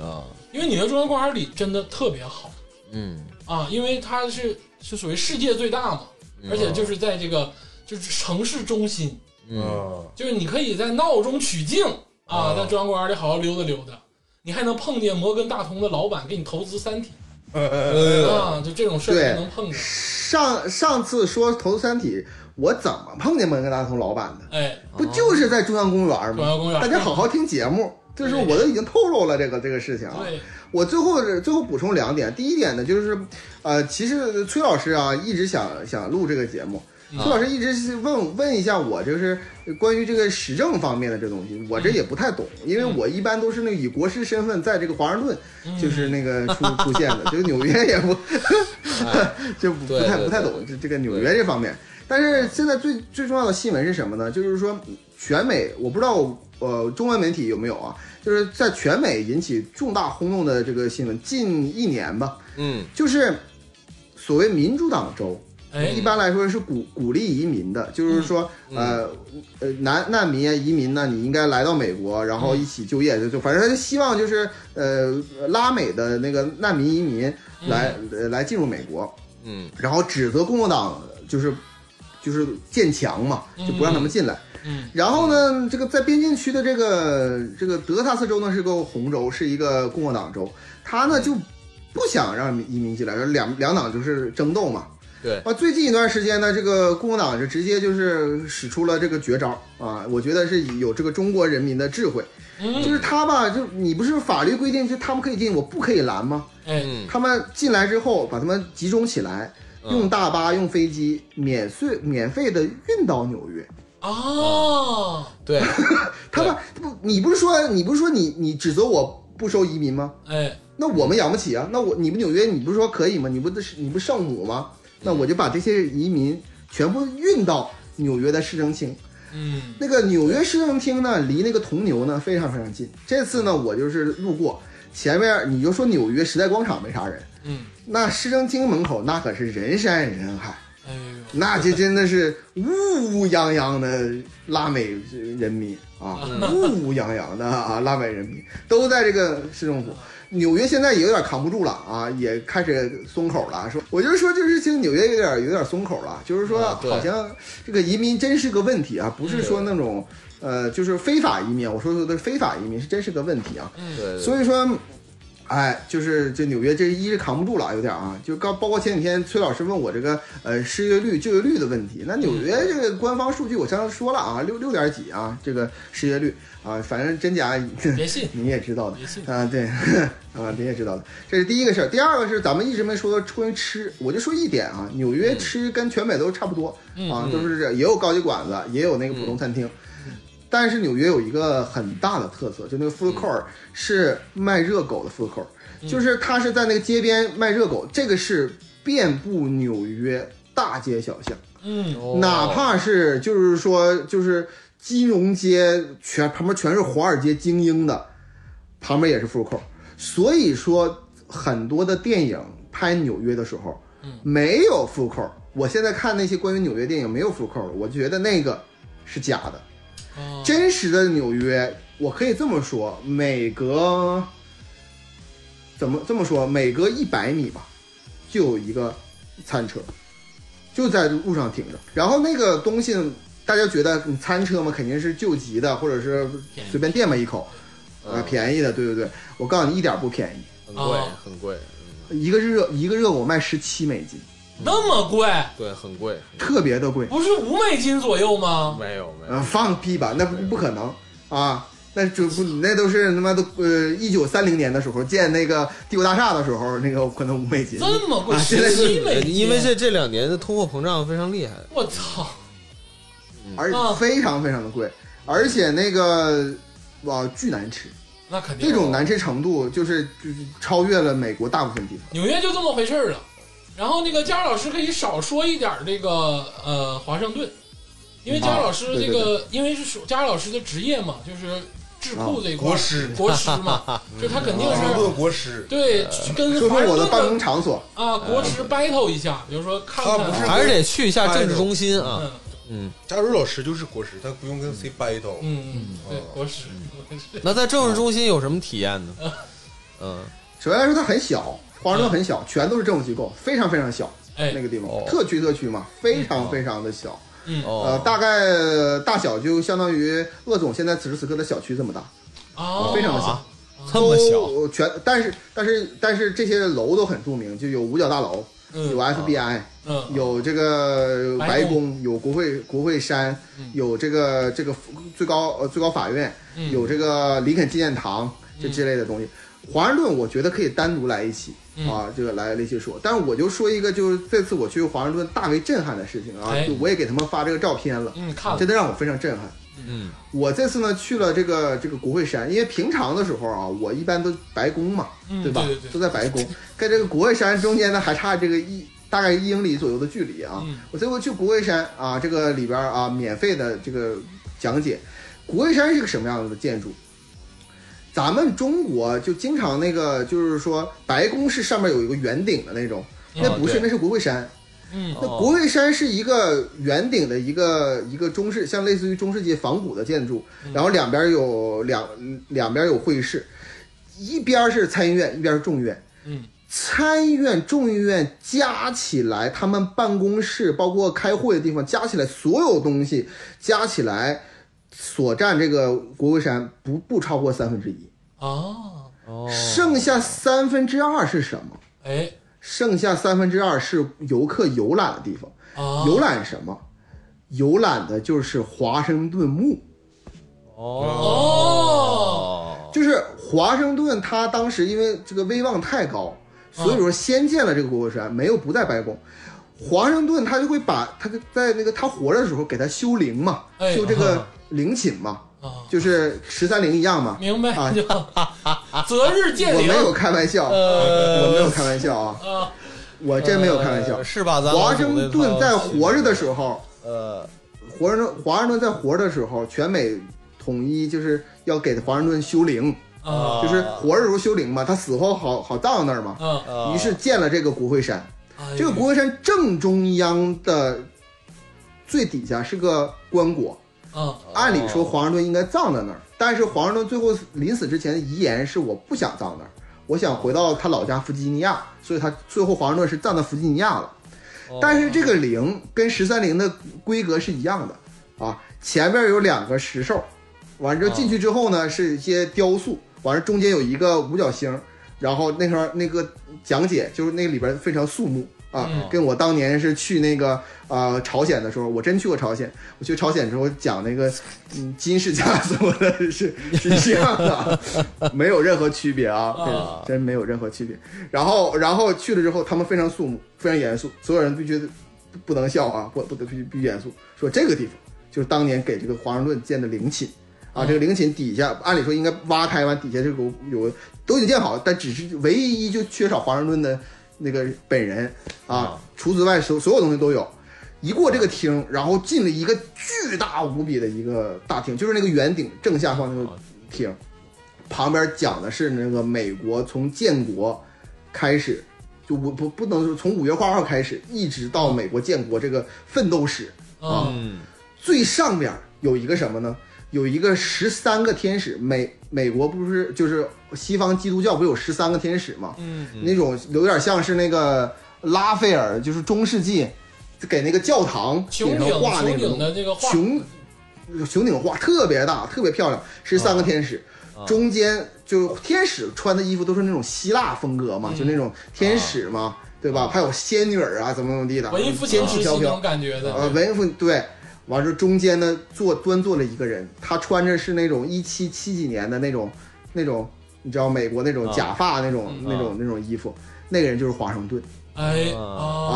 S4: 啊，
S2: 因为纽约中央公园里真的特别好
S4: 嗯，
S2: 啊，因为它是是属于世界最大嘛，而且就是在这个就是城市中心，
S4: 嗯，
S3: 啊，
S2: 就是你可以在闹中取静啊，
S3: 哦
S2: 在中央公园里好好溜达溜达，你还能碰见摩根大通的老板给你投资三体 啊，就这种事儿
S5: 对
S2: 还能碰见，
S5: 上上次说投资三体，我怎么碰见门格大通老板的？
S2: 哎，
S5: 不就是在中央公园
S2: 中央
S5: 吗？
S2: 公园
S5: 大家好好听节目，就是我都已经透露了这个这个事情啊。
S2: 对，
S5: 我最后最后补充两点，第一点呢就是，呃，其实崔老师啊一直想想录这个节目，
S2: 嗯
S5: 崔老师一直是问问一下我，就是关于这个时政方面的这东西，我这也不太懂，
S2: 嗯
S5: 因为我一般都是那个以国师身份在这个华盛顿
S2: 嗯
S5: 就是那个出出现的，就是纽约也不 就不
S4: 对
S5: 不太
S4: 对
S5: 不太
S4: 对
S5: 懂这这个纽约这方面。但是现在最最重要的新闻是什么呢？就是说全美，我不知道呃中文媒体有没有啊，就是在全美引起重大轰动的这个新闻，近一年吧，
S4: 嗯，
S5: 就是所谓民主党州，
S2: 哎
S5: 一，般来说是鼓鼓励移民的，就是说，
S4: 嗯
S5: 呃，呃，难难民啊，移民呢，你应该来到美国，然
S4: 嗯
S5: 后一起就业，就就反正他就希望就是，呃，拉美的那个难民移民来、呃来进入美国，
S4: 嗯，
S5: 然后指责共和党就是就是建墙嘛，就不让他们进来。
S2: 嗯
S5: 然后呢，这个在边境区的这个这个德克萨斯州呢是个红州，是一个共和党州，他呢就不想让移民进来，两两党就是争斗嘛。
S4: 对
S5: 啊，最近一段时间呢，这个共和党就直接就是使出了这个绝招啊，我觉得是有这个中国人民的智慧，
S2: 嗯，
S5: 就是他吧，就你不是法律规定就他们可以进，我不可以拦吗？
S2: 哎，
S4: 嗯，
S5: 他们进来之后，把他们集中起来，用大巴、用飞机免税、免费的运到纽约。
S2: 哎啊，
S4: 对，
S5: 他们不，你不是说你不是说你你指责我不收移民吗？
S2: 哎，
S5: 那我们养不起啊！那我你们纽约你不是说可以吗？你不是你不是圣母吗？那我就把这些移民全部运到纽约的市政厅。
S2: 嗯
S5: 那个纽约市政厅呢，离那个铜牛呢非常非常近。这次呢，我就是路过前面，你就说纽约时代广场没啥人，
S2: 嗯，
S5: 那市政厅门口那可是人山人海，
S2: 哎呦，
S5: 那这真的是乌乌泱泱的拉美
S4: 嗯
S5: 人民啊，乌乌泱泱的啊拉美人民都在这个市政府。纽约现在也有点扛不住了啊，也开始松口了。啊说，我就是说这个事情，纽约有点有点松口了，就是说
S4: 啊对嗯
S5: 好像这个移民真是个问题啊，不是说那种呃，就是非法移民。我说的非法移民是真是个问题啊。
S4: 对 对，
S5: 所以说，哎，就是这纽约这一是扛不住了，有点啊，就刚包括前几天崔老师问我这个呃失业率、就业率的问题，
S4: 嗯
S5: 那纽约这个官方数据我刚刚说了啊，六六点几啊，这个失业率啊，反正真假
S2: 别信，
S5: 你也知道的
S2: 别信
S5: 啊，对 啊，你也知道的，这是第一个事儿。第二个是咱们一直没说关于吃，我就说一点啊，纽约吃跟全美都差不多、啊，都是这也有高级馆子，也有那个普通餐厅。但是纽约有一个很大的特色，就那个 food court 是卖热狗的 food court，、就是它是在那个街边卖热狗，这个是遍布纽约大街小巷。
S2: 嗯，
S5: 哪怕是就是说就是金融街全旁边全是华尔街精英的，旁边也是富扣，所以说很多的电影拍纽约的时候，没有富扣。我现在看那些关于纽约电影没有富扣了，我就觉得那个是假的。
S2: 哦
S5: 真实的纽约，我可以这么说，每隔怎么这么说，每隔一百米吧，就有一个餐车，就在路上停着。然后那个东西，大家觉得嗯餐车嘛，肯定是救急的，或者是随便垫吧一口，
S2: 嗯
S5: 啊，便宜的，对对对。我告诉你，一点不便宜，
S4: 很贵
S2: 啊
S4: 很贵，
S5: 一个热一个热狗卖十七美金，
S2: 那么贵，
S4: 对，很贵，
S5: 特别的贵。
S2: 不是五美金左右吗？
S4: 没有没有，
S5: 啊，放屁吧，那不不可能啊！那就不，那都是他妈的，呃，一九三零年的时候建那个帝国大厦的时候，那个可能五美金。
S2: 这么贵，
S5: 啊现在
S2: 十
S5: 是
S2: 七美金，
S4: 因为这这两年的通货膨胀非常厉害，
S2: 我操，
S5: 而
S2: 啊
S5: 非常非常的贵，而且那个哇，巨难吃，
S2: 那肯定
S5: 这种难吃程度就是就是超越了美国大部分地方。
S2: 纽约就这么回事儿了。然后那个佳老师可以少说一点儿这个呃华盛顿，因为佳老师这
S5: 啊对
S2: 个、因为是属佳老师的职业嘛，就是智库这一块儿、
S3: 国师
S2: 国师 嘛，就他肯定
S3: 华
S5: 嗯
S3: 盛
S2: 是
S3: 顿国师，
S2: 对跟
S5: 说
S2: 华
S5: 说
S2: 盛
S5: 我的
S2: 顿
S5: 办公嗯场所，
S2: 啊国师 battle 一下，比如说看
S3: 他不是
S2: 看
S4: 还是得去一下政治中心啊。
S2: 嗯
S3: 加州老师就是国师，他不用跟谁 battle。
S2: 嗯嗯对国师国
S5: 嗯
S2: 师
S4: 那在政治中心有什么体验呢？嗯，
S5: 首先来说它很小，华盛顿很小，全都是政府机构，非常非常小。
S2: 哎
S5: 那个地方
S4: 哦
S5: 特区特区嘛，非常非常的小。呃，
S4: 哦，
S5: 大概大小就相当于鄂总现在此时此刻的小区这么大，
S2: 啊
S5: 非常小
S2: 啊
S4: 这么小，
S5: 都全，但是但是但是这些楼都很著名，就有五角大楼，
S2: 嗯
S5: 有
S4: 哦
S5: FBI，、
S2: 嗯
S5: 有这个
S2: 白
S5: 白
S2: 宫
S5: 宫，有国会国会山，有这个这个最高呃最高法院，
S2: 嗯
S5: 有这个林肯纪念堂这之类的东西。华盛顿我觉得可以单独来一期、
S2: 嗯
S5: 啊，这个来来一起说。但是我就说一个，就是这次我去华盛顿大为震撼的事情啊，
S2: 哎
S5: 就我也给他们发这个照片了，
S2: 嗯看了
S5: 真的让我非常震撼。
S4: 嗯，
S5: 我这次呢去了这个这个国会山，因为平常的时候啊，我一般都白宫嘛，
S2: 嗯
S5: 吧？
S2: 对对对
S5: 都在白宫，跟这个国会山中间呢还差这个一大概一英里左右的距离啊。
S2: 嗯
S5: 我这回去国会山啊，这个里边啊免费的这个讲解，国会山是个什么样的建筑？咱们中国就经常那个，就是说白宫是上面有一个圆顶的那种，
S2: 哦
S5: 那不是，
S4: 对
S5: 那是国会山。
S2: 嗯
S5: 那
S4: 哦
S5: 国会山是一个圆顶的一个一个中式，像类似于中世纪仿古的建筑，然后两边有两两边有会议室，一边是参议院，一边是众议院。
S2: 嗯，
S5: 参议院、众议院加起来，他们办公室包括开会的地方加起来，所有东西加起来所占这个国会山不不超过三分之一，
S2: 啊
S4: 哦
S5: 剩下三分之二是什么？
S2: 哎
S5: 剩下三分之二是游客游览的地方。
S2: 啊
S5: 游览什么？游览的就是华盛顿墓，
S2: 哦
S4: 哦，
S5: 就是华盛顿，他当时因为这个威望太高，所以说先建了这个国会山，没有不在白宫。华盛顿他就会把他在那个他活着的时候给他修陵嘛，
S2: 哎
S5: 修这个陵寝嘛，
S2: 啊
S5: 就是十三陵一样嘛。
S2: 明白
S5: 啊
S2: 就 择日建
S5: 我
S2: 陵
S5: 没有开玩笑，
S4: 呃
S5: 我没有开玩笑啊，
S2: 啊
S5: 我真没有开玩笑
S4: 呃。是吧？咱
S5: 华
S4: 老总
S5: 盛
S4: 那
S5: 顿
S4: 套
S5: 在活着的时候，
S4: 呃，
S5: 华盛顿华盛顿在活着的时候，全美统一就是要给华盛顿修陵，
S2: 啊
S5: 呃就是活着时候修陵嘛，他死后好好葬那儿嘛。
S2: 啊！
S4: 啊
S5: 于是建了这个国会山，
S2: 哎
S5: 这个国会山正中央的最底下是个棺椁，
S2: 啊
S5: 按理说华盛顿应该葬在那儿，但是华盛顿最后临死之前的遗言是我不想葬那儿，我想回到他老家弗吉尼亚，所以他最后华盛顿是葬在弗吉尼亚了。但是这个零跟十三陵的规格是一样的啊，前面有两个石兽，完了之后进去之后呢是一些雕塑，完了中间有一个五角星，然后那时候那个讲解就是那里边非常肃穆啊，
S2: 嗯
S5: 跟我当年是去那个呃朝鲜的时候，我真去过朝鲜，我去朝鲜的时候讲那个嗯金世家什么的是是一样的啊，没有任何区别啊，
S2: 啊
S5: 对，真没有任何区别。然后然后去了之后，他们非常肃穆，非常严肃，所有人必须不不能笑啊，不不得必须必须严肃，说这个地方就是当年给这个华盛顿建的陵寝。啊，这个陵寝底下，按理说应该挖开完，底下这个有个都已经建好，但只是唯一就缺少华盛顿的那个本人啊
S4: 啊，
S5: 除此之外，所所有东西都有。一过这个厅，然后进了一个巨大无比的一个大厅，就是那个圆顶正下方那个厅，旁边讲的是那个美国从建国开始，就不不不能说从五月花号开始，一直到美国建国这个奋斗史。
S2: 啊
S4: 嗯
S5: 最上面有一个什么呢？有一个十三个天使，美美国不是就是西方基督教不是有十三个天使吗？
S2: 嗯，
S5: 那种有点像是那个拉斐尔，就是中世纪给那个教堂
S2: 穹
S5: 顶
S2: 顶
S5: 上画
S2: 穹
S5: 那
S2: 顶
S5: 种
S2: 的这个画，
S5: 穹穹顶画特别大，特别漂亮，十三个天使，
S2: 啊
S5: 中间就天使穿的衣服都是那种希腊风格
S2: 嗯
S5: 嘛，就那种天使嘛，对吧？还有仙女儿啊，怎么怎么地的，
S2: 啊文艺复兴时期
S5: 飘
S2: 那
S5: 飘
S2: 种感觉的，
S5: 呃，文艺复兴对，完之后中间呢坐端坐了一个人，他穿着是那种一七七几年的那种那种，你知道美国那种
S4: 啊
S5: 假发那种、那种那种衣服，那个人就是华盛顿
S2: 哎
S5: 啊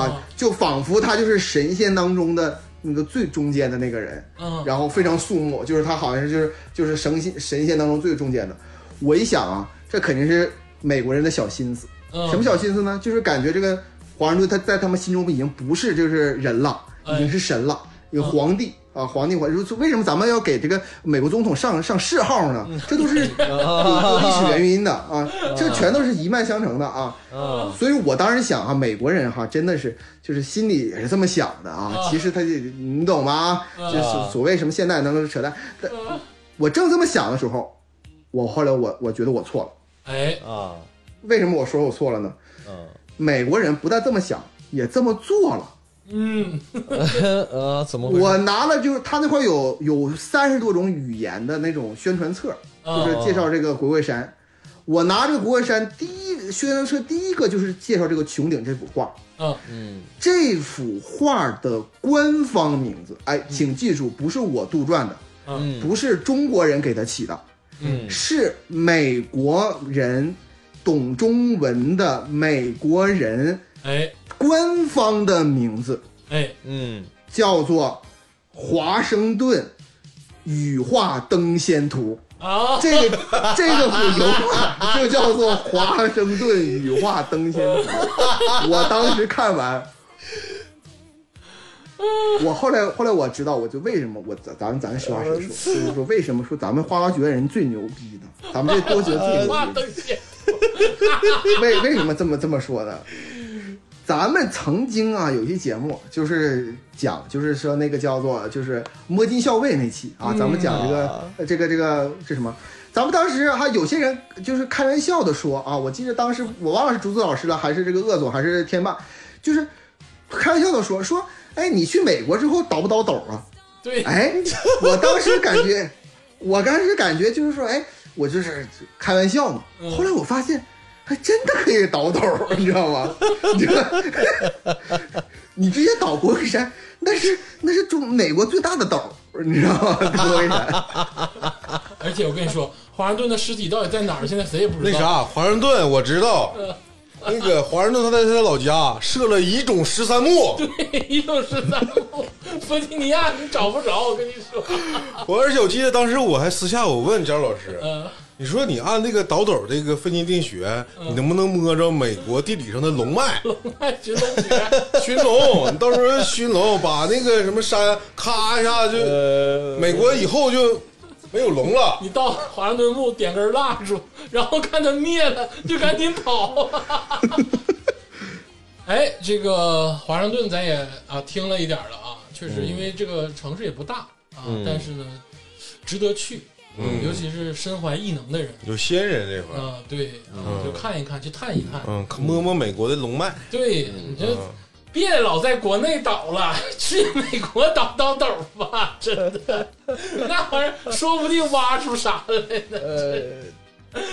S2: 啊，，
S5: 就仿佛他就是神仙当中的那个最中间的那个人，
S2: 嗯，
S5: 然后非常肃穆，就是他好像是就是就是神仙神仙当中最中间的。我一想啊，这肯定是美国人的小心思。什么
S2: 叫
S5: 小心思呢？就是感觉这个华盛顿他在他们心中已经不是就是人了，
S2: 哎
S5: 已经是神了，有皇帝啊，皇帝皇帝。为什么咱们要给这个美国总统上上谥号呢？这都是有有历史原因的啊，这全都是一脉相承的啊。
S4: 啊
S5: 所以我当时想啊，美国人哈、真的是就是心里也是这么想的啊。
S2: 啊
S5: 其实他就你懂吗？
S2: 啊
S5: 就是所谓什么现代能够扯淡，但
S2: 啊
S5: 我正这么想的时候，我后来我我觉得我错了。
S2: 哎
S4: 啊
S5: 为什么我说我错了呢？
S4: 嗯
S5: 美国人不但这么想，也这么做了。
S2: 嗯
S4: 呃，怎么回事？
S5: 我拿了就是他那块有有三十多种语言的那种宣传册，就
S2: 啊
S5: 是介绍这个国会山。我拿这个国会山第一个宣传册第一个就是介绍这个穹顶这幅画，
S2: 啊
S4: 嗯
S5: 这幅画的官方名字，哎，请记住，不是我杜撰的，
S4: 嗯
S5: 不是中国人给他起的，
S4: 嗯
S5: 是美国人懂中文的美国人
S2: 哎
S5: 官方的名字。
S2: 哎
S4: 嗯
S5: 叫做《华盛顿羽化登仙图
S2: 啊》，
S5: 这个这个幅油画就叫做《华盛顿羽化登仙图》。我当时看完，我后来后来我知道，我就为什么我咱咱咱实话实说，就是说为什么说咱们花花学人最牛逼呢？咱们这都觉得自己
S2: 哇，
S5: 牛逼
S2: 登，仙
S5: 为为什么这么这么说呢？咱们曾经啊，有一期节目就是讲，就是说那个叫做就是摸金校尉那期啊，咱们讲这个、呃这个这个这什么？咱们当时还有些人就是开玩笑的说啊，我记得当时我忘了是竹子老师了，还是这个鄂总，还是天霸，就是开玩笑的说说，哎，你去美国之后倒不倒斗啊？
S2: 对，
S5: 哎，我当时感觉，我当时感觉就是说，哎，我就是开玩笑嘛。
S2: 嗯
S5: 后来我发现，还真的可以倒斗，你知道吗？你知道你直接倒国会山，那是那是中美国最大的斗，你知道吗？国会山，
S2: 而且我跟你说，华盛顿的尸体到底在哪儿，现在谁也不
S3: 那
S2: 知道。
S3: 啥，华盛顿我知道，那个华盛顿他在他老家设了一种十三墓，
S2: 又是三木，弗吉尼亚你找不着，我跟你说，
S3: 我而且我记得当时我还私下我问张老师，
S2: 嗯
S3: 你说你按那个倒斗这个分金定穴，你能不能摸着美国地理上的龙脉？
S2: 爱寻龙诀，
S3: 寻龙，你到时候寻龙，把那个什么山咔一下就，
S4: 呃
S3: 美国以后就没有龙了。
S2: 你到华盛顿墓点根蜡烛，然后看它灭了就赶紧跑。 哎，这个华盛顿咱也啊听了一点儿了啊，确实因为这个城市也不大啊，但是呢值得去
S3: 嗯
S2: 尤其是身怀异能的人
S3: 有先人这块儿，
S2: 啊，对，就看一看，去探一探。
S3: 嗯，摸摸美国的龙脉，
S2: 对你这
S3: 嗯
S2: 别老在国内倒了，去美国倒倒斗吧，真的， 那玩意儿说不定挖出啥来呢。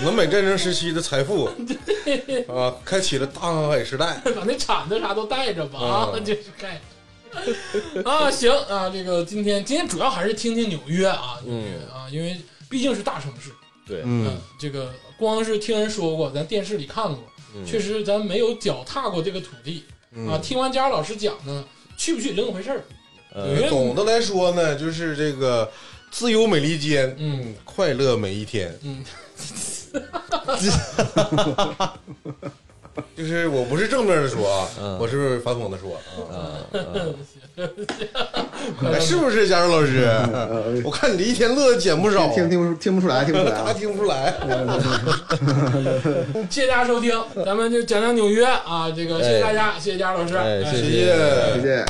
S3: 南北战争时期的财富啊，开启了大航海时代。
S2: 把那铲子啥都带着吧，啊，
S3: 嗯
S2: 就是盖。啊，行啊，这个今天今天主要还是听听纽约啊，纽
S4: 嗯
S2: 约啊，因为毕竟是大城市，
S4: 对，
S3: 嗯，
S2: 这个光是听人说过，咱电视里看过，
S4: 嗯
S2: 确实咱没有脚踏过这个土地啊。听完佳儿老师讲呢，去不去另一回事儿。
S4: 呃
S2: 纽约，
S3: 总的来说呢，就是这个自由美利坚，
S2: 嗯，
S3: 快乐每一天。
S2: 嗯，
S3: 就是我不是正面的说啊，我是反讽的说啊，哎是不是佳茹老师？
S5: 呃，
S3: 我看你这一天乐的减不少，
S5: 听听不出听不出来，听不出来
S3: 他
S5: 啊。
S3: 听不出来。
S2: 谢谢大家收听，咱们就讲讲纽约啊，这个谢谢大家，谢谢佳儿老师，
S4: 哎，
S2: 哎
S4: 谢
S3: 谢谢
S5: 谢谢。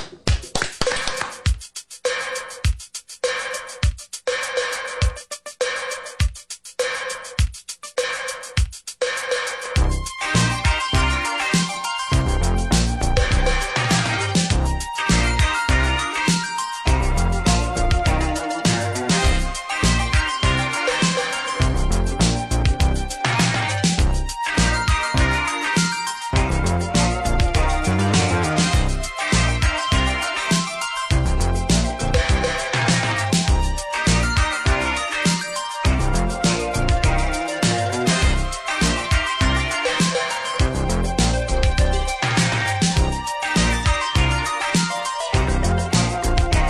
S7: New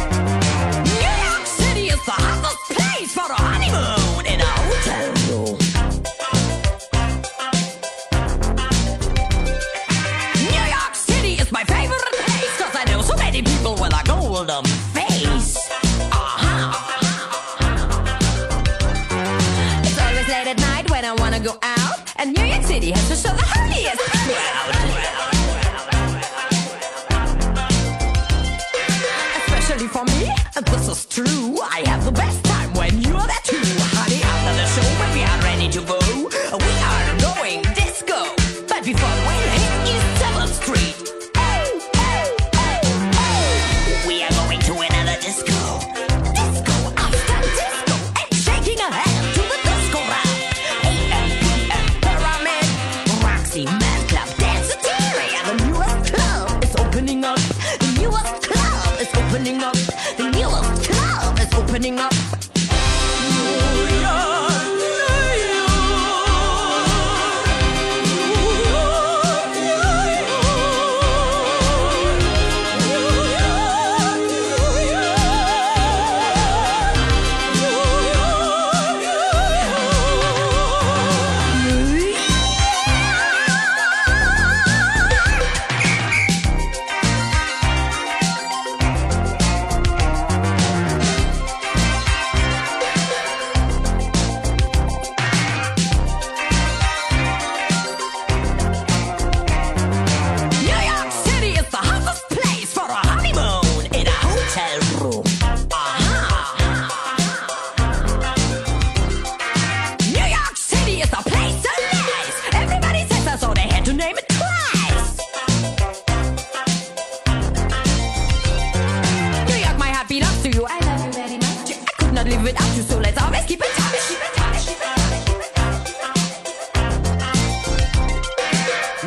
S7: York City is the hottest place for a honeymoon in a hotel. New York City is my favorite place because I know so many people with a golden face. Uh-huh. It's always late at night when I want to go out, and New York City has to show the holiest crowd. especially for me. And this is true. I have the best time when you're there too. Honey, after the show, when we are ready to go, we are going disco. But before we hit East 7th Street, oh, oh, oh, oh, we are going to another disco. Disco after disco. And shaking a hand to the disco round. AMPM Pyramid, Roxy Man Club, Dance Interior, the newest club is opening up. The newest club is opening up. The newest club is opening up. New York City is the hottest place for a honeymoon in a hotel room. Uh-huh. New York City is a place so nice. Everybody says that, so they had to name it twice. New York, my heart beat up to you. I love you very much. I could not live without you, so let's always keep in touch. Keep in touch. Keep in touch. Keep in touch.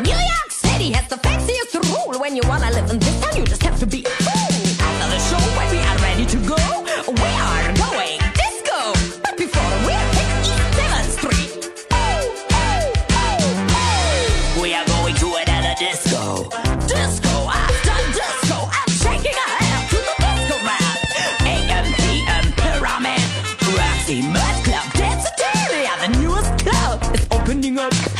S7: New York City has the fanciest rule. When you wanna live in this town, you just have to be a fool. After the show, when we are ready to go, we are going disco. But before we hit East 7th Street, oh, oh, oh, oh, we are going to another disco. Disco after disco, I'm shaking a hand to the disco rap. AM, PM, Pyramid, Roxy, Mud Club, Dance Italia, the newest club is opening up.